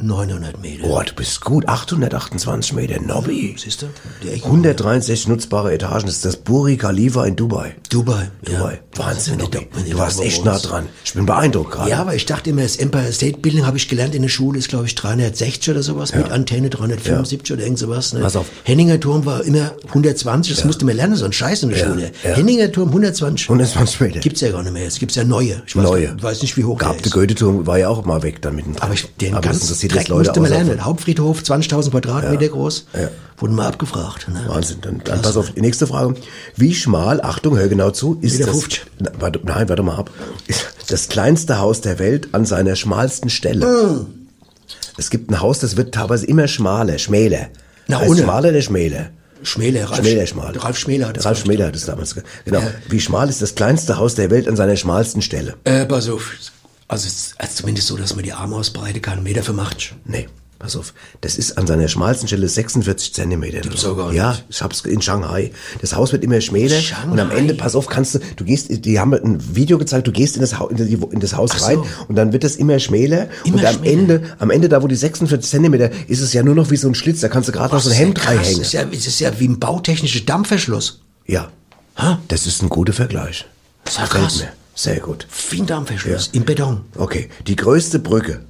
Speaker 5: 900 Meter.
Speaker 3: Boah, du bist gut. 828 Meter, Nobby.
Speaker 5: Siehst du? Die Ecke.
Speaker 3: 163 nutzbare Etagen. Das ist das Burj Khalifa in Dubai.
Speaker 5: Dubai.
Speaker 3: Dubai.
Speaker 5: Ja.
Speaker 3: Wahnsinn,
Speaker 5: Wenn die
Speaker 3: Nobby.
Speaker 5: da- wenn die
Speaker 3: Du
Speaker 5: da
Speaker 3: warst
Speaker 5: über
Speaker 3: echt
Speaker 5: uns-
Speaker 3: nah dran. Ich bin beeindruckt gerade.
Speaker 5: Ja, aber ich dachte immer, das Empire State Building habe ich gelernt in der Schule, ist glaube ich 360 oder sowas, mit Antenne 375 oder irgend sowas. Ne?
Speaker 3: Pass auf.
Speaker 5: Henninger Turm war immer 120, das musste man lernen, so ein Scheiß in der Schule.
Speaker 3: ja.
Speaker 5: Henninger Turm 120.
Speaker 3: 120 Meter.
Speaker 5: Gibt's ja gar nicht mehr, es gibt's ja neue. Ich weiß,
Speaker 3: Neue.
Speaker 5: weiß nicht, wie hoch
Speaker 3: Gab
Speaker 5: der
Speaker 3: der
Speaker 5: ist.
Speaker 3: Goethe-Turm war ja auch mal weg dann mitten.
Speaker 5: Aber ich, den
Speaker 3: Aber das
Speaker 5: ganzen
Speaker 3: interessiert
Speaker 5: Dreck
Speaker 3: jetzt Leute
Speaker 5: musste man
Speaker 3: außer-
Speaker 5: lernen. Hauptfriedhof, 20.000 Quadratmeter groß,
Speaker 3: Ja.
Speaker 5: wurden mal abgefragt. Ne?
Speaker 3: Wahnsinn. Dann, dann pass auf, die nächste Frage. Wie schmal, Achtung, hör genau zu, ist
Speaker 5: Wieder
Speaker 3: das,
Speaker 5: ruft.
Speaker 3: Na, warte, nein, warte mal ab, ist das kleinste Haus der Welt an seiner schmalsten Stelle.
Speaker 5: Hm.
Speaker 3: Es gibt ein Haus, das wird teilweise immer schmaler, schmäler.
Speaker 5: Na,
Speaker 3: heißt
Speaker 5: ohne.
Speaker 3: schmaler der Schmäler?
Speaker 5: Schmäler, Ralf,
Speaker 3: Schmäler, schmal.
Speaker 5: Ralf Schmäler hat das
Speaker 3: Ralf
Speaker 5: gemacht.
Speaker 3: Schmäler hat das damals. ge- Genau. Wie schmal ist das kleinste Haus der Welt an seiner schmalsten Stelle?
Speaker 5: Äh, pass auf. Also, es ist zumindest so, dass man die Arme ausbreiten kann, Meter für Macht.
Speaker 3: Nee, pass auf. Das ist an seiner schmalsten Stelle 46 Zentimeter.
Speaker 5: Gibt's doch gar
Speaker 3: Ja,
Speaker 5: nicht.
Speaker 3: ich hab's in Shanghai. Das Haus wird immer schmäler.
Speaker 5: Shanghai.
Speaker 3: Und am Ende, pass auf, kannst du, du gehst, die haben ein Video gezeigt, du gehst in das, Hau- in die- in das Haus
Speaker 5: Ach so.
Speaker 3: rein und dann wird das immer schmäler. und
Speaker 5: Immer
Speaker 3: am
Speaker 5: schmäler.
Speaker 3: Ende, am Ende, da wo die 46 Zentimeter, ist es ja nur noch wie so ein Schlitz, da kannst du gerade noch so ein Hemd
Speaker 5: Das
Speaker 3: reinhängen.
Speaker 5: ist, ja, das ist ja wie ein bautechnischer Dampfverschluss.
Speaker 3: Ja. Das ist ein guter Vergleich.
Speaker 5: Das ist ja
Speaker 3: Gefällt
Speaker 5: krass.
Speaker 3: mir. Sehr gut.
Speaker 5: Wie ein Dampfverschluss im Beton.
Speaker 3: Okay. Die größte Brücke.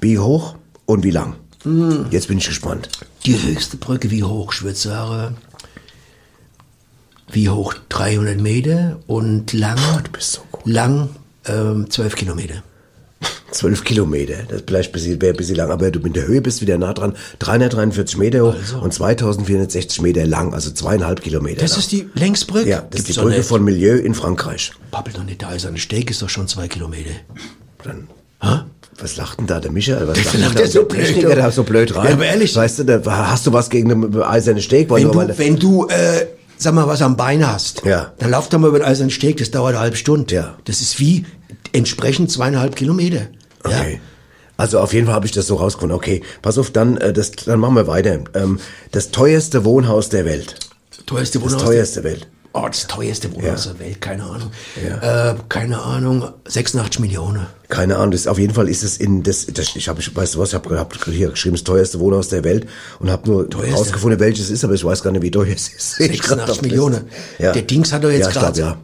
Speaker 3: Wie hoch und wie lang?
Speaker 5: Hm.
Speaker 3: Jetzt bin ich gespannt.
Speaker 5: Die höchste Brücke, wie hoch? Ich würde sagen, wie hoch? 300 Meter und lang,
Speaker 3: Du bist so gut.
Speaker 5: lang ähm, 12 Kilometer.
Speaker 3: Zwölf Kilometer, das ist vielleicht ein bisschen, wär ein bisschen lang, aber du mit der Höhe bist wieder nah dran. 343 Meter hoch und 2460 Meter lang, also zweieinhalb Kilometer
Speaker 5: Also. Das
Speaker 3: lang.
Speaker 5: ist die Längsbrücke.
Speaker 3: ja, das
Speaker 5: Gibt's
Speaker 3: ist die
Speaker 5: doch
Speaker 3: Brücke
Speaker 5: nicht.
Speaker 3: von Milieu in Frankreich.
Speaker 5: Pappel doch nicht, da ist ein Steg, ist doch schon zwei Kilometer.
Speaker 3: Dann,
Speaker 5: Hä?
Speaker 3: was lacht denn da der Michael? Was
Speaker 5: lacht
Speaker 3: denn
Speaker 5: er so blöd,
Speaker 3: Techniker,
Speaker 5: doch.
Speaker 3: der so blöd rein?
Speaker 5: Ja, aber ehrlich.
Speaker 3: Weißt du, da hast du was gegen den eisernen Steg? Weil
Speaker 5: Wenn
Speaker 3: du, weil,
Speaker 5: du, wenn du äh, sag mal, was am Bein hast,
Speaker 3: Ja.
Speaker 5: dann lauf doch mal über den eisernen Steg, das dauert eine halbe Stunde.
Speaker 3: Ja.
Speaker 5: Das ist wie entsprechend zweieinhalb Kilometer. Ja.
Speaker 3: Okay. Also auf jeden Fall habe ich das so rausgefunden. Okay, pass auf, dann, äh, das, dann machen wir weiter. Ähm, das teuerste Wohnhaus der Welt.
Speaker 5: Teuerste
Speaker 3: Das
Speaker 5: Wohnhaus.
Speaker 3: teuerste Welt.
Speaker 5: Oh, das teuerste Wohnhaus der Welt, keine Ahnung.
Speaker 3: Ja.
Speaker 5: Äh, keine Ahnung, 86 Millionen.
Speaker 3: Keine Ahnung, das, auf jeden Fall ist es in das, das ich habe, ich weißt du was, ich habe hab hier geschrieben, das teuerste Wohnhaus der Welt und habe nur
Speaker 5: Teuerste?
Speaker 3: rausgefunden, welches es ist, aber ich weiß gar nicht, wie teuer es ist. Ich grad auf
Speaker 5: 86 Millionen.
Speaker 3: das- Ja.
Speaker 5: Der Dings hat doch jetzt
Speaker 3: ja, ich glaub,
Speaker 5: gerade.
Speaker 3: ja.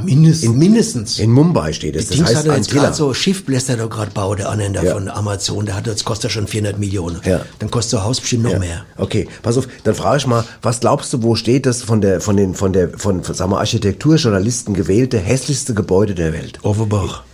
Speaker 5: Mindestens. mindestens.
Speaker 3: In Mumbai steht es,
Speaker 5: der
Speaker 3: das
Speaker 5: Dings hat
Speaker 3: heißt
Speaker 5: doch jetzt
Speaker 3: Antilla.
Speaker 5: gerade so Schiffbläster doch gerade baut, der Anhänger
Speaker 3: Ja.
Speaker 5: von Amazon. Der hat, das kostet ja schon 400 Millionen.
Speaker 3: Ja.
Speaker 5: Dann kostet so ein Haus bestimmt noch
Speaker 3: ja.
Speaker 5: Oh, mehr.
Speaker 3: Okay, pass auf, dann frage ich mal, was glaubst du, wo steht das von der von den von der von sagen wir Architekturjournalisten gewählte hässlichste Gebäude der Welt?
Speaker 5: Overbach.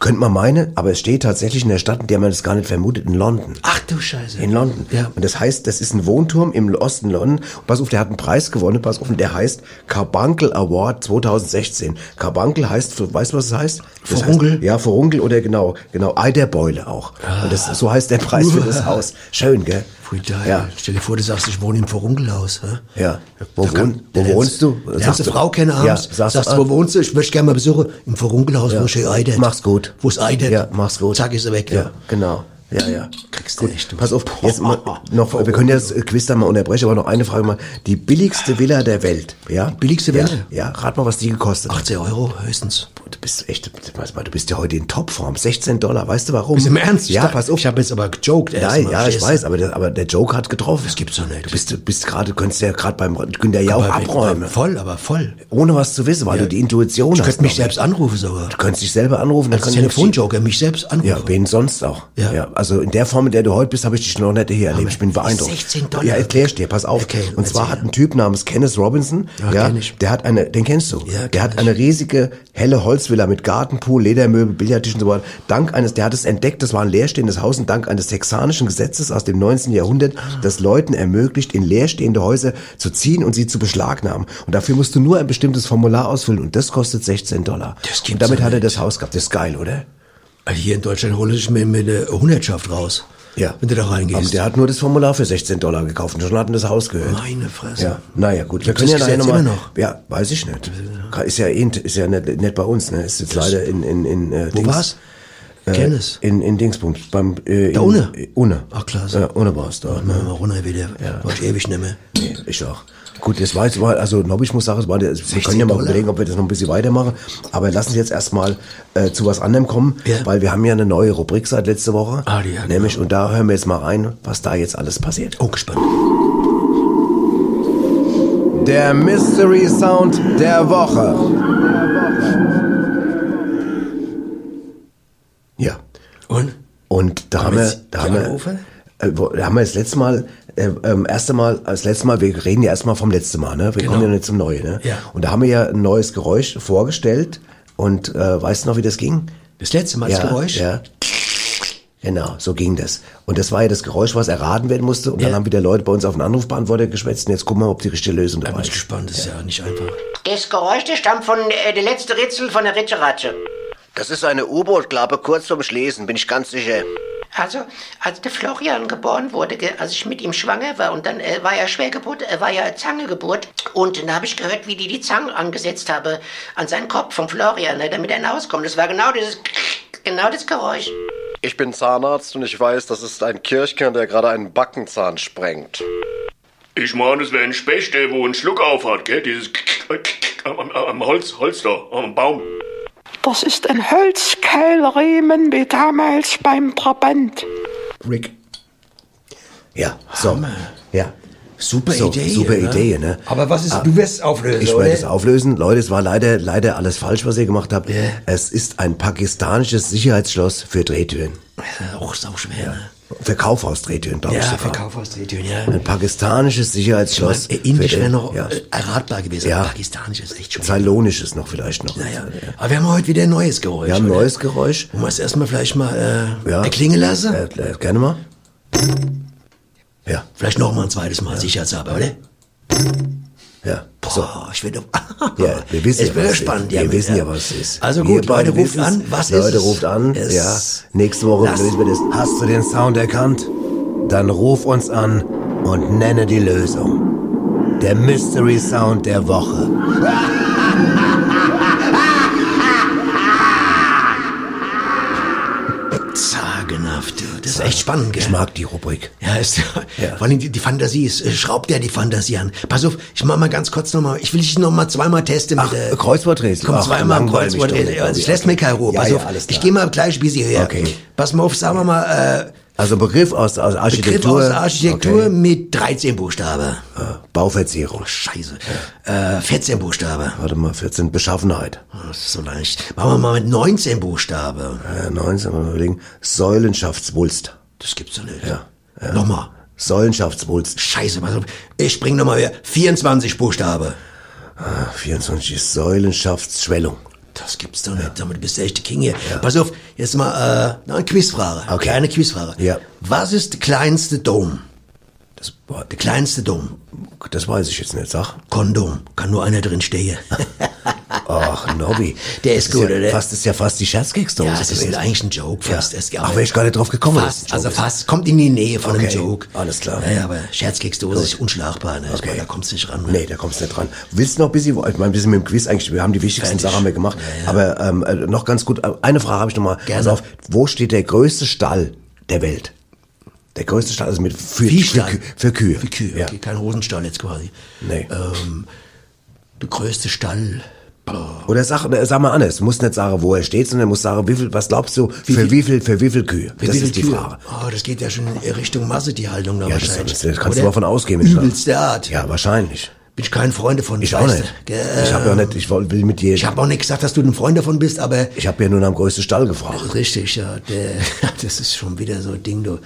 Speaker 3: Könnte man meinen, aber es steht tatsächlich in der Stadt, in der man das gar nicht vermutet, in London.
Speaker 5: Ach du Scheiße.
Speaker 3: In London.
Speaker 5: Ja.
Speaker 3: Und das heißt, das ist ein Wohnturm im Osten London. Und pass auf, der hat einen Preis gewonnen. Pass auf, und der heißt Carbuncle Award 2016. Carbuncle heißt, weißt du, was das heißt? Das
Speaker 5: Furunkel?
Speaker 3: Heißt, ja, Furunkel oder genau, genau, Ei der Beule auch. Und das, so heißt der Preis für das Haus. Schön, gell?
Speaker 5: Pfui, da,
Speaker 3: Ja.
Speaker 5: Stell dir vor, du sagst, ich wohne im Vorungelhaus. hä?
Speaker 3: Ja. Wo
Speaker 5: Da kann-
Speaker 3: wohn- wo
Speaker 5: dann
Speaker 3: wohnst du?
Speaker 5: Lernst
Speaker 3: Sagst
Speaker 5: du
Speaker 3: du-
Speaker 5: Frau kennen
Speaker 3: Ja,
Speaker 5: abends,
Speaker 3: sagst
Speaker 5: sagst,
Speaker 3: du,
Speaker 5: du,
Speaker 3: ah.
Speaker 5: wo wohnst du? Ich möchte gerne mal besuchen. Im Vorungelhaus, wo sie eidet.
Speaker 3: Mach's gut.
Speaker 5: Wo es eidet.
Speaker 3: Ja, mach's gut.
Speaker 5: Zack, ist er weg.
Speaker 3: Ja, genau. Ja, ja.
Speaker 5: Kriegst du
Speaker 3: Gut,
Speaker 5: echt durch.
Speaker 3: pass auf, jetzt mal noch, wir können ja das Quiz da mal unterbrechen, aber noch eine Frage mal. Die billigste Villa der Welt, ja?
Speaker 5: Billigste Villa?
Speaker 3: Ja, ja rat mal, was die gekostet hat.
Speaker 5: 18 Euro höchstens.
Speaker 3: Du bist echt, weißt mal, du bist ja heute in Topform. 16 Dollar, weißt du warum?
Speaker 5: Bist du im Ernst? Ich
Speaker 3: Ja,
Speaker 5: dachte-
Speaker 3: pass auf.
Speaker 5: Ich habe jetzt aber gejoked erst
Speaker 3: Nein,
Speaker 5: mal,
Speaker 3: ja, ich
Speaker 5: verstehst du?
Speaker 3: weiß, aber der, aber der Joke hat getroffen. Das
Speaker 5: gibt's doch nicht.
Speaker 3: Du bist, du bist gerade, könntest ja gerade beim Günter Jauch
Speaker 5: Aber wenn-
Speaker 3: abräumen.
Speaker 5: Voll, aber voll.
Speaker 3: Ohne was zu wissen, weil du die Intuition
Speaker 5: Ich
Speaker 3: hast.
Speaker 5: könnte mich
Speaker 3: Norbert.
Speaker 5: selbst anrufen sogar.
Speaker 3: Du könntest dich selber anrufen. dann
Speaker 5: Als
Speaker 3: können die-
Speaker 5: Telefonjoker mich selbst anrufen.
Speaker 3: Ja, wen sonst auch.
Speaker 5: Ja.
Speaker 3: also in der Form, in der du heute bist, habe ich dich noch nicht hier erlebt. Ich bin beeindruckt.
Speaker 5: 16 Dollar.
Speaker 3: Ja, erklär ich dir, pass auf.
Speaker 5: Okay,
Speaker 3: und zwar
Speaker 5: erzähl.
Speaker 3: hat ein Typ namens Kenneth Robinson, ja,
Speaker 5: kenn ich.
Speaker 3: der hat eine, den kennst du,
Speaker 5: Ja,
Speaker 3: der
Speaker 5: kenn
Speaker 3: hat
Speaker 5: ich.
Speaker 3: eine riesige, helle Holzvilla mit Gartenpool, Ledermöbel, Billardtisch und so weiter. Dank eines, der hat es entdeckt, das war ein leerstehendes Haus und dank eines texanischen Gesetzes aus dem 19. Jahrhundert,
Speaker 5: Ah.
Speaker 3: das Leuten ermöglicht, in leerstehende Häuser zu ziehen und sie zu beschlagnahmen. Und dafür musst du nur ein bestimmtes Formular ausfüllen und das kostet 16 Dollar.
Speaker 5: Das gibt's
Speaker 3: und damit
Speaker 5: ja
Speaker 3: hat er
Speaker 5: nicht.
Speaker 3: das Haus gehabt. Das ist geil, oder?
Speaker 5: Also Hier in Deutschland hole ich mir mir eine Hundertschaft raus. Wenn du da
Speaker 3: Aber
Speaker 5: reingehst.
Speaker 3: der hat nur das Formular für 16 Dollar gekauft und schon hat ihm das Haus gehört.
Speaker 5: Meine Fresse.
Speaker 3: Ja, naja, gut. Wir
Speaker 5: Gibt's das
Speaker 3: nachher
Speaker 5: Gesetz
Speaker 3: noch mal-
Speaker 5: immer noch?
Speaker 3: Ja, weiß ich nicht. Ka- Ist ja, eh int- ist ja nicht, nicht bei uns, ne? Ist jetzt leider in, in, in, äh,
Speaker 5: Wo war's? Äh, Kennis.
Speaker 3: In, in Dingsbums. Beim, äh, in-
Speaker 5: Da ohne?
Speaker 3: äh, Ohne.
Speaker 5: Ach, klasse.
Speaker 3: Ja, ohne war's da.
Speaker 5: Mal
Speaker 3: Ne?
Speaker 5: runter wieder. War ich ewig nicht mehr.
Speaker 3: Nee, ich auch. Gut, das war jetzt mal, also Nobby, ich muss sagen, es war, der- wir können ja mal
Speaker 5: Dollar.
Speaker 3: überlegen, ob wir das noch ein bisschen weitermachen. Aber lassen Sie jetzt erstmal äh, zu was anderem kommen,
Speaker 5: Ja.
Speaker 3: weil wir haben ja eine neue Rubrik seit letzter Woche.
Speaker 5: Ah, die, ja, genau.
Speaker 3: Nämlich, und da hören wir jetzt mal rein, was da jetzt alles passiert.
Speaker 5: Oh, gespannt.
Speaker 3: Der Mystery Sound der Woche. Ja,
Speaker 5: Und?
Speaker 3: und da haben
Speaker 5: wir
Speaker 3: wir,
Speaker 5: jetzt
Speaker 3: da
Speaker 5: die
Speaker 3: haben wir,
Speaker 5: Anrufe?
Speaker 3: äh, wo- da haben wir das letzte Mal, äh, ähm, erste Mal, das letzte Mal, wir reden ja erstmal vom letzten Mal, ne? Wir
Speaker 5: Genau.
Speaker 3: kommen ja nicht zum Neuen, ne?
Speaker 5: Ja.
Speaker 3: Und da haben wir ja ein neues Geräusch vorgestellt und äh, weißt du noch, wie das ging?
Speaker 5: Das letzte Mal das Geräusch?
Speaker 3: Ja. Genau, so ging das. Und das war ja das Geräusch, was erraten werden musste. Und dann
Speaker 5: Ja.
Speaker 3: haben wieder Leute bei uns auf den Anrufbeantworter geschwätzt. Und jetzt gucken wir mal, ob die richtige Lösung
Speaker 5: Da
Speaker 3: dabei
Speaker 5: bin ich
Speaker 3: ist.
Speaker 5: gespannt. Das ist ja nicht einfach.
Speaker 6: Das Geräusch das stammt von äh, der letzte Rätsel von der Ritscheratsche.
Speaker 3: Das ist eine U-Boot-Klappe kurz vorm Schließen, bin ich ganz sicher.
Speaker 6: Also, als der Florian geboren wurde, ge- als ich mit ihm schwanger war und dann äh, war ja Schwergeburt, äh, war ja Zangegeburt und dann habe ich gehört, wie die die Zange angesetzt habe an seinen Kopf von Florian, ne, damit er rauskommt. Das war genau dieses, genau das Geräusch.
Speaker 12: Ich bin Zahnarzt und ich weiß, das ist ein Kirchkern, der gerade einen Backenzahn sprengt.
Speaker 4: Ich meine, es wäre ein Specht, der wo einen Schluck auf hat, gell? Dieses am, am, am Holz, Holz da, am Baum.
Speaker 13: Das ist ein Holzkeilriemen wie damals beim Brabant.
Speaker 3: Rick. Ja, so. Ja.
Speaker 5: Super
Speaker 3: So,
Speaker 5: Idee.
Speaker 3: super
Speaker 5: ne?
Speaker 3: Idee, ne?
Speaker 5: Aber was ist,
Speaker 3: Ah,
Speaker 5: du wirst auflösen,
Speaker 3: Ich
Speaker 5: oder?
Speaker 3: werde es auflösen. Leute, es war leider, leider alles falsch, was ihr gemacht habt. Es ist ein pakistanisches Sicherheitsschloss für Drehtüren.
Speaker 5: Ja, Auch sau schwer, ne?
Speaker 3: Für Kaufhausdrehtüren, glaube
Speaker 5: Ja,
Speaker 3: ich sogar.
Speaker 5: Verkauf aus Drehtüren, ja.
Speaker 3: Ein pakistanisches Sicherheitsschloss.
Speaker 5: Äh, Indisch
Speaker 3: für-
Speaker 5: wäre noch
Speaker 3: ja.
Speaker 5: äh, erratbar gewesen.
Speaker 3: Ja.
Speaker 5: aber Pakistanisch ist echt schwer.
Speaker 3: Zailonisches noch vielleicht noch.
Speaker 5: Naja. Aber wir haben heute wieder ein neues Geräusch.
Speaker 3: Wir haben ein
Speaker 5: oder?
Speaker 3: neues Geräusch.
Speaker 5: Wollen wir es erstmal vielleicht mal äh,
Speaker 3: Ja.
Speaker 5: erklingen lassen?
Speaker 3: Äh, äh, gerne mal. Ja,
Speaker 5: Vielleicht noch mal ein zweites Mal, sicherheitshalber, oder?
Speaker 3: ja. So.
Speaker 5: Boah, ich will <laughs> doch.
Speaker 3: Ja, wir wissen
Speaker 5: es
Speaker 3: ja,
Speaker 5: wird
Speaker 3: was
Speaker 5: spannend.
Speaker 3: ist. Wir
Speaker 5: ja,
Speaker 3: wissen ja,
Speaker 5: ja,
Speaker 3: was es ist.
Speaker 5: Also
Speaker 3: Wir
Speaker 5: gut, Leute,
Speaker 3: beide
Speaker 5: ruft
Speaker 3: wissen's.
Speaker 5: an. Was
Speaker 3: Leute,
Speaker 5: ist es?
Speaker 3: ruft an.
Speaker 5: Es-
Speaker 3: ja. Nächste Woche
Speaker 5: Lass-
Speaker 3: lösen wir das. Hast du den Sound erkannt? Dann ruf uns an und nenne die Lösung. Der Mystery Sound der Woche.
Speaker 5: Sagenhaft, du. Das ist echt spannend, gell?
Speaker 3: Ich mag die Rubrik.
Speaker 5: Ja, ist,
Speaker 3: Ja.
Speaker 5: vor allem die, die Fantasie ist, äh, schraubt ja die Fantasie an. Pass auf, ich mach mal ganz kurz nochmal, ich will dich nochmal zweimal testen mit, äh,
Speaker 3: Ach, Kreuzworträtsel.
Speaker 5: Komm,
Speaker 3: Ach,
Speaker 5: zweimal
Speaker 3: langweil mich
Speaker 5: Kreuzwort,
Speaker 3: doch nicht,
Speaker 5: also ich
Speaker 3: Bobby.
Speaker 5: lass mir keine Ruhe.
Speaker 3: Ja,
Speaker 5: Pass
Speaker 3: ja,
Speaker 5: auf,
Speaker 3: alles
Speaker 5: ich
Speaker 3: klar.
Speaker 5: gehe mal gleich ein bisschen her.
Speaker 3: Okay.
Speaker 5: Pass mal auf, sagen wir mal,
Speaker 3: Also Begriff aus, aus
Speaker 5: äh, Begriff
Speaker 3: Architektur.
Speaker 5: aus der Architektur
Speaker 3: Okay.
Speaker 5: mit 13 Buchstaben.
Speaker 3: Ah, Bauverzierung.
Speaker 5: Scheiße. Äh, 14 Buchstaben.
Speaker 3: Warte mal, 14. Beschaffenheit.
Speaker 5: Oh, das ist so leicht. Machen wir mal mit 19 Buchstaben.
Speaker 3: Äh, 19, mal überlegen. Säulenschaftswulst.
Speaker 5: Das gibt's doch nicht. Ja. Äh, Nochmal.
Speaker 3: Säulenschaftswulst.
Speaker 5: Scheiße, pass auf. Ich bring nochmal her. 24 Buchstaben.
Speaker 3: Ach, 24 ist Säulenschaftsschwellung.
Speaker 5: Das gibt's doch nicht. Damit bist du echt der King hier. Pass auf, jetzt mal äh, noch eine Quizfrage.
Speaker 3: Okay.
Speaker 5: Kleine Quizfrage.
Speaker 3: Ja.
Speaker 5: Was ist der kleinste Dom?
Speaker 3: Das, boah,
Speaker 5: Der kleinste Dom.
Speaker 3: das weiß ich jetzt nicht, sag.
Speaker 5: Kondom. Kann nur einer drin stehen.
Speaker 3: Ach, Nobby.
Speaker 5: Der ist gut,
Speaker 3: ja
Speaker 5: oder?
Speaker 3: Fast, ist ja fast die Scherzkeksdose
Speaker 5: <laughs> ja, das ist
Speaker 3: gewesen.
Speaker 5: eigentlich ein Joke. Fast. Es-
Speaker 3: Ach, wäre ich gar nicht drauf gekommen. dass es
Speaker 5: Fast,
Speaker 3: ein Joke
Speaker 5: also
Speaker 3: ist.
Speaker 5: fast. Kommt in die Nähe von einem
Speaker 3: Okay,
Speaker 5: Joke.
Speaker 3: alles klar.
Speaker 5: Ja, ja aber Scherzkeksdose ist unschlagbar. Ne? Ich meine, da kommst du nicht ran. Ne?
Speaker 3: Nee, da kommst du nicht dran. Willst du noch ein bisschen, ich meine, wir sind mit dem Quiz eigentlich, wir haben die wichtigsten
Speaker 5: Fertig.
Speaker 3: Sachen haben wir gemacht. Aber ähm, äh, noch ganz gut, äh, eine Frage habe ich noch mal.
Speaker 5: Gerne.
Speaker 3: Pass auf, wo steht der größte Stall der Welt? Der größte Stall, also mit für, für,
Speaker 5: Viehstall.
Speaker 3: Kü- für Kühe.
Speaker 5: Für Kühe,
Speaker 3: ja.
Speaker 5: okay, kein Rosenstall jetzt quasi.
Speaker 3: Nee.
Speaker 5: Ähm, der größte Stall. Boah.
Speaker 3: Oder sag, oder sag mal anders, du musst nicht sagen, wo er steht, sondern du musst sagen, wie viel, was glaubst du, für wie viel, für wie viel Kühe? das
Speaker 5: Wie viele
Speaker 3: ist die
Speaker 5: Kühe?
Speaker 3: Frage.
Speaker 5: Oh, das geht ja schon in Richtung Masse, die Haltung da
Speaker 3: Ja, das,
Speaker 5: wahrscheinlich.
Speaker 3: das, das kannst du
Speaker 5: Oder?
Speaker 3: mal von ausgehen. Mensch.
Speaker 5: Übelste Art.
Speaker 3: Ja, wahrscheinlich.
Speaker 5: Bin ich kein Freund davon.
Speaker 3: Ich auch
Speaker 5: weißt
Speaker 3: nicht.
Speaker 5: du? Gell?
Speaker 3: Ich habe ja nicht, ich woll- will mit dir.
Speaker 5: Ich habe auch nicht gesagt, dass du ein Freund davon bist, aber.
Speaker 3: Ich habe ja nur am größten Stall gefragt.
Speaker 5: Richtig, ja. Der, <laughs> das ist schon wieder so ein Ding, du.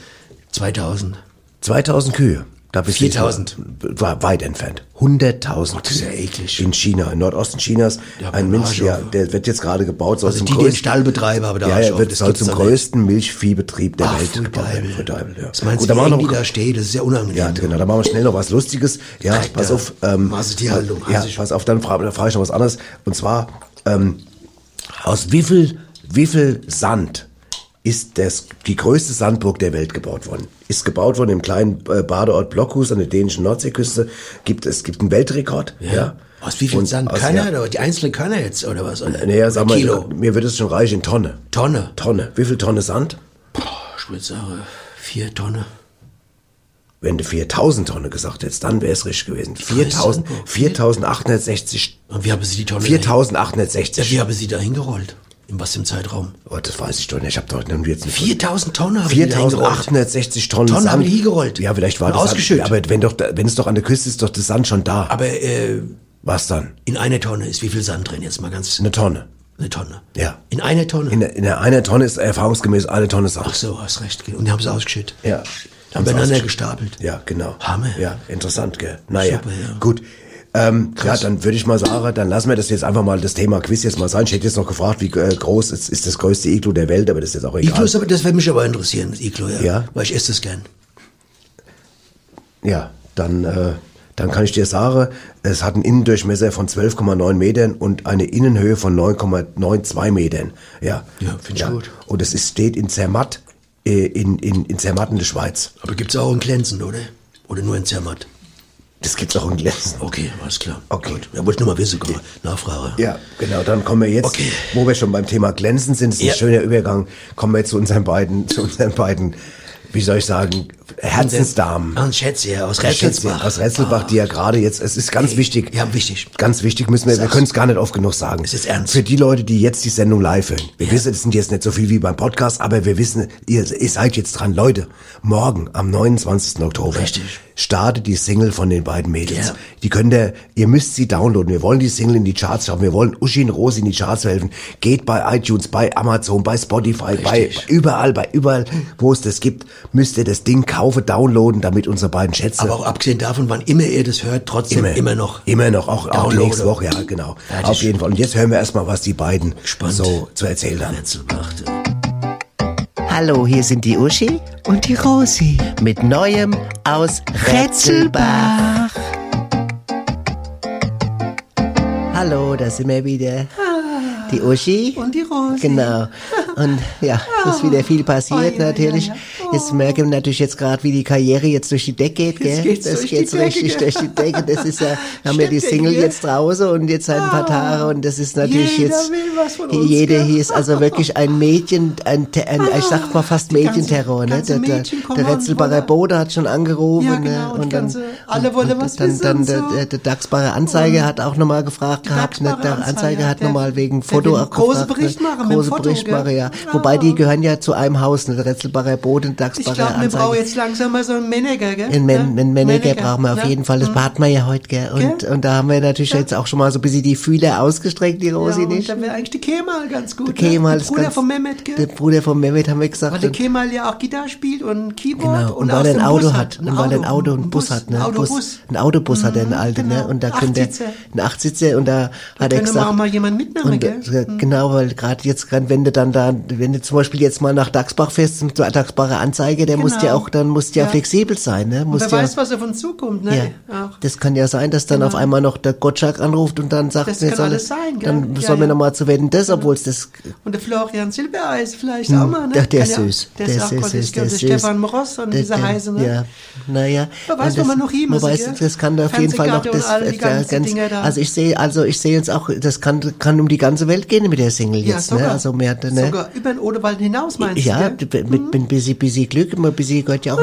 Speaker 5: 2000.
Speaker 3: 2000 Kühe. Da bist du-
Speaker 5: 4000.
Speaker 3: War weit entfernt. 100.000. das ist ja
Speaker 5: eklig.
Speaker 3: In China, im Nordosten Chinas. ein Mensch, der, der wird jetzt gerade gebaut. Soll
Speaker 5: Also
Speaker 3: zum
Speaker 5: die, die den
Speaker 3: größten,
Speaker 5: Stall betreiben, aber da
Speaker 3: ja,
Speaker 5: Arsch
Speaker 3: ja,
Speaker 5: auf,
Speaker 3: wird,
Speaker 5: das
Speaker 3: soll
Speaker 5: gibt's
Speaker 3: zum
Speaker 5: doch nicht.
Speaker 3: größten Milchviehbetrieb der
Speaker 5: Ach,
Speaker 3: Welt
Speaker 5: voll
Speaker 3: gebaut werden.
Speaker 5: geil.
Speaker 3: Voll geil, ja.
Speaker 5: Was meinst
Speaker 3: Gut,
Speaker 5: du,
Speaker 3: da
Speaker 5: wie
Speaker 3: machen wir
Speaker 5: eng die
Speaker 3: noch-
Speaker 5: da steht? Das ist ja unangenehm.
Speaker 3: Ja, genau. Da machen wir schnell noch was Lustiges. Ja, pass auf. Ähm,
Speaker 5: Maß ist die Haltung,
Speaker 3: Ja,
Speaker 5: Hans ist-
Speaker 3: pass auf, dann frage, dann frage ich noch was anderes. Und zwar, ähm, aus wie viel, wie viel Sand ist das, die größte Sandburg der Welt gebaut worden? Ist gebaut worden im kleinen äh, Badeort Blockhus an der dänischen Nordseeküste. Gibt, es gibt einen Weltrekord. Ja.
Speaker 5: Aus Oh, wie viel
Speaker 3: Und
Speaker 5: Sand?
Speaker 3: aus-
Speaker 5: Körner?
Speaker 3: ja.
Speaker 5: Oder die einzelnen Körner jetzt, oder was? Oder?
Speaker 3: Naja, sag mal, äh,
Speaker 5: Kilo.
Speaker 3: mir wird es schon reich in Tonne.
Speaker 5: Tonne.
Speaker 3: Tonne. Wie viel Tonne Sand?
Speaker 5: Ich würde sagen, äh, vier Tonne.
Speaker 3: Wenn du 4000 Tonnen gesagt hättest, dann wäre es richtig gewesen. 4000, 4860.
Speaker 5: Und wie haben Sie die Tonne?
Speaker 3: 4860.
Speaker 5: Wie haben Sie da hingerollt? In was im Zeitraum?
Speaker 3: Oh, das weiß ich doch nicht. Ich habe doch nun jetzt nicht.
Speaker 5: 4000 Tonnen haben die da hingerollt.
Speaker 3: ne. 4860 Tonnen.
Speaker 5: Tonnen
Speaker 3: Sand.
Speaker 5: haben die hingerollt.
Speaker 3: Ja, vielleicht war
Speaker 5: Und
Speaker 3: das.
Speaker 5: ausgeschüttet.
Speaker 3: Aber wenn, doch, wenn es doch an der Küste ist, ist doch das Sand schon da.
Speaker 5: Aber äh,
Speaker 3: Was dann?
Speaker 5: in einer Tonne ist wie viel Sand drin? Jetzt mal ganz
Speaker 3: Eine Tonne.
Speaker 5: eine Tonne.
Speaker 3: Ne. Ja.
Speaker 5: In einer Tonne?
Speaker 3: In, der- in der einer Tonne ist erfahrungsgemäß eine Tonne Sand.
Speaker 5: Ach so, hast recht. Und die haben sie ausgeschüttet.
Speaker 3: Ja.
Speaker 5: Haben beieinander gestapelt.
Speaker 3: Ja, genau.
Speaker 5: Hammer.
Speaker 3: Ja, interessant, gell? Naja,
Speaker 5: Super, ja.
Speaker 3: gut. Ähm, ja, dann würde ich mal sagen, dann lassen wir das jetzt einfach mal, das Thema Quiz jetzt mal sein. Ich hätte jetzt noch gefragt, wie äh, groß ist, ist das größte Iglu der Welt, aber das ist jetzt auch egal.
Speaker 5: Iglo ist aber, das würde mich aber interessieren, das Iglo, ja.
Speaker 3: Ja.
Speaker 5: Weil ich esse das gern.
Speaker 3: Ja, dann, äh, dann kann ich dir sagen, es hat einen Innendurchmesser von 12,9 Metern und eine Innenhöhe von 9,92 Metern. Ja,
Speaker 5: Ja, finde ich gut.
Speaker 3: Und es ist, steht in Zermatt, äh, in, in, in Zermatt in der Schweiz.
Speaker 5: Aber gibt's auch in Glänzen, oder? Oder nur in Zermatt?
Speaker 3: Das gibt's auch in Gläsern.
Speaker 5: <laughs> Okay, alles klar.
Speaker 3: Okay.
Speaker 5: Gut. Ja, wollte ich nur mal wissen, komm, mal. Nachfrage.
Speaker 3: Ja, genau, dann kommen wir jetzt,
Speaker 5: Okay.
Speaker 3: wo wir schon beim Thema Glänzen sind, das ist
Speaker 5: Ja.
Speaker 3: ein schöner Übergang, kommen wir zu unseren beiden, zu unseren beiden, wie soll ich sagen, Herzensdamen.
Speaker 5: An Schätze, ja, aus Ah, Rätselsbach.
Speaker 3: Aus Rätselbach, die ja gerade jetzt, es ist ganz wichtig,
Speaker 5: Ja, wichtig.
Speaker 3: ganz wichtig müssen wir, wir
Speaker 5: Sag's.
Speaker 3: können es gar nicht oft genug sagen.
Speaker 5: Es ist ernst.
Speaker 3: Für die Leute, die jetzt die Sendung live hören. Wir wissen, es sind jetzt nicht so viel wie beim Podcast, aber wir wissen, ihr, ihr seid jetzt dran. Leute, morgen am 29. Oktober
Speaker 5: Richtig.
Speaker 3: startet die Single von den beiden Mädels.
Speaker 5: Ja.
Speaker 3: Die könnt ihr, ihr müsst sie downloaden. Wir wollen die Single in die Charts schaffen. Wir wollen Uschi und Rosi in die Charts helfen. Geht bei iTunes, bei Amazon, bei Spotify, bei
Speaker 5: Richtig.
Speaker 3: überall, bei überall, wo es das gibt, müsst ihr das Ding kaufen, downloaden, damit unsere beiden Schätze
Speaker 5: Aber auch abgesehen davon, wann immer ihr das hört, trotzdem immer, noch.
Speaker 3: Immer noch, auch, auch
Speaker 5: Download.
Speaker 3: nächste Woche, ja, genau.
Speaker 5: Fertig.
Speaker 3: Auf jeden Fall. Und jetzt hören wir erstmal, was die beiden
Speaker 5: Spannend.
Speaker 3: so zu erzählen haben.
Speaker 5: Rätselbach. du.
Speaker 10: Hallo, hier sind die Uschi
Speaker 11: Und die Rosi.
Speaker 10: mit Neuem aus Rätselbach. Hallo, da sind wir wieder. Die Uschi.
Speaker 11: Ah. Und die Rosi. Oh,
Speaker 10: Genau. Und
Speaker 11: <laughs>
Speaker 10: ja, es ist wieder viel passiert natürlich. Jetzt merken wir natürlich jetzt gerade, wie die Karriere jetzt durch die Decke geht. Gell?
Speaker 11: Jetzt geht's
Speaker 10: das
Speaker 11: durch die
Speaker 10: geht's
Speaker 11: Decke,
Speaker 10: richtig
Speaker 11: gell?
Speaker 10: durch die Decke. Das ist
Speaker 11: <laughs>
Speaker 10: ja, haben wir die
Speaker 11: Stimmt,
Speaker 10: Single
Speaker 11: gell?
Speaker 10: jetzt draußen und jetzt seit ein paar Tagen und das ist natürlich
Speaker 11: Jeder
Speaker 10: jetzt,
Speaker 11: will was von uns,
Speaker 10: jeder
Speaker 11: gell?
Speaker 10: hier ist also wirklich ein Mädchen, ein, Te- ein ich sag mal fast
Speaker 11: die ganze-
Speaker 10: Mädchenterror. Ne?
Speaker 11: ganze
Speaker 10: Der, der,
Speaker 11: Mädchen kommen
Speaker 10: der
Speaker 11: und
Speaker 10: Retzelbacher
Speaker 11: wollen-
Speaker 10: Bode hat schon angerufen.
Speaker 11: Ja, genau,
Speaker 10: ne?
Speaker 11: und ganze- alle wollen was
Speaker 10: dann,
Speaker 11: wissen
Speaker 10: dann
Speaker 11: und
Speaker 10: der,
Speaker 11: so.
Speaker 10: der, der Dachsbacher Anzeiger hat auch nochmal gefragt gehabt. Ne?
Speaker 11: Dachsbacher
Speaker 10: Der
Speaker 11: Anzeiger,
Speaker 10: Anzeiger hat
Speaker 11: der-
Speaker 10: nochmal wegen
Speaker 11: der
Speaker 10: Foto
Speaker 11: will
Speaker 10: auch
Speaker 11: große
Speaker 10: gefragt.
Speaker 11: Bericht
Speaker 10: ne?
Speaker 11: machen mit
Speaker 10: Große
Speaker 11: Foto,
Speaker 10: Bericht
Speaker 11: gell?
Speaker 10: machen, ja.
Speaker 11: Ja.
Speaker 10: Wobei die gehören ja zu einem Haus, ne? der Retzelbacher Bode und der
Speaker 11: Ich
Speaker 10: Dachsbacher
Speaker 11: glaube, wir brauchen
Speaker 10: Anzeiger.
Speaker 11: jetzt langsam mal so einen Manager, gell?
Speaker 10: Einen Man,
Speaker 11: Ja,
Speaker 10: einen Manager,
Speaker 11: Manager,
Speaker 10: brauchen wir auf
Speaker 11: ja. Mhm.
Speaker 10: jeden Fall. Das hat man ja heute, gell? Und,
Speaker 11: Gell?
Speaker 10: und da haben wir natürlich jetzt auch schon mal so ein bisschen die Fühler ausgestreckt, die
Speaker 11: Ja,
Speaker 10: Rosi
Speaker 11: und
Speaker 10: nicht.
Speaker 11: Dann wäre eigentlich der Kemal ganz gut. ne?
Speaker 10: Der Kemal ist
Speaker 11: Bruder
Speaker 10: ganz-
Speaker 11: von Mehmet, gell?
Speaker 10: Der Bruder von Mehmet haben wir gesagt.
Speaker 11: Weil der
Speaker 10: und-
Speaker 11: Kemal ja auch Gitarre spielt und Keyboard
Speaker 10: Genau, und,
Speaker 11: und,
Speaker 10: weil
Speaker 11: aus
Speaker 10: er ein
Speaker 11: dem
Speaker 10: Auto
Speaker 11: Bus
Speaker 10: hat. Und weil er ein Auto und einen Bus hat. Ne?
Speaker 11: Ein Autobus.
Speaker 10: Ein Autobus hat er, einen alten. Ne?
Speaker 11: genau.
Speaker 10: Und da könnte er,
Speaker 11: Achtsitzer.
Speaker 10: ein Achtsitzer, und da, hat er
Speaker 11: könnte man
Speaker 10: gesagt.
Speaker 11: auch mal jemanden mitnehmen,
Speaker 10: und,
Speaker 11: gell? Mhm.
Speaker 10: äh, Genau, weil gerade jetzt, grad, wenn du dann da, wenn du zum Beispiel jetzt mal nach Dachsbach fährst, zum Dachsbacher Anzeige, der muss ja
Speaker 11: Genau.
Speaker 10: auch, dann muss ja,
Speaker 11: Ja.
Speaker 10: flexibel sein, ne?
Speaker 11: Und
Speaker 10: Muss
Speaker 11: wer
Speaker 10: ja,
Speaker 11: weiß, was auf uns zukommt,
Speaker 10: ja,
Speaker 11: ne? Auch.
Speaker 10: das kann ja sein, dass dann auf einmal noch der Gottschalk anruft und dann sagt,
Speaker 11: Das
Speaker 10: nee,
Speaker 11: kann
Speaker 10: soll-
Speaker 11: alles sein, gell?
Speaker 10: dann
Speaker 11: Ja,
Speaker 10: sollen wir
Speaker 11: ja.
Speaker 10: nochmal zu werden, das, obwohl es das
Speaker 11: Und der Florian Silbereis vielleicht
Speaker 3: Hm.
Speaker 11: auch mal, ne?
Speaker 10: der, der ist
Speaker 11: Kann ja-
Speaker 10: süß.
Speaker 11: Der ist auch Gottes, der, der Stefan Moross und
Speaker 10: Der-
Speaker 11: dieser
Speaker 10: der-
Speaker 11: Heise, ne?
Speaker 10: Ja, naja.
Speaker 11: Man weiß,
Speaker 10: Und
Speaker 11: wo man noch hin
Speaker 10: man
Speaker 11: muss,
Speaker 10: weiß,
Speaker 11: gell?
Speaker 10: das kann da auf jeden Fall noch
Speaker 11: Fernsehkarte und
Speaker 10: das,
Speaker 11: all die
Speaker 10: äh,
Speaker 11: ganzen
Speaker 10: ganz,
Speaker 11: Dinger da.
Speaker 10: also ich sehe, also ich sehe jetzt auch, das kann, kann um die ganze Welt gehen mit der Single
Speaker 11: Ja,
Speaker 10: jetzt,
Speaker 11: sogar.
Speaker 10: ne? Also mehr, ne?
Speaker 11: Sogar über den Odewald hinaus meinst
Speaker 10: Ja,
Speaker 11: du, gell?
Speaker 10: d-
Speaker 11: Mhm.
Speaker 10: mit, mit busy, busy Glück, immer busy Gott ja auch.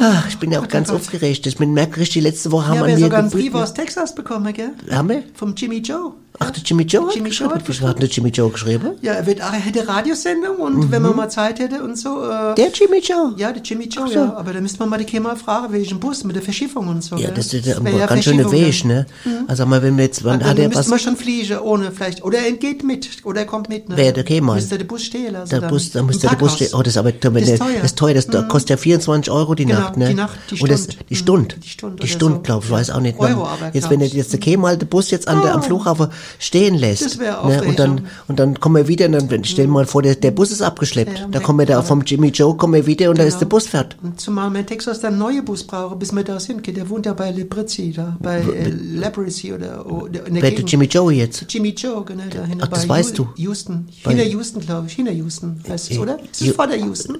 Speaker 10: Ah, ich bin ja auch ganz aufgeregt. Das mit merke ich, die letzte Woche
Speaker 11: Wir
Speaker 10: haben
Speaker 11: haben
Speaker 10: an
Speaker 11: ja
Speaker 10: mir
Speaker 11: sogar einen
Speaker 10: gewütet,
Speaker 11: Brief aus Texas bekommen, gell?
Speaker 10: ne? Haben wir?
Speaker 11: Vom Jimmy Joe.
Speaker 3: Ach, der Jimmy Joe hat Jimmy geschrieben. Joe hat der Jimmy Joe geschrieben?
Speaker 11: Ja, er wird, ah, er hätte Radiosendung und wenn man mal Zeit hätte und so. Äh,
Speaker 3: der Jimmy Joe?
Speaker 11: Ja, der Jimmy Joe,
Speaker 3: Ach so.
Speaker 11: ja. Aber da müsste man mal die Kämmerer fragen, welchen Bus mit der Verschiffung und so.
Speaker 3: Ja,
Speaker 11: ne?
Speaker 3: das ist ja
Speaker 11: wär
Speaker 3: ein ganz schöne
Speaker 11: Verschiffung,
Speaker 3: Weg, ne?
Speaker 11: Mhm.
Speaker 3: Also mal, wenn wir jetzt, wann
Speaker 11: Dann,
Speaker 3: hat er
Speaker 11: müsste
Speaker 3: was?
Speaker 11: man schon fliegen, ohne vielleicht. Oder er geht mit, oder er kommt mit. Ne?
Speaker 3: Wer, der Kämmerer?
Speaker 11: Müsste der Bus stehen lassen.
Speaker 3: Da
Speaker 11: dann.
Speaker 3: muss, da muss
Speaker 11: Im
Speaker 3: der Bus
Speaker 11: Parkhaus.
Speaker 3: stehen. Oh, das ist aber das
Speaker 11: Das
Speaker 3: ist teuer.
Speaker 11: ist teuer. Hm.
Speaker 3: Das, ist teuer. das da kostet ja 24 Euro die
Speaker 11: Genau,
Speaker 3: Nacht, ne?
Speaker 11: die Nacht, die
Speaker 3: Und das,
Speaker 11: Stunde.
Speaker 3: die Stunde. Die Stunde,
Speaker 11: Stunde oder so.
Speaker 3: glaube ich, weiß auch nicht.
Speaker 11: Euro aber,
Speaker 3: jetzt,
Speaker 11: glaub
Speaker 3: wenn er
Speaker 11: ich.
Speaker 3: jetzt der Kemal den Bus jetzt an der, am
Speaker 11: Ah.
Speaker 3: Flughafen stehen lässt.
Speaker 11: Das wär
Speaker 3: ne? Und dann,
Speaker 11: Aufrechnung.
Speaker 3: und dann kommen wir wieder und dann stell dir mal vor, der, der Bus ist abgeschleppt.
Speaker 11: Ja,
Speaker 3: da kommen wir da vom Jimmy Joe, kommen wir wieder und da ist der Bus fährt.
Speaker 11: Und zumal wir in Texas dann neue Bus brauchen, bis wir da sind. Der wohnt ja bei Leprezi, da, bei äh, Leprezi oder, oder in der
Speaker 3: Wer der
Speaker 11: Gegend.
Speaker 3: Jimmy Joe jetzt?
Speaker 11: Jimmy Joe, genau, da hinten
Speaker 3: Ach, das
Speaker 11: bei
Speaker 3: weißt du.
Speaker 11: Houston.
Speaker 3: Bei- Äh,
Speaker 11: Hinter Houston, glaube ich. Hinter Houston heißt es, oder? Ist
Speaker 3: Ju-
Speaker 11: es vor der Houston?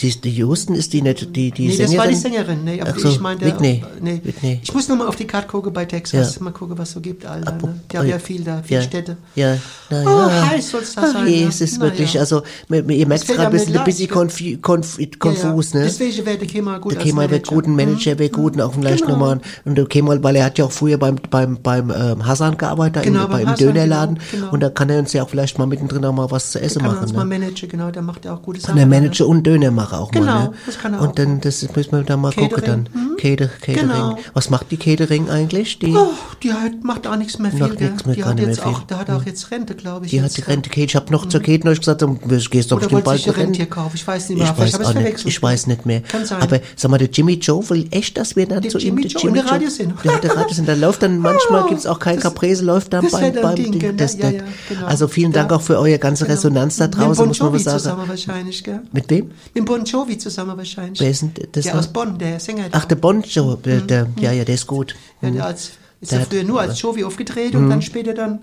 Speaker 3: Die, die Houston ist die nicht, die, die
Speaker 11: nee,
Speaker 3: Sängerin?
Speaker 11: das war die Sängerin. Nee, aber
Speaker 3: Ach so,
Speaker 11: ich meine, der-
Speaker 3: Whitney.
Speaker 11: nee.
Speaker 3: Whitney.
Speaker 11: Ich muss nur mal auf die Karte gucken bei Texas.
Speaker 3: Ja. Oh
Speaker 11: Mal gucken, was so gibt, Alter. Ne? Die haben ja viel da, viele
Speaker 3: ja,
Speaker 11: Städte.
Speaker 3: Ja, na
Speaker 11: Oh,
Speaker 3: ja.
Speaker 11: heiß soll's da sein,
Speaker 3: je,
Speaker 11: ne?
Speaker 3: es ist
Speaker 11: Na
Speaker 3: wirklich,
Speaker 11: ja.
Speaker 3: also, mir- mir- ihr merkt
Speaker 11: fällt
Speaker 3: gerade ein
Speaker 11: einem
Speaker 3: bisschen,
Speaker 11: nicht
Speaker 3: ein bisschen
Speaker 11: leicht.
Speaker 3: konfu konf konfus, ne?
Speaker 11: Deswegen wäre der Kemal gut
Speaker 3: Der Kemal wird gut, ein Manager wird gut, und auch vielleicht
Speaker 11: Hm. Genau.
Speaker 3: nochmal, und der Kemal, weil er hat ja auch früher beim, beim, beim ähm, Hasan gearbeitet,
Speaker 11: Genau,
Speaker 3: im,
Speaker 11: beim
Speaker 3: beim
Speaker 11: Hasan,
Speaker 3: Dönerladen,
Speaker 11: genau, genau.
Speaker 3: und da kann er uns ja auch vielleicht mal mittendrin auch mal was zu essen
Speaker 11: Kann man
Speaker 3: machen,
Speaker 11: uns mal
Speaker 3: ne?
Speaker 11: managen, genau. Der macht ja auch gute
Speaker 3: Kann
Speaker 11: Sachen.
Speaker 3: der Manager und Döner machen auch mal,
Speaker 11: Genau,
Speaker 3: ne?
Speaker 11: das kann er auch
Speaker 3: Und dann, das müssen wir dann mal gucken dann.
Speaker 11: Catering, hm?
Speaker 3: Cater, Catering.
Speaker 11: Genau.
Speaker 3: Was macht die Catering eigentlich? Die?
Speaker 11: Oh, die hat, macht auch nichts mehr viel,
Speaker 3: Macht
Speaker 11: gell?
Speaker 3: nichts mehr,
Speaker 11: die
Speaker 3: gar
Speaker 11: hat
Speaker 3: nicht
Speaker 11: jetzt
Speaker 3: mehr
Speaker 11: auch,
Speaker 3: viel. Hm.
Speaker 11: da hat auch jetzt Rente, glaube ich.
Speaker 3: Die hat
Speaker 11: jetzt,
Speaker 3: die Rente Kate. Ich habe noch zur Kate neulich gesagt, du gehst doch
Speaker 11: Oder
Speaker 3: bestimmt
Speaker 11: wollte
Speaker 3: bald
Speaker 11: sich
Speaker 3: zur Rente.
Speaker 11: ein Rentier kaufen? Ich weiß
Speaker 3: Ich
Speaker 11: nicht mehr. Vielleicht
Speaker 3: weiß
Speaker 11: habe
Speaker 3: auch nicht,
Speaker 11: verwechselt.
Speaker 3: ich weiß nicht mehr.
Speaker 11: Kann sein.
Speaker 3: Aber sag mal, der Jimmy Joe will echt, dass wir dann zu
Speaker 11: Jimmy
Speaker 3: ihm, der
Speaker 11: Joe in der Radiosendung.
Speaker 3: Ja, der Radiosendung. Da läuft
Speaker 11: <laughs>
Speaker 3: dann, manchmal gibt's auch kein Caprese, läuft dann
Speaker 11: das wär
Speaker 3: beim,
Speaker 11: dann
Speaker 3: beim
Speaker 11: Ding,
Speaker 3: Ding.
Speaker 11: genau.
Speaker 3: Das,
Speaker 11: Ja,
Speaker 3: das.
Speaker 11: ja, genau.
Speaker 3: Also vielen Dank auch für eure ganze Resonanz da
Speaker 11: Mit
Speaker 3: draußen,
Speaker 11: Bon
Speaker 3: muss man
Speaker 11: Jovi
Speaker 3: mal sagen.
Speaker 11: zusammen wahrscheinlich, gell?
Speaker 3: Mit wem?
Speaker 11: Mit Bon Jovi zusammen wahrscheinlich.
Speaker 3: Wer ist denn das
Speaker 11: der
Speaker 3: noch?
Speaker 11: aus Bonn, der Sänger.
Speaker 3: Ach, der Bon Joe,
Speaker 11: Mhm.
Speaker 3: der, der, ja, ja, der ist gut.
Speaker 11: ja,
Speaker 3: Hm.
Speaker 11: der als, ist
Speaker 3: Der
Speaker 11: ja
Speaker 3: hat-
Speaker 11: früher nur als Jovi aufgetreten und
Speaker 3: Mhm.
Speaker 11: dann später dann.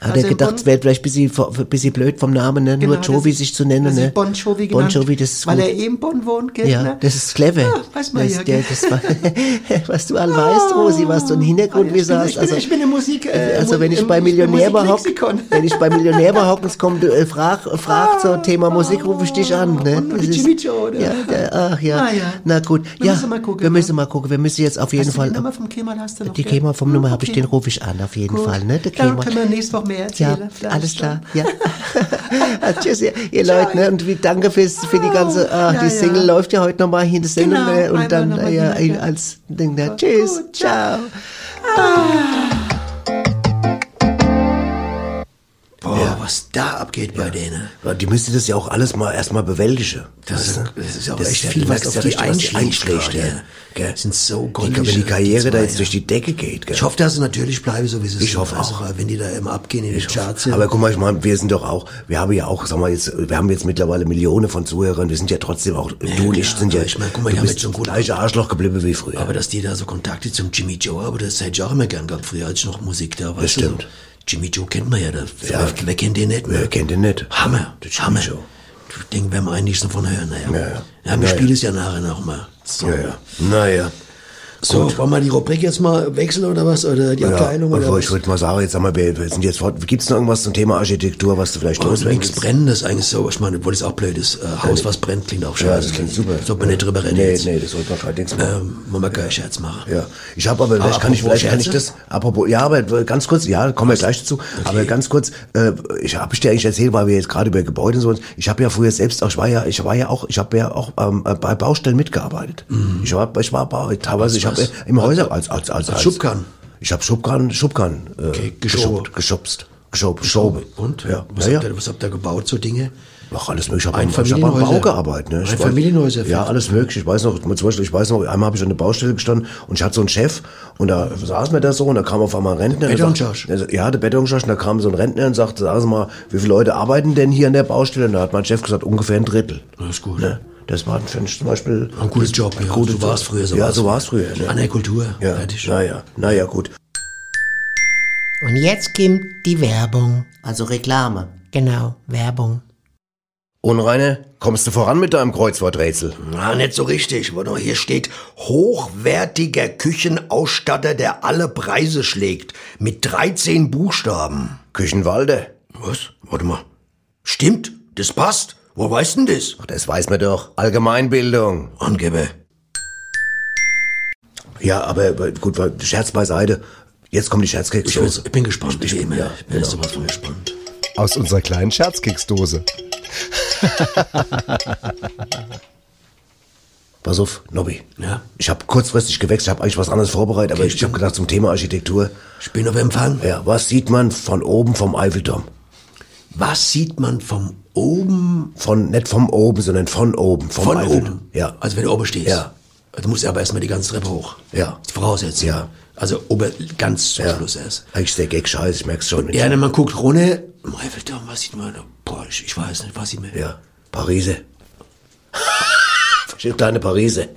Speaker 3: Hat
Speaker 11: als
Speaker 3: er
Speaker 11: in
Speaker 3: gedacht,
Speaker 11: Bonn-
Speaker 3: es wäre vielleicht ein bisschen, ver- ein bisschen blöd vom Namen, ne?
Speaker 11: Also Genau,
Speaker 3: nur Jovi
Speaker 11: das ist-
Speaker 3: sich zu nennen.
Speaker 11: das ist
Speaker 3: Ne?
Speaker 11: Bon Jovi
Speaker 3: Bon
Speaker 11: genannt,
Speaker 3: Jovi, das ist
Speaker 11: Weil
Speaker 3: gut.
Speaker 11: er eben Bonn wohnt, gell?
Speaker 3: Ja,
Speaker 11: ne?
Speaker 3: das ist clever.
Speaker 11: Ja, weiß man
Speaker 3: das,
Speaker 11: ja,
Speaker 3: der,
Speaker 11: gell? Ah.
Speaker 3: das war, <laughs> was du all weißt, Rosi, was du im Hintergrund wie
Speaker 11: Ich
Speaker 3: saßt.
Speaker 11: bin,
Speaker 3: Also,
Speaker 11: ich bin in Musik. Äh,
Speaker 3: also wenn ich bei Millionär war, hock- wenn ich bei Millionär war, hockens kommt, äh, frag, frag zum Thema Musik, rufe ich dich an. Ne? Das
Speaker 11: mit
Speaker 3: ist-
Speaker 11: Ah. Jimmy Joe, oder?
Speaker 3: Ja, der, ach ja.
Speaker 11: Ah, ja.
Speaker 3: Na gut,
Speaker 11: Wir
Speaker 3: ja,
Speaker 11: müssen mal gucken, ne?
Speaker 3: wir müssen mal gucken. Wir müssen jetzt auf jeden
Speaker 11: Hast du die
Speaker 3: Fall,
Speaker 11: Nummer vom Kemal hast du noch,
Speaker 3: die
Speaker 11: gell? Oh,
Speaker 3: Kämmer vom Nummer habe ich,
Speaker 11: okay.
Speaker 3: den rufe ich an, auf jeden
Speaker 11: Gut.
Speaker 3: Fall. Ne? Der
Speaker 11: Dann
Speaker 3: Kämmer.
Speaker 11: können wir nächstes Woche mehr
Speaker 3: Ja,
Speaker 11: erzählen. vielleicht
Speaker 3: alles klar.
Speaker 11: dann. <laughs>
Speaker 3: Ja. <laughs> Ah, Tschüss, ihr, ihr Leute. Ne? Und wie, danke fürs, für die ganze, ah,
Speaker 11: Oh, ja,
Speaker 3: die
Speaker 11: ja.
Speaker 3: Single läuft ja heute nochmal hier in der Sendung.
Speaker 11: Genau,
Speaker 3: ne?
Speaker 11: einmal
Speaker 3: Und dann
Speaker 11: noch mal
Speaker 3: äh, ja,
Speaker 11: hier, ja.
Speaker 3: als Ding. Ne? Tschüss, ciao.
Speaker 5: Boah, was da abgeht bei denen. ne?
Speaker 14: Ja, Die müsste das ja auch alles mal erstmal bewältigen.
Speaker 5: Das
Speaker 14: Weißt
Speaker 5: ist-
Speaker 14: du?
Speaker 5: das ist ja auch
Speaker 14: Das
Speaker 5: echt
Speaker 14: ist
Speaker 5: viel,
Speaker 14: du
Speaker 5: was
Speaker 14: merkst
Speaker 5: auf
Speaker 14: ja
Speaker 5: die
Speaker 14: richtig, was
Speaker 5: einschlägt, ja.
Speaker 14: gell?
Speaker 5: Sind so
Speaker 14: Ich glaube,
Speaker 5: goldige,
Speaker 14: die Karriere
Speaker 5: die
Speaker 14: da
Speaker 5: zwei,
Speaker 14: jetzt
Speaker 5: ja.
Speaker 14: durch die Decke geht. Gell?
Speaker 5: Ich hoffe, dass sie natürlich bleiben, so wie sie
Speaker 14: Ich
Speaker 5: sind.
Speaker 14: hoffe es.
Speaker 5: auch, äh, wenn die da immer abgehen in die Charts. sind.
Speaker 14: Aber guck mal, ich meine, wir sind doch auch, wir haben ja auch, sag mal jetzt, wir haben jetzt mittlerweile Millionen von Zuhörern, wir sind ja trotzdem auch, du und ich sind ja,
Speaker 5: ich meine, guck mal, die
Speaker 14: du
Speaker 5: haben
Speaker 14: bist
Speaker 5: jetzt so
Speaker 14: so
Speaker 5: ein gut-
Speaker 14: gleiche Arschloch geblieben wie früher.
Speaker 5: Aber dass die da so Kontakte zum Jimmy Joe haben, das hätte ich auch immer gern gehabt, früher, als ich noch Musik da war.
Speaker 14: stimmt.
Speaker 5: So. Jimmy Joe kennt man ja, da.
Speaker 14: Ja.
Speaker 5: wer kennt den nicht?
Speaker 14: Wer
Speaker 5: Ne?
Speaker 14: kennt den nicht?
Speaker 5: Hammer,
Speaker 14: Der
Speaker 5: Hammer.
Speaker 14: Jimmy Joe.
Speaker 5: Ich denke, werden wir eigentlich davon hören. Naja,
Speaker 14: Ja, ja.
Speaker 5: ja wir
Speaker 14: Ja,
Speaker 5: spielen
Speaker 14: ja.
Speaker 5: es ja nachher nochmal. So,
Speaker 14: Ja, ja. Naja.
Speaker 5: so
Speaker 14: Gut.
Speaker 5: wollen wir die Rubrik jetzt mal wechseln oder was? Oder die Abteilung?
Speaker 14: ja,
Speaker 5: oder
Speaker 14: aber
Speaker 5: was?
Speaker 14: ich würde mal sagen, jetzt sag mal, wir wir sind jetzt fort. Gibt's noch irgendwas zum Thema Architektur, was du vielleicht
Speaker 5: Oh,
Speaker 14: loswerden
Speaker 5: nichts
Speaker 14: willst?
Speaker 5: Brennendes eigentlich so. Ich meine, obwohl es auch blöd ist. Äh, Haus, was brennt, klingt auch scheiße.
Speaker 14: Ja, das klingt super.
Speaker 5: Sollte man nicht drüber reden
Speaker 14: Nee,
Speaker 5: jetzt.
Speaker 14: nee, das sollte man vielleicht nichts machen.
Speaker 5: Ähm, wollen wir keinen Scherz machen.
Speaker 14: Ja, ich habe aber, vielleicht
Speaker 5: Ah,
Speaker 14: kann ich,
Speaker 5: apropos
Speaker 14: vielleicht kann ich
Speaker 5: Scherze?
Speaker 14: das, apropos, ja, aber ganz kurz, ja, kommen wir gleich dazu, aber ganz kurz, äh, ich habe ich dir eigentlich erzählt, weil wir jetzt gerade über Gebäude und so, ich habe ja früher selbst auch, ich war ja, ich war ja auch, ich habe ja auch ähm, äh, bei Baustellen mitgearbeitet. Ich war, ich war bei, teilweise, ich habe
Speaker 5: Mhm. was?
Speaker 14: im Häuser, als, als, als, als
Speaker 5: Schubkarren?
Speaker 14: Ich habe Schubkarren, Schubkarren, äh,
Speaker 5: Okay, geschoben.
Speaker 14: geschubst, geschubst, geschoben, geschoben.
Speaker 5: Und?
Speaker 14: Ja,
Speaker 5: was,
Speaker 14: ja, ja.
Speaker 5: habt ihr, was habt ihr gebaut, so Dinge?
Speaker 14: Ach, alles mögliche. Ich habe hab
Speaker 5: Einfamilienhäuser.
Speaker 14: am Bau gearbeitet. Ne? Ich weiß-
Speaker 5: Einfamilienhäuser.
Speaker 14: Ja, alles mögliche. Ich weiß noch, zum Beispiel, ich weiß noch, einmal habe ich an der Baustelle gestanden und ich hatte so einen Chef und da saß mir da so und da kam auf einmal ein Rentner. und sagt-
Speaker 5: Betonschorsch.
Speaker 14: Der- Ja, der Betonschorsch. Und da kam so ein Rentner und sagte, sagen Sie mal, wie viele Leute arbeiten denn hier an der Baustelle? Und da hat mein Chef gesagt, ungefähr ein Drittel.
Speaker 5: Das ist gut.
Speaker 14: Ne? Das war für mich zum Beispiel...
Speaker 5: Ein gutes Job, ja.
Speaker 14: gutes
Speaker 5: so war es
Speaker 14: Job.
Speaker 5: früher. So
Speaker 14: ja,
Speaker 5: war's
Speaker 14: so war es früher.
Speaker 5: An
Speaker 14: Ne?
Speaker 5: der Kultur.
Speaker 14: Ja,
Speaker 5: Fertig.
Speaker 14: naja, naja, gut.
Speaker 10: Und jetzt kommt die Werbung.
Speaker 3: Also Reklame.
Speaker 10: Genau, Werbung.
Speaker 14: Und Rainer, kommst du voran mit deinem Kreuzworträtsel?
Speaker 5: Na, nicht so richtig. Warte mal, Hier steht hochwertiger Küchenausstatter, der alle Preise schlägt. Mit 13 Buchstaben.
Speaker 14: Küchenwalde.
Speaker 5: Was? Warte mal. Stimmt, das passt. Wo weißt denn das?
Speaker 14: Ach, das weiß man doch. Allgemeinbildung.
Speaker 5: Angeber.
Speaker 14: Ja, aber aber gut, weil- Scherz beiseite.
Speaker 3: Jetzt kommt die Scherzkeksdose.
Speaker 5: Ich bin gespannt. Ich bin, ja, bin
Speaker 3: genau.
Speaker 5: sowas von gespannt.
Speaker 15: Aus unserer kleinen Scherzkeksdose.
Speaker 3: <laughs> Pass auf, Nobby.
Speaker 5: Ja?
Speaker 3: Ich habe kurzfristig gewechselt, habe eigentlich was anderes vorbereitet, aber ich habe gedacht zum Thema Architektur.
Speaker 5: Ich bin auf Empfang.
Speaker 3: Ja, was sieht man von oben vom Eiffelturm?
Speaker 5: Was sieht man vom oben?
Speaker 3: Von nicht vom oben, sondern von oben, vom
Speaker 5: Von
Speaker 3: Eiffelturm.
Speaker 5: oben?
Speaker 3: Ja.
Speaker 5: Also wenn du oben stehst.
Speaker 3: Ja.
Speaker 5: Du musst aber erstmal die ganze Treppe hoch.
Speaker 3: Ja.
Speaker 5: Die Voraussetzung.
Speaker 3: Ja.
Speaker 5: Also oben ganz zum Schluss erst.
Speaker 3: Eigentlich ist der Gag scheiße, ich merk's schon.
Speaker 5: Ja, wenn man guckt runter, im Eiffelturm, was sieht man? da? Boah, ich, ich weiß nicht, was sieht man?
Speaker 3: Ja, <laughs> Parise. Stimmt, kleine Parise.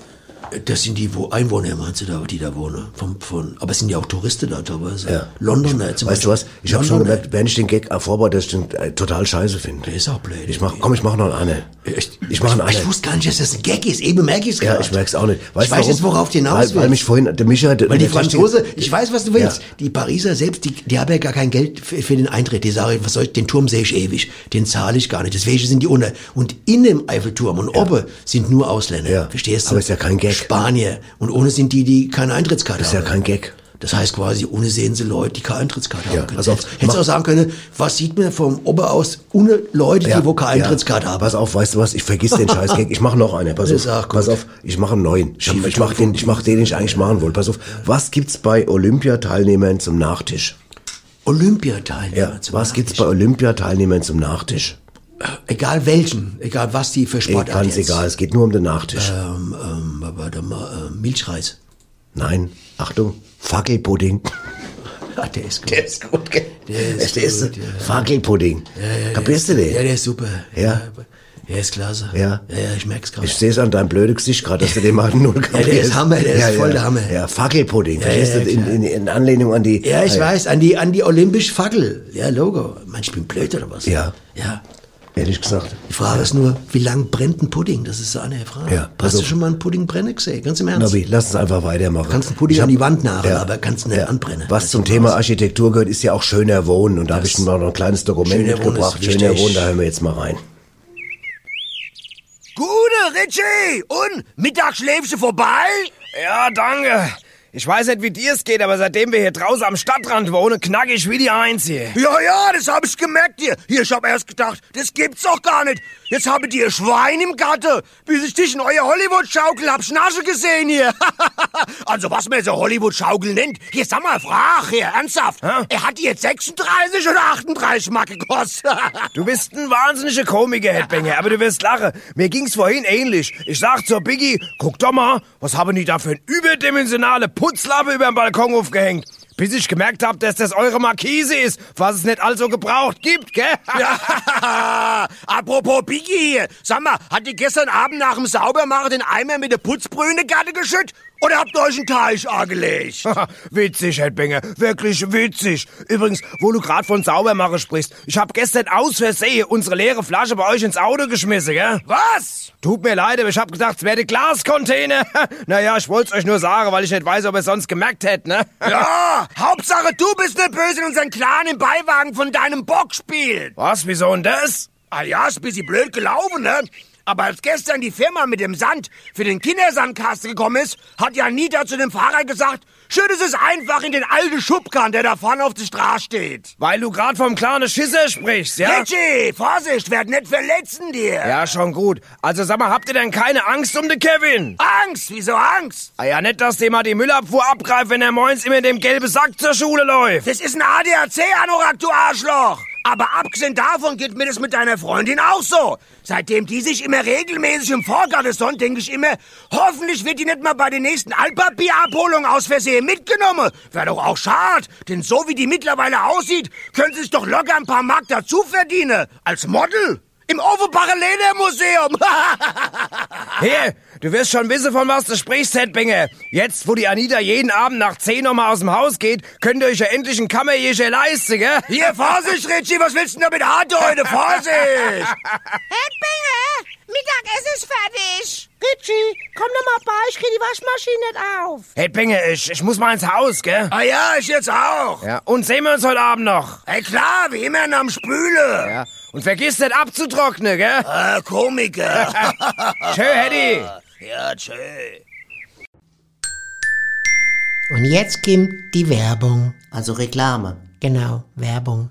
Speaker 5: Das sind die wo Einwohner, meinst du da, die da wohnen? Von, von, aber es sind ja auch Touristen da teilweise.
Speaker 3: Ja.
Speaker 5: Londoner zum
Speaker 3: Weißt du
Speaker 5: Beispiel.
Speaker 3: was? Ich habe schon
Speaker 5: Londoner.
Speaker 3: gemerkt, wenn ich den Gag vorbereite, dass ich den äh, total scheiße finde.
Speaker 5: Der ist auch blöd.
Speaker 3: Ich mach, komm, ich mach noch einen.
Speaker 5: Echt?
Speaker 3: Ich mach einen.
Speaker 5: Ich wusste gar nicht, dass das ein Gag ist. Eben merke ich es
Speaker 3: Ja,
Speaker 5: gerade.
Speaker 3: ich merk's auch nicht.
Speaker 5: Ich weiß jetzt, worauf du hinaus
Speaker 3: weil, weil
Speaker 5: willst.
Speaker 3: mich vorhin der Micha...
Speaker 5: Weil die Franzose, ich weiß, was du willst. Die Pariser selbst, die, die haben ja gar kein Geld für, für den Eintritt. Die sagen, was soll ich, den Turm sehe ich ewig, den zahle ich gar nicht. Deswegen sind die unter. Und in dem Eiffelturm und oben sind nur Ausländer.
Speaker 3: Ja.
Speaker 5: Verstehst du?
Speaker 3: Aber ist ja kein Gag.
Speaker 5: Spanier. Und ohne sind die, die keine Eintrittskarte
Speaker 3: Ist
Speaker 5: haben.
Speaker 3: ja kein Gag.
Speaker 5: Das heißt quasi, ohne sehen sie Leute, die keine Eintrittskarte
Speaker 3: Ja, also
Speaker 5: haben können.
Speaker 3: pass auf,
Speaker 5: Hättest
Speaker 3: mach-
Speaker 5: du auch sagen können, was sieht man vom Ober aus ohne Leute, die wo keine Eintrittskarte
Speaker 3: ja.
Speaker 5: haben?
Speaker 3: Pass auf, weißt du was? Ich vergiss den scheiß Gag. Ich mache noch einen.
Speaker 5: <laughs>
Speaker 3: Pass
Speaker 5: Das ist
Speaker 3: auf,
Speaker 5: auch gut.
Speaker 3: pass auf. Ich mache einen neuen. Ich, hab, ich mache den, ich mach den, den ich eigentlich machen wollte. Pass auf. Was gibt's bei Olympiateilnehmern zum Nachtisch?
Speaker 5: Olympiateilnehmer.
Speaker 3: Ja. Was gibt's bei Olympiateilnehmern zum Nachtisch?
Speaker 5: Äh, Egal welchen, egal was die für
Speaker 3: Ey,
Speaker 5: Sportart
Speaker 3: ganz
Speaker 5: jetzt.
Speaker 3: egal. Es geht nur um den Nachtisch.
Speaker 5: Ähm, ähm, warte mal, äh, Milchreis.
Speaker 3: Nein. Achtung. Fackelpudding. <laughs>
Speaker 5: Ah, der ist gut.
Speaker 3: Der ist gut, gell?
Speaker 5: Der ist
Speaker 3: Verstehst
Speaker 5: gut,
Speaker 3: du?
Speaker 5: ja.
Speaker 3: Fackelpudding. Kapierst du den?
Speaker 5: Ja, der ist super.
Speaker 3: Ja.
Speaker 5: Der ist klasse.
Speaker 3: Ja.
Speaker 5: Ja, ja ich merk's gerade.
Speaker 3: Ich sehe es an deinem blöden Gesicht gerade, dass du den mal <laughs> null kapierst.
Speaker 5: der ist Hammer, der ist voll
Speaker 3: ja.
Speaker 5: der Hammer.
Speaker 3: Ja, Fackelpudding, verstehst
Speaker 5: ja,
Speaker 3: du, in,
Speaker 5: klar.
Speaker 3: in, in Anlehnung an die...
Speaker 5: Ja, ich
Speaker 3: Ah,
Speaker 5: weiß, an die, an die olympische Fackel. Ja, Logo. Mann, ich bin blöd oder was?
Speaker 3: Ja,
Speaker 5: Ja.
Speaker 3: ehrlich gesagt.
Speaker 5: Die Frage ist nur, wie lang brennt ein Pudding? Das ist so eine Frage.
Speaker 3: Ja,
Speaker 5: Hast
Speaker 3: also-
Speaker 5: du schon mal einen Pudding brennen gesehen? Ganz im Ernst.
Speaker 3: Nobby, lass uns einfach weitermachen.
Speaker 5: Kannst einen Pudding
Speaker 3: Ich hab-
Speaker 5: an die Wand nagen,
Speaker 3: Ja.
Speaker 5: aber kannst ihn nicht anbrennen. Also
Speaker 3: Was zum Thema Architektur gehört, ist ja auch schöner Wohnen. Und da habe ich mal noch ein kleines Dokument
Speaker 5: Schöner Wohnen ist
Speaker 3: mitgebracht.
Speaker 5: wichtig.
Speaker 3: Schöner Wohnen, da hören wir jetzt mal rein.
Speaker 8: Gute, Richie! Und? Mittag schläfst du vorbei?
Speaker 16: Ja, danke. Ich weiß nicht, wie dir es geht, aber seitdem wir hier draußen am Stadtrand wohnen, knack ich wie die Einzige.
Speaker 8: Ja, ja, das hab ich gemerkt hier. Hier, ich hab erst gedacht, das gibt's doch gar nicht. Jetzt habet ihr Schwein im Gatte, bis ich dich in euer Hollywood-Schaukel hab Schnasche gesehen hier. <laughs> also was man so Hollywood-Schaukel nennt, hier sag mal, frag hier, ernsthaft. Er hat die jetzt 36 oder 38 Mark gekostet. <laughs>
Speaker 16: Du bist ein wahnsinniger Komiker, Headbanger, aber du wirst lachen. Mir ging's vorhin ähnlich. Ich sag zur Biggie, guck doch mal, was haben die da für eine überdimensionale Putzlappe über den Balkon aufgehängt? Bis ich gemerkt hab, dass das eure Markise ist, was es nicht also gebraucht gibt,
Speaker 9: <laughs>
Speaker 16: gell? <laughs>
Speaker 8: Ja, apropos Biggie hier. Sag mal, hat ihr gestern Abend nach dem Saubermachen den Eimer mit der Putzbrühe gerade geschüttet? Oder habt ihr euch einen Teich
Speaker 16: <laughs>
Speaker 8: angelegt?
Speaker 16: witzig, Headbanger, wirklich witzig. Übrigens, wo du gerade von Saubermachen sprichst, ich hab gestern aus Versehen unsere leere Flasche bei euch ins Auto geschmissen, gell?
Speaker 8: Was?
Speaker 16: Tut mir leid, aber ich hab gedacht, es wäre der Glascontainer. <laughs> naja, ich wollt's euch nur sagen, weil ich nicht weiß, ob ihr sonst gemerkt hättet, ne? <laughs>
Speaker 8: Ja, Hauptsache du bist nicht böse in unseren Clan im Beiwagen von deinem Bockspiel.
Speaker 16: Was, wieso denn das?
Speaker 8: Ah ja, ist ein bisschen blöd gelaufen, ne? Aber als gestern die Firma mit dem Sand für den Kindersandkasten gekommen ist, hat Janita zu dem Fahrer gesagt, schüttet es einfach in den alten Schubkern, der da vorne auf der Straße steht.
Speaker 16: Weil du gerade vom kleinen Schisser sprichst, ja?
Speaker 8: Richie, Vorsicht, werd nicht verletzen dir.
Speaker 16: Ja, schon gut. Also sag mal, habt ihr denn keine Angst um den Kevin?
Speaker 8: Angst, wieso Angst?
Speaker 16: Ah ja, nicht, dass dem mal die Müllabfuhr abgreift, wenn er moins immer in dem gelben Sack zur Schule läuft.
Speaker 8: Das ist ein ADAC-Anorak, du Arschloch. Aber abgesehen davon geht mir das mit deiner Freundin auch so. Seitdem die sich immer regelmäßig im Vorgarten sonnt, denke ich immer, hoffentlich wird die nicht mal bei der nächsten Altpapierabholung aus Versehen mitgenommen. Wäre doch auch schad, denn so wie die mittlerweile aussieht, können sie sich doch locker ein paar Mark dazu verdienen. Als Model. Im Offenbacher <laughs> Ledermuseum.
Speaker 16: Hier, du wirst schon wissen, von was du sprichst, Headbinger. Jetzt, wo die Anita jeden Abend nach 10 nochmal aus dem Haus geht, könnt ihr euch ja endlich einen Kammerjäger leisten, gell?
Speaker 8: Hier, Vorsicht, Richie, was willst du denn damit andeuten? Vorsicht!
Speaker 16: <laughs>
Speaker 7: Headbanger, Mittagessen ist fertig. Richie, komm doch mal bei, ich krieg die Waschmaschine nicht auf.
Speaker 16: Headbinger, ich, ich muss mal ins Haus, gell?
Speaker 8: Ah ja, ich jetzt auch.
Speaker 16: Ja, und sehen wir uns heute Abend noch.
Speaker 8: Ey, klar, wie immer am Spüle.
Speaker 16: Ja, und vergiss nicht abzutrocknen, gell?
Speaker 8: Ah,
Speaker 16: <laughs>
Speaker 8: Komiker.
Speaker 16: Tschö, Hedy.
Speaker 8: Ja, tschö.
Speaker 1: Und jetzt kommt die Werbung.
Speaker 10: Also Reklame.
Speaker 1: Genau, Werbung.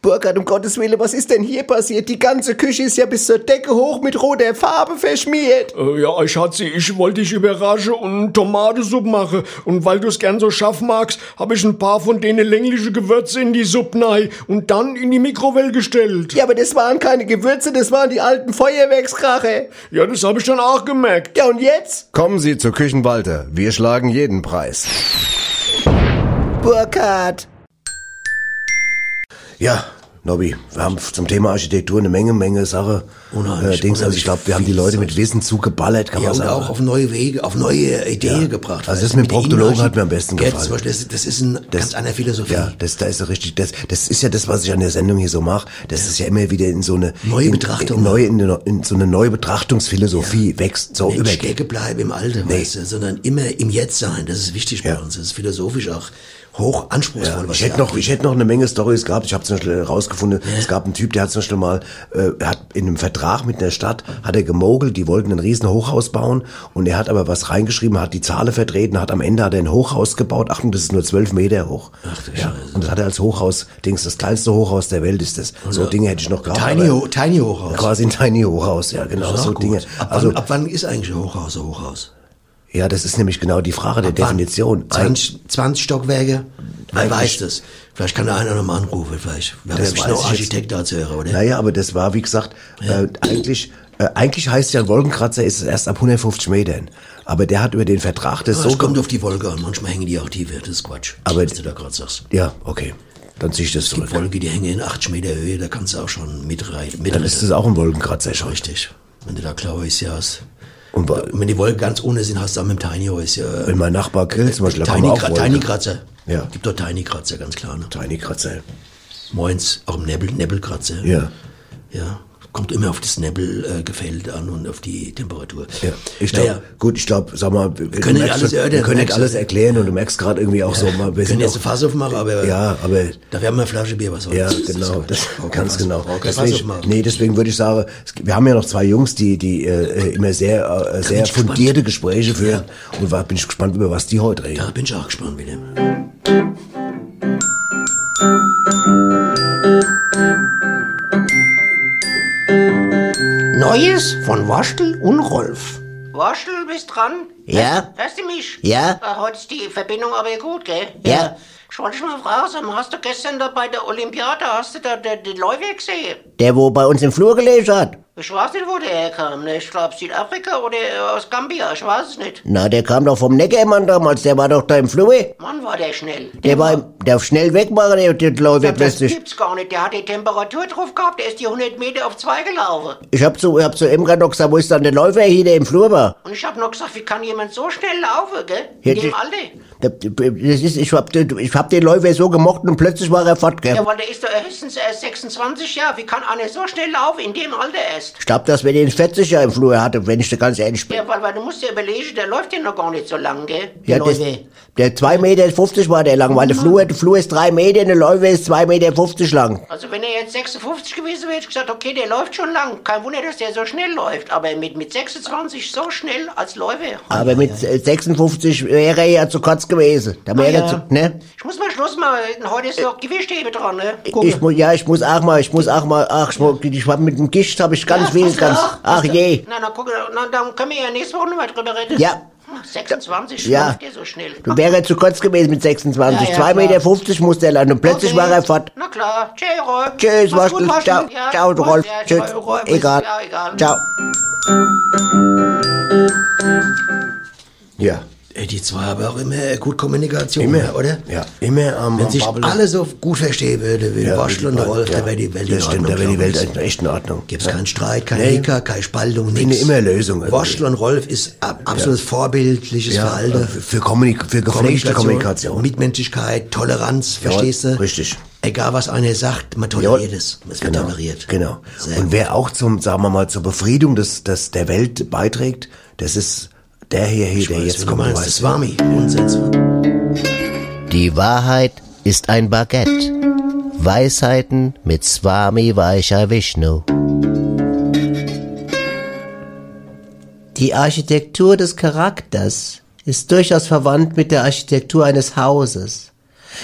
Speaker 2: Burkhard, um Gottes Willen, was ist denn hier passiert? Die ganze Küche ist ja bis zur Decke hoch mit roter Farbe verschmiert.
Speaker 4: Äh, ja, Schatzi, ich wollte dich überraschen und Tomatensuppe machen. Und weil du es gern so scharf magst, habe ich ein paar von denen längliche Gewürze in die Suppe rein und dann in die Mikrowelle gestellt.
Speaker 2: Ja, aber das waren keine Gewürze, das waren die alten Feuerwerkskracher.
Speaker 4: Ja, das habe ich dann auch gemerkt.
Speaker 2: Ja, und jetzt?
Speaker 15: Kommen Sie zur Küchenwalter. Wir schlagen jeden Preis.
Speaker 2: Burkhard.
Speaker 3: Ja, Nobby, wir haben zum Thema Architektur eine Menge, Menge Sache.
Speaker 5: Unheimlich,
Speaker 3: äh, Dings, also ich glaube, wir haben die Leute mit Wissen zugeballert, kann
Speaker 5: Ja,
Speaker 3: man
Speaker 5: und
Speaker 3: sagen.
Speaker 5: auch auf neue Wege, auf neue Ideen gebracht.
Speaker 3: ne? Also
Speaker 5: weißt
Speaker 3: das
Speaker 5: du,
Speaker 3: mit dem
Speaker 5: der
Speaker 3: Proktologen
Speaker 5: Inhalten-
Speaker 3: hat mir am besten
Speaker 5: Ja,
Speaker 3: gefallen.
Speaker 5: zum Beispiel, das, das ist ein ganz anderer Philosophie.
Speaker 3: Ja, das, da ist so richtig, das, das ist ja das, was ich an der Sendung hier so mache. Das ist ja immer wieder in so eine
Speaker 5: Neue
Speaker 3: in,
Speaker 5: Betrachtung.
Speaker 3: in, neue, in, in so eine neue Betrachtungsphilosophie wächst, so
Speaker 5: Nicht
Speaker 3: übergeht.
Speaker 5: stecke bleiben im Alter, weißt du, sondern immer im Jetzt sein. Das ist wichtig bei uns. Das ist philosophisch auch hoch anspruchsvoll.
Speaker 3: Ja,
Speaker 5: was
Speaker 3: ich,
Speaker 5: da
Speaker 3: hätte noch,
Speaker 5: abgeht.
Speaker 3: ich hätte noch eine Menge Stories gehabt. Ich habe zum Beispiel rausgefunden, es gab einen Typ, der hat zum Beispiel mal, äh, hat in einem Vertrag mit einer Stadt, hat er gemogelt, die wollten ein riesen Hochhaus bauen und er hat aber was reingeschrieben, hat die Zahlen vertreten, hat am Ende hat er ein Hochhaus gebaut. Achtung, das ist nur zwölf Meter hoch. Ach du ja. Und das hat er als Hochhaus, Dings, das kleinste Hochhaus der Welt ist das. So Dinge hätte ich noch gehabt.
Speaker 5: Tiny,
Speaker 3: aber-
Speaker 5: Ho- Tiny Hochhaus.
Speaker 3: Quasi ein Tiny Hochhaus, ja, genau,
Speaker 5: Das ist auch
Speaker 3: so
Speaker 5: gut.
Speaker 3: Dinge.
Speaker 5: Ab wann,
Speaker 3: Also,
Speaker 5: ab wann ist eigentlich ein Hochhaus ein Hochhaus?
Speaker 3: ja, das ist nämlich genau die Frage der
Speaker 5: wann?
Speaker 3: Definition. Ein-
Speaker 5: 20, 20 Stockwerke? Wer
Speaker 3: Eigentlich-
Speaker 5: weiß das? Vielleicht kann der einer nochmal anrufen, vielleicht. Wir haben
Speaker 3: Das
Speaker 5: ja bestimmt
Speaker 3: weiß
Speaker 5: noch
Speaker 3: ich jetzt
Speaker 5: Architekt da zu hören, oder?
Speaker 3: Naja, aber das war, wie gesagt, äh, eigentlich, äh, eigentlich heißt ja, ein Wolkenkratzer ist es erst ab 150 Metern. Aber der hat über den Vertrag das
Speaker 5: Aber
Speaker 3: so
Speaker 5: es kommt
Speaker 3: ge-
Speaker 5: auf die Wolke an. Manchmal hängen die auch tiefer. Das ist Quatsch.
Speaker 3: Aber-
Speaker 5: was du da gerade sagst.
Speaker 3: Ja, okay. Dann zieh ich das
Speaker 5: Die
Speaker 3: zurück.
Speaker 5: Wolke, die hängen in 80 Meter Höhe. Da kannst du auch schon mitreiten.
Speaker 3: Dann ist das auch ein Wolkenkratzer schon.
Speaker 5: Richtig. Wenn du da klar ist, ja. hast-
Speaker 3: Und wa-
Speaker 5: wenn die Wolken ganz ohne sind, hast du auch mit dem Tiny House, ja.
Speaker 3: wenn mein Nachbar grillt zum Beispiel, da
Speaker 5: Tiny,
Speaker 3: kommen auch
Speaker 5: Kra-
Speaker 3: Wolken.
Speaker 5: Tiny Kratzer.
Speaker 3: Ja.
Speaker 5: Gibt doch Tiny Kratzer, ganz klar. Ne?
Speaker 3: Tiny Kratzer.
Speaker 5: Moins, auch im Nebel, Nebelkratzer.
Speaker 3: Ja.
Speaker 5: Ja. Kommt immer auf das Nebelgefälle an und auf die Temperatur.
Speaker 3: Ja, ich glaube,
Speaker 5: Naja.
Speaker 3: gut, ich glaube, sag mal, wir
Speaker 5: können
Speaker 3: du
Speaker 5: nicht
Speaker 3: merkst
Speaker 5: alles
Speaker 3: schon, wir
Speaker 5: erörtern,
Speaker 3: können nicht
Speaker 5: merkst
Speaker 3: alles
Speaker 5: du.
Speaker 3: erklären und du merkst gerade irgendwie auch so mal,
Speaker 5: Wir können jetzt
Speaker 3: auch-
Speaker 5: ein Fass aufmachen, aber.
Speaker 3: Ja, aber
Speaker 5: Da werden wir eine Flasche Bier, was soll
Speaker 3: Ja,
Speaker 5: das?
Speaker 3: genau,
Speaker 5: <laughs>
Speaker 3: das,
Speaker 5: braucht kein
Speaker 3: ganz
Speaker 5: Fass-
Speaker 3: genau.
Speaker 5: braucht kein Fass
Speaker 3: Deswegen,
Speaker 5: aufmachen.
Speaker 3: nee, deswegen würde ich sagen, es gibt- wir haben ja noch zwei Jungs, die, die äh, äh, immer sehr, äh, sehr
Speaker 5: ich gespannt.
Speaker 3: fundierte Gespräche führen. Und war, bin ich gespannt, über was die heute reden.
Speaker 5: Da bin ich auch gespannt wieder.
Speaker 1: Neues von Waschtel und Rolf.
Speaker 6: Waschel, bist dran?
Speaker 1: Ja.
Speaker 6: Hörst du mich?
Speaker 1: Ja.
Speaker 6: Äh, heute ist die Verbindung aber gut, gell?
Speaker 1: Ja.
Speaker 6: Ich wollte dich mal fragen, sag mal, hast du gestern da bei der Olympiade, hast du da den den Leuweg gesehen?
Speaker 10: Der, wo bei uns im Flur gelegt hat.
Speaker 6: Ich weiß nicht, wo der herkam. Ne? Ich glaube Südafrika oder äh, aus Gambia, ich weiß es nicht.
Speaker 10: Na, der kam doch vom Neckermann damals. Der war doch da im Flur. Der,
Speaker 6: Mann, war der schnell.
Speaker 10: war, im, der schnell wegmachen, der, der Leute
Speaker 6: das
Speaker 10: plötzlich.
Speaker 6: gibt's gar nicht. Der hat die Temperatur drauf gehabt, der ist die 100 Meter auf zwei gelaufen.
Speaker 10: Ich hab zu, ich hab zu Emka noch gesagt, wo ist dann der Läufer hier, der im Flur war?
Speaker 6: Und ich hab noch gesagt, wie kann jemand so schnell laufen, gell?
Speaker 10: Ja,
Speaker 6: In dem
Speaker 10: das-
Speaker 6: Alter.
Speaker 10: Das ist, ich hab, den- ich hab den Läufer so gemocht und plötzlich war er fort, gell?
Speaker 6: Ja, weil der ist doch höchstens erst 26 Jahre. Wie kann einer so schnell laufen, in dem Alter erst?
Speaker 10: Ich glaub, dass wir den 40er im Flur hatten, wenn ich da ganz ehrlich bin.
Speaker 6: Ja, weil, weil du musst dir überlegen, der läuft ja noch gar nicht so lang, gell?
Speaker 10: Ja,
Speaker 6: Der
Speaker 10: das,
Speaker 6: Läufe.
Speaker 10: der 2,50 Meter war der lang, weil der Flur, der Flur ist 3 Meter, der Läufer ist 2,50 Meter lang.
Speaker 6: Also wenn er jetzt 56 gewesen wäre, hätte ich gesagt, okay, der läuft schon lang. Kein Wunder, dass der so schnell läuft. Aber mit, mit 26 so schnell als Läufe.
Speaker 10: Aber mit äh, 56 wäre er ja zu kurz gewesen. Da wäre
Speaker 6: Ah,
Speaker 10: er
Speaker 6: ja.
Speaker 10: zu, ne?
Speaker 6: Ich muss mal Schluss machen. Heute ist noch Gewichthebe dran, ne?
Speaker 10: Äh, Ich muss, ja, ich muss auch mal, ich muss auch mal, ach, ich, mu- ich hab mit dem Gischt hab ich ganz
Speaker 6: Ja,
Speaker 10: viel,
Speaker 6: hast du
Speaker 10: ganz,
Speaker 6: auch?
Speaker 10: ach je.
Speaker 6: Na, na, guck, na, dann können wir ja nächste Woche nochmal drüber reden.
Speaker 10: Ja.
Speaker 6: Ach, 26
Speaker 10: Ja.
Speaker 6: läuft der so schnell.
Speaker 10: Du wäre er zu kurz gewesen mit 26. 2,50
Speaker 6: Ja, ja, klar.
Speaker 10: Meter muss der lang und plötzlich war er fort.
Speaker 6: Na klar. Tschö, Rolf.
Speaker 10: Tschüss,
Speaker 6: Mach's
Speaker 10: was
Speaker 6: gut, Waschel.
Speaker 10: Ciao,
Speaker 6: Ja,
Speaker 10: ciao,
Speaker 6: Rolf.
Speaker 10: Rolf.
Speaker 6: Ja,
Speaker 10: Tschüss.
Speaker 6: Rolf.
Speaker 10: Egal.
Speaker 6: Ja, egal.
Speaker 10: Ciao.
Speaker 3: Ja.
Speaker 5: Ey, die zwei haben auch immer gut Kommunikation,
Speaker 3: Immer.
Speaker 5: oder?
Speaker 3: Ja, immer am,
Speaker 5: Wenn
Speaker 3: am
Speaker 5: sich
Speaker 3: Babbeln.
Speaker 5: alle so gut verstehen würde, wie
Speaker 3: Ja,
Speaker 5: Waschel und
Speaker 3: ja,
Speaker 5: Rolf,
Speaker 3: ja.
Speaker 5: da wäre die Welt in
Speaker 3: Das stimmt,
Speaker 5: Ordnung.
Speaker 3: da wäre die
Speaker 5: glaub
Speaker 3: Welt
Speaker 5: ich.
Speaker 3: in- echt in Ordnung.
Speaker 5: Gibt's
Speaker 3: Ja.
Speaker 5: keinen Streit, kein
Speaker 3: Nee.
Speaker 5: Hicker, keine Spaltung,
Speaker 3: Finde
Speaker 5: nichts.
Speaker 3: immer Lösungen irgendwie.
Speaker 5: Waschel und Rolf ist ab- absolut vorbildliches
Speaker 3: Ja,
Speaker 5: Verhalten.
Speaker 3: für- für Kommunik- für gepflegte Kommunikation.
Speaker 5: Mitmenschlichkeit, Toleranz,
Speaker 3: Ja,
Speaker 5: verstehst du?
Speaker 3: Richtig.
Speaker 5: Egal, was einer sagt, man toleriert es. Es wird toleriert.
Speaker 3: Genau.
Speaker 5: Sehr
Speaker 3: und wer auch zum, sagen wir mal, zur Befriedung des, des, der Welt beiträgt, das ist der hier, hier der
Speaker 5: weiß,
Speaker 3: jetzt
Speaker 5: wen du
Speaker 3: kommen
Speaker 5: meinst.
Speaker 3: weiß.
Speaker 5: Das war mir grundsätzlich.
Speaker 10: Die Wahrheit ist ein Baguette. Weisheiten mit Swami Vaishya Vishnu. Die Architektur des Charakters
Speaker 17: ist durchaus verwandt mit der Architektur eines Hauses.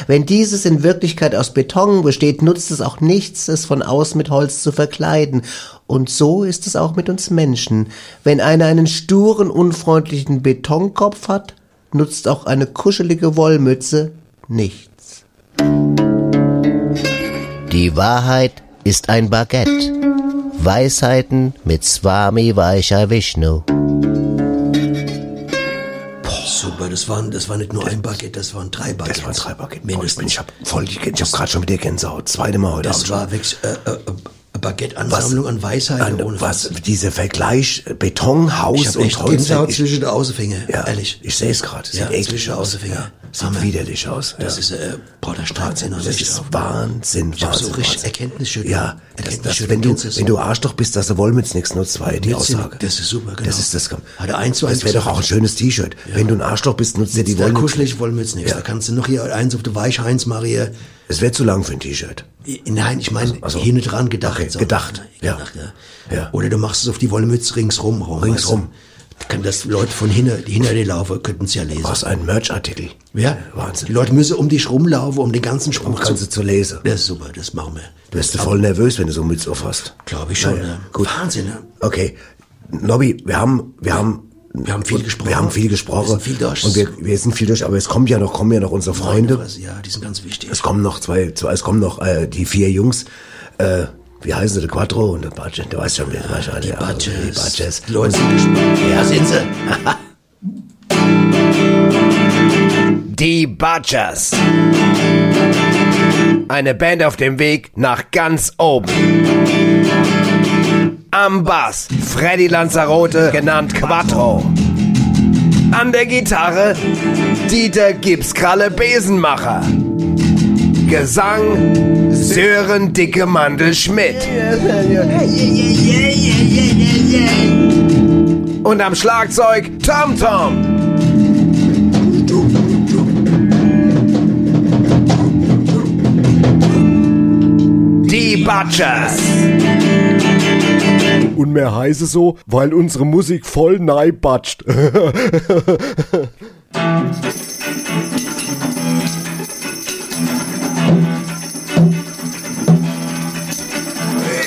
Speaker 17: Wenn dieses in Wirklichkeit aus Beton besteht, nutzt es auch nichts, es von außen mit Holz zu verkleiden. Und so ist es auch mit uns Menschen. Wenn einer einen sturen, unfreundlichen Betonkopf hat, nutzt auch eine kuschelige Wollmütze nichts.
Speaker 10: Die Wahrheit ist ein Baguette. Weisheiten mit Swami Vaishya Vishnu.
Speaker 5: Super, das waren, das war nicht nur ein Bucket, das waren drei Buckets.
Speaker 18: Das waren drei Bucket.
Speaker 5: Mindestens.
Speaker 18: Ich hab voll, die- ich hab gerade schon mit der Gänsehaut. Zweite Mal heute Abend
Speaker 5: Das
Speaker 18: schon.
Speaker 5: war wirklich äh, äh, äh, Baguette-Ansammlung an Weisheit
Speaker 18: an-
Speaker 5: ohne
Speaker 18: was, dieser Vergleich äh, Beton,
Speaker 5: Ich
Speaker 18: Haus
Speaker 5: hab
Speaker 18: und
Speaker 5: echt
Speaker 18: Holz.
Speaker 5: Gänsehaut
Speaker 18: ich-
Speaker 5: zwischen den Außenfingern,
Speaker 18: ja,
Speaker 5: ehrlich.
Speaker 18: Ich sehe es gerade. Sieht
Speaker 5: Ja,
Speaker 18: eklig
Speaker 5: zwischen den
Speaker 18: aus.
Speaker 5: Außenfingern.
Speaker 18: Sieht widerlich aus.
Speaker 5: Das ist, äh, boah, da strahlt sie noch
Speaker 18: Das
Speaker 5: Licht
Speaker 18: ist
Speaker 5: auf.
Speaker 18: Wahnsinn,
Speaker 5: Ich hab so
Speaker 18: Wahnsinn,
Speaker 5: richtig
Speaker 18: Wahnsinn.
Speaker 5: Erkenntnisschütteln.
Speaker 18: Ja, das, das,
Speaker 5: Erkenntnisschütteln,
Speaker 18: wenn, du,
Speaker 5: kennst das?
Speaker 18: wenn du Arschloch bist, dass du Wollmütz nichts nutzt, war ja die
Speaker 5: Nützt sie
Speaker 18: Aussage.
Speaker 5: nicht. Das ist super, genau.
Speaker 18: Das ist das.
Speaker 5: Hat er eins zu eins
Speaker 18: Das wäre doch auch ein
Speaker 5: gesagt.
Speaker 18: schönes T-Shirt. Wenn du ein Arschloch bist, nutzt dir die
Speaker 5: da
Speaker 18: Wollmütz.
Speaker 5: kuschelig Wollmütz nichts. Da kannst du noch hier eins auf die Weichheinz Maria.
Speaker 18: Es wäre zu lang für ein T-Shirt.
Speaker 5: Nein, ich meine,
Speaker 18: also-
Speaker 5: hin und dran gedacht.
Speaker 18: Okay,
Speaker 5: so.
Speaker 18: gedacht, ja.
Speaker 5: gedacht ja.
Speaker 18: Ja.
Speaker 5: Oder du machst es auf die Wollmütz ringsrum. Rum,
Speaker 18: Ringsrum.
Speaker 5: weißt du? Kann das Leute von hinter, die hinter dir laufen, könnten es ja lesen.
Speaker 18: Was ein Merch-Artikel.
Speaker 5: Ja,
Speaker 18: Wahnsinn.
Speaker 5: Die Leute müssen um dich rumlaufen, um den ganzen Spruch
Speaker 18: kannst du zu lesen.
Speaker 5: Das ist super, das machen wir.
Speaker 18: Du bist du voll nervös, wenn du so einen Mütz auf hast.
Speaker 5: Glaube ich schon.
Speaker 18: Naja,
Speaker 5: ne?
Speaker 18: gut.
Speaker 5: Wahnsinn. Ne?
Speaker 18: Okay, Nobby, wir haben, wir haben,
Speaker 5: Wir haben viel gesprochen.
Speaker 18: Wir haben viel gesprochen.
Speaker 5: Wir sind viel durch.
Speaker 18: Und wir, wir sind viel durch, aber es kommen ja noch, kommen ja noch unsere Freunde.
Speaker 5: Meine Fresse, ja, die sind ganz wichtig.
Speaker 18: Es kommen noch zwei, zwei es kommen noch äh, die vier Jungs. Äh, wie heißen sie? Der Quattro und der Badge. Du weißt schon, wer ja, Die Badges. Die Badges.
Speaker 5: Die Leute sind gespannt. Ja, sind sie.
Speaker 18: <laughs>
Speaker 8: Die Badgers. Eine Band auf dem Weg nach ganz oben. Am Bass Freddy Lanzarote, genannt Quattro. An der Gitarre Dieter Gipskralle Besenmacher. Gesang Sören Dicke Mandel Schmidt. Und am Schlagzeug Tom Tom. Die Butchers.
Speaker 4: Und mehr heiße so, weil unsere Musik voll neibatscht.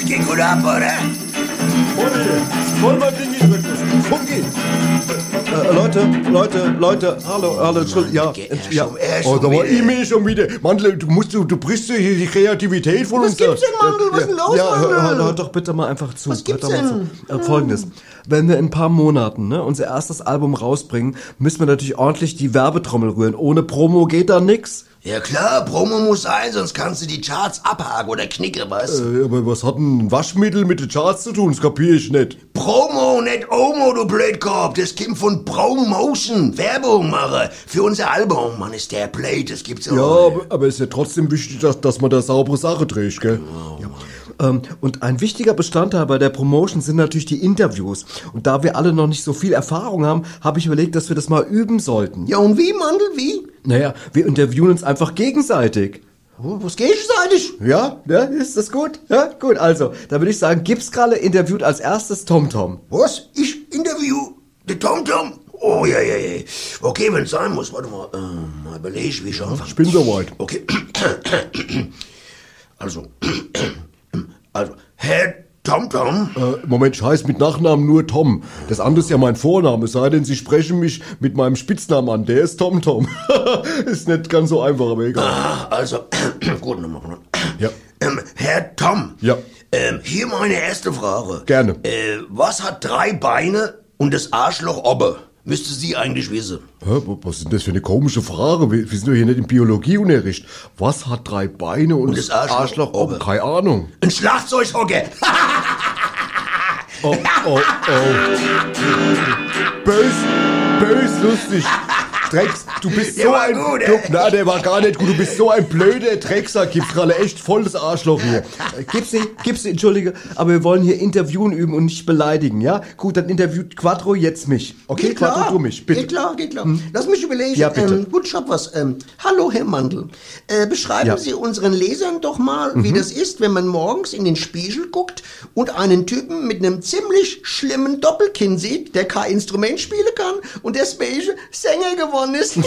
Speaker 19: Geht gut ab, oder?
Speaker 3: Voll mein Ding gedrückt. Komm, geh. Äh, Leute, Leute, Leute, hallo, hallo, Entschuldigung, ja, ja.
Speaker 4: Oh, da war ich mir schon wieder. Mandel, du musst, du, du brichst hier die Kreativität von
Speaker 3: Was
Speaker 4: uns.
Speaker 3: gibt's denn, Mandel? Was ist denn los, Mandel?
Speaker 4: Ja, hör-
Speaker 3: Hallo,
Speaker 4: hör-
Speaker 3: hallo,
Speaker 4: hör-
Speaker 3: hört doch bitte mal einfach zu. Was gibt's Zu. Äh, Folgendes. Wenn wir in ein paar Monaten ne, unser erstes Album rausbringen, müssen wir natürlich ordentlich die Werbetrommel rühren. Ohne Promo geht da nix.
Speaker 5: Ja klar, Promo muss sein, sonst kannst du die Charts abhaken oder knicken, was?
Speaker 3: Äh, aber was hat ein Waschmittel mit den Charts zu tun? Das kapier ich nicht.
Speaker 5: Promo, nicht Omo, du Blödkorb. Das kommt von Promotion, Werbung mache. Für unser Album, man ist der Play, das gibt's auch.
Speaker 3: Ja, aber, aber ist ja trotzdem wichtig, dass, dass man da saubere Sache trägt, gell? Ja.
Speaker 5: Ähm,
Speaker 3: und ein wichtiger Bestandteil bei der Promotion sind natürlich die Interviews. Und da wir alle noch nicht so viel Erfahrung haben, habe ich überlegt, dass wir das mal üben sollten. Ja, und wie, Mandel, wie? Naja, wir interviewen uns einfach gegenseitig. Was gegenseitig? Ja, ja, ist das gut? Ja, gut, also, da würde ich sagen, Gipskralle interviewt als erstes TomTom.
Speaker 5: Was? Ich interview den TomTom? Oh, ja, ja, ja. Okay, wenn's sein muss, warte mal, ähm, mal überlege ich, wie ich anfange.
Speaker 3: Ich bin soweit.
Speaker 5: Okay. <coughs> Also, <coughs> also, Herr TomTom?
Speaker 3: Äh, Moment, ich heiße mit Nachnamen nur Tom. Das andere ist ja mein Vorname, es sei denn, Sie sprechen mich mit meinem Spitznamen an. Der ist Tom Tom. <laughs> ist nicht ganz so einfach, aber egal.
Speaker 5: Ah, also, <clears throat> gut, nochmal. von vorne.
Speaker 3: Ja.
Speaker 5: <clears throat> Ähm, Herr Tom,
Speaker 3: Ja.
Speaker 5: ähm, hier meine erste Frage.
Speaker 3: Gerne.
Speaker 5: Äh, was hat drei Beine und das Arschloch Obbe? Müsste sie eigentlich wissen.
Speaker 3: Hä, wa- was ist denn das für eine komische Frage? Wir, wir sind doch hier nicht im Biologieunterricht. Was hat drei Beine und,
Speaker 5: Und das Arschloch
Speaker 3: oben? Keine Ahnung.
Speaker 5: Ein Schlagzeughocker. <laughs>
Speaker 3: Oh, oh, oh. Bös, bös lustig. Drecks, du
Speaker 20: du bist
Speaker 21: Der
Speaker 20: so
Speaker 21: war
Speaker 20: ein...
Speaker 5: äh.
Speaker 21: gut,
Speaker 20: du,
Speaker 21: ey.
Speaker 20: nein, der war gar nicht gut. Du bist so ein blöder Drecksack, Gipsralle. Echt volles Arschloch hier. Äh, Gipsi, Gipsi, entschuldige, aber wir wollen hier Interviewen üben und nicht beleidigen, ja? Gut, dann interviewt Quattro jetzt mich. Okay,
Speaker 5: Geht klar.
Speaker 20: Quattro, du mich, bitte.
Speaker 5: Geht klar, geht klar.
Speaker 20: Hm?
Speaker 5: Lass mich überlegen.
Speaker 20: Ja, bitte.
Speaker 5: Ähm, gut, ich hab was. Ähm, hallo, Herr Mandel. Äh, beschreiben
Speaker 20: Ja.
Speaker 5: Sie unseren Lesern doch mal, wie
Speaker 20: Mhm.
Speaker 5: das ist, wenn man morgens in den Spiegel guckt und einen Typen mit einem ziemlich schlimmen Doppelkinn sieht, der kein Instrument spielen kann und deswegen Sänger geworden ist. <laughs> der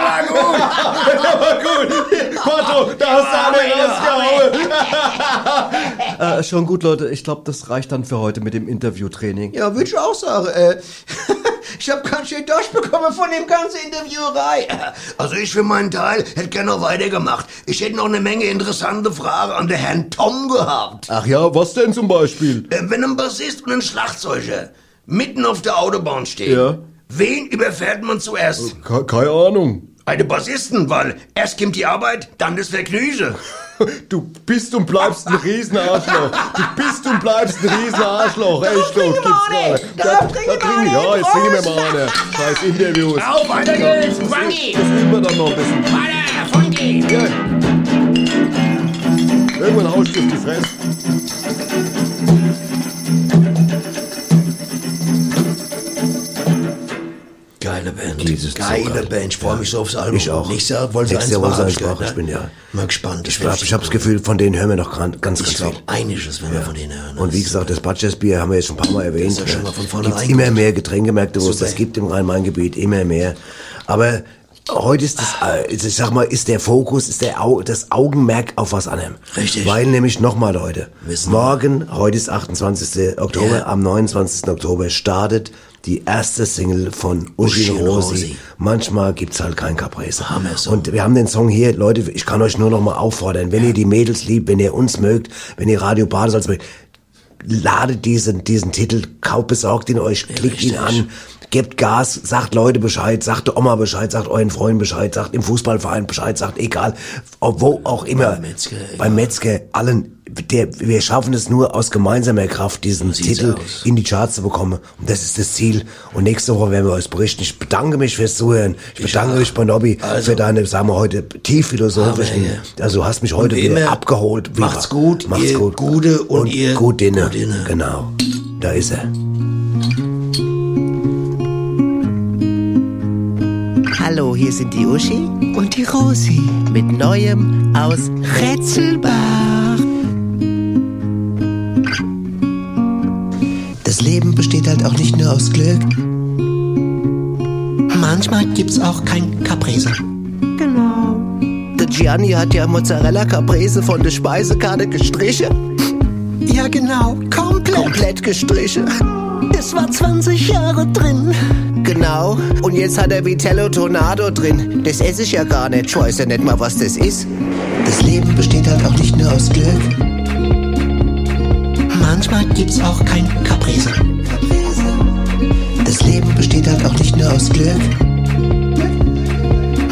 Speaker 5: war
Speaker 21: gut.
Speaker 5: Der war
Speaker 20: gut. Quattro, da hast du alle rausgehauen. <laughs> Äh, schon gut, Leute. Ich glaube, das reicht dann für heute mit dem Interviewtraining.
Speaker 5: Ja, würde ich auch sagen.
Speaker 22: <laughs>
Speaker 5: Äh, ich habe ganz schön durchbekommen von dem ganzen Interviewerei.
Speaker 22: Also ich für meinen Teil hätte gerne noch weitergemacht. Ich hätte noch eine Menge interessante Fragen an den Herrn Tom gehabt.
Speaker 20: Ach ja, was denn zum Beispiel?
Speaker 22: Äh, Wenn ein Bassist und ein Schlagzeuger mitten auf der Autobahn stehen,
Speaker 20: Ja.
Speaker 22: wen überfährt man zuerst?
Speaker 3: Oh.
Speaker 20: Ke keine Ahnung.
Speaker 22: Eine Bassisten, weil erst kommt die Arbeit, dann das Vergnügen.
Speaker 20: Du bist und bleibst ein Riesenarschloch. Du bist und bleibst ein Riesenarschloch. Echt, du gibt's gerade. Da trinken wir Ja, jetzt trinken wir mal eine. Scheiß Interviews.
Speaker 21: Auf, weiter geht's. Wangi.
Speaker 20: Das üben wir dann noch ein bisschen.
Speaker 21: Weiter, Funky.
Speaker 20: Irgendwann haust du auf die Fresse.
Speaker 5: Geile Band.
Speaker 3: Dieses
Speaker 5: Geile
Speaker 3: Zucker.
Speaker 5: Band. Ich freue mich so aufs Album.
Speaker 3: Ich auch.
Speaker 5: Nächstes Jahr wollen sie
Speaker 3: Nächstes Jahr
Speaker 5: eins
Speaker 3: wollen sie
Speaker 5: machen,
Speaker 3: eins
Speaker 5: gell,
Speaker 3: machen.
Speaker 5: ne?
Speaker 3: Ich bin ja-
Speaker 5: Mal gespannt.
Speaker 3: Ich habe ich hab das Gefühl, von denen hören wir noch gran- ganz, ganz viel.
Speaker 5: einiges, wenn wir von denen hören. ne?
Speaker 3: Und wie gesagt, das Batschers-Bier haben wir jetzt schon ein paar Mal erwähnt.
Speaker 5: Das ist ja schon mal von vornherein
Speaker 3: Gibt's
Speaker 5: gut.
Speaker 3: immer mehr Getränkemärkte, wo es
Speaker 5: Super.
Speaker 3: das gibt im Rhein-Main-Gebiet, immer mehr. Aber heute ist das, äh, ich sag mal, ist der Fokus, ist der Au das Augenmerk auf was anderem. Richtig. Weil nämlich nochmal, Leute, morgen, heute ist 28. Oktober,
Speaker 5: Ja.
Speaker 3: am 29. Oktober startet die erste Single von Uschi
Speaker 5: Uschi
Speaker 3: und
Speaker 5: und
Speaker 3: Rosi.
Speaker 5: Rosi.
Speaker 3: Manchmal gibt's halt kein Caprese. Und wir haben den Song hier, Leute, ich kann euch nur noch mal auffordern, wenn ihr die Mädels liebt, wenn ihr uns mögt, wenn ihr Radio Badesalz mögt, ladet diesen, diesen Titel, kauft, besorgt ihn euch, klickt ihn an, gebt Gas, sagt Leute Bescheid, sagt der Oma Bescheid, sagt euren Freunden Bescheid, sagt im Fußballverein Bescheid, sagt egal, ob- wo auch immer, beim Metzger, beim Metzger allen, der, wir schaffen es nur aus gemeinsamer Kraft, diesen Titel in die Charts zu bekommen. Und das ist das Ziel. Und nächste Woche werden wir euch berichten. Ich bedanke mich fürs Zuhören. Ich bedanke mich bei Nobby
Speaker 5: Also
Speaker 3: für deine, sagen wir heute, tief philosophischen,
Speaker 5: Hammer,
Speaker 3: also du hast mich
Speaker 5: Und
Speaker 3: heute
Speaker 5: wie
Speaker 3: wieder
Speaker 5: immer,
Speaker 3: abgeholt. Wie
Speaker 5: macht's
Speaker 3: immer.
Speaker 5: gut,
Speaker 3: macht's
Speaker 5: ihr
Speaker 3: gut.
Speaker 5: Gute und ihr
Speaker 3: gut Dinne. Genau. Da ist er.
Speaker 23: Hallo, hier sind die Uschi und die Rosi mit Neuem aus Rätselbach.
Speaker 10: Das Leben besteht halt auch nicht nur aus Glück.
Speaker 11: Manchmal gibt's auch kein Caprese.
Speaker 10: Genau. Der Gianni hat ja Mozzarella Caprese von der Speisekarte gestrichen.
Speaker 11: Ja, genau. Komplett.
Speaker 10: Komplett gestrichen.
Speaker 11: Es war 20 Jahre drin.
Speaker 10: Genau. Und jetzt hat er Vitello Tornado drin. Das esse ich ja gar nicht. Ich weiß ja nicht mal, was das ist. Das Leben besteht halt auch nicht nur aus Glück.
Speaker 11: Manchmal gibt's auch kein Caprese. Das Leben besteht halt auch nicht nur aus Glück.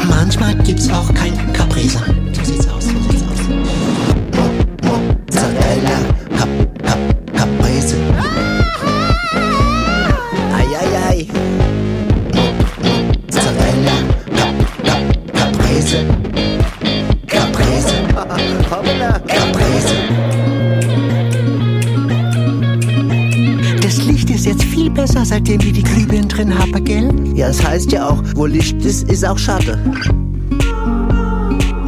Speaker 11: Manchmal gibt's auch kein Caprese. So sieht's aus, so sieht's aus.
Speaker 10: Mozzarella Cap Cap Caprese. Ai ai ai. Mozzarella Cap Cap Caprese. Caprese. Hoppala. Caprese.
Speaker 23: Das Licht ist jetzt viel besser, seitdem wir die Glühbirnen drin haben, gell?
Speaker 10: Ja, es heißt ja auch, wo Licht ist, ist auch Schatten.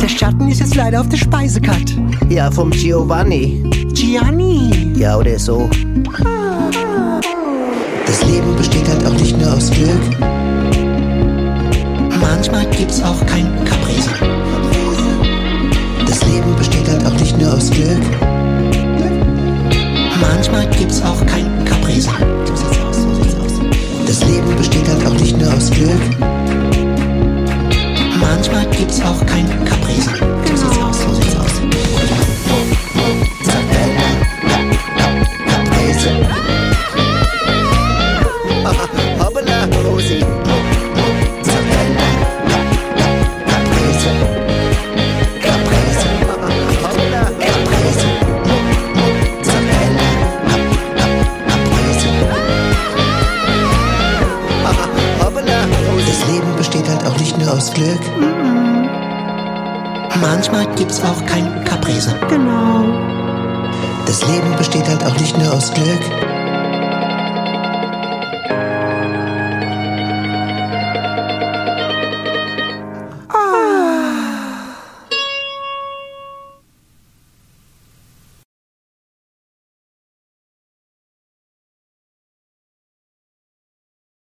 Speaker 23: Der Schatten ist jetzt leider auf der Speisekarte.
Speaker 10: Ja, vom Giovanni.
Speaker 23: Gianni.
Speaker 10: Ja, oder so.
Speaker 11: Das Leben besteht halt auch nicht nur aus Glück. Manchmal gibt's auch kein Caprese. Das Leben besteht halt auch nicht nur aus Glück. Manchmal gibt's auch kein Caprese. So sieht's aus, so sieht's aus. Das Leben besteht halt auch nicht nur aus Glück. Manchmal gibt's auch kein Caprese. So sieht's aus, so sieht's aus.
Speaker 10: Caprese.
Speaker 11: <laughs>
Speaker 10: Hoppala, Rosi. Mozzarella. Cap- Cap- Caprese. Caprese. Hoppala, Caprese. Mozzarella. Cap- Cap- Caprese. Hoppala, Rosi. Das Leben halt Manchmal gibt's auch kein Caprese.
Speaker 24: Genau.
Speaker 10: Das Leben besteht halt auch nicht nur aus Glück.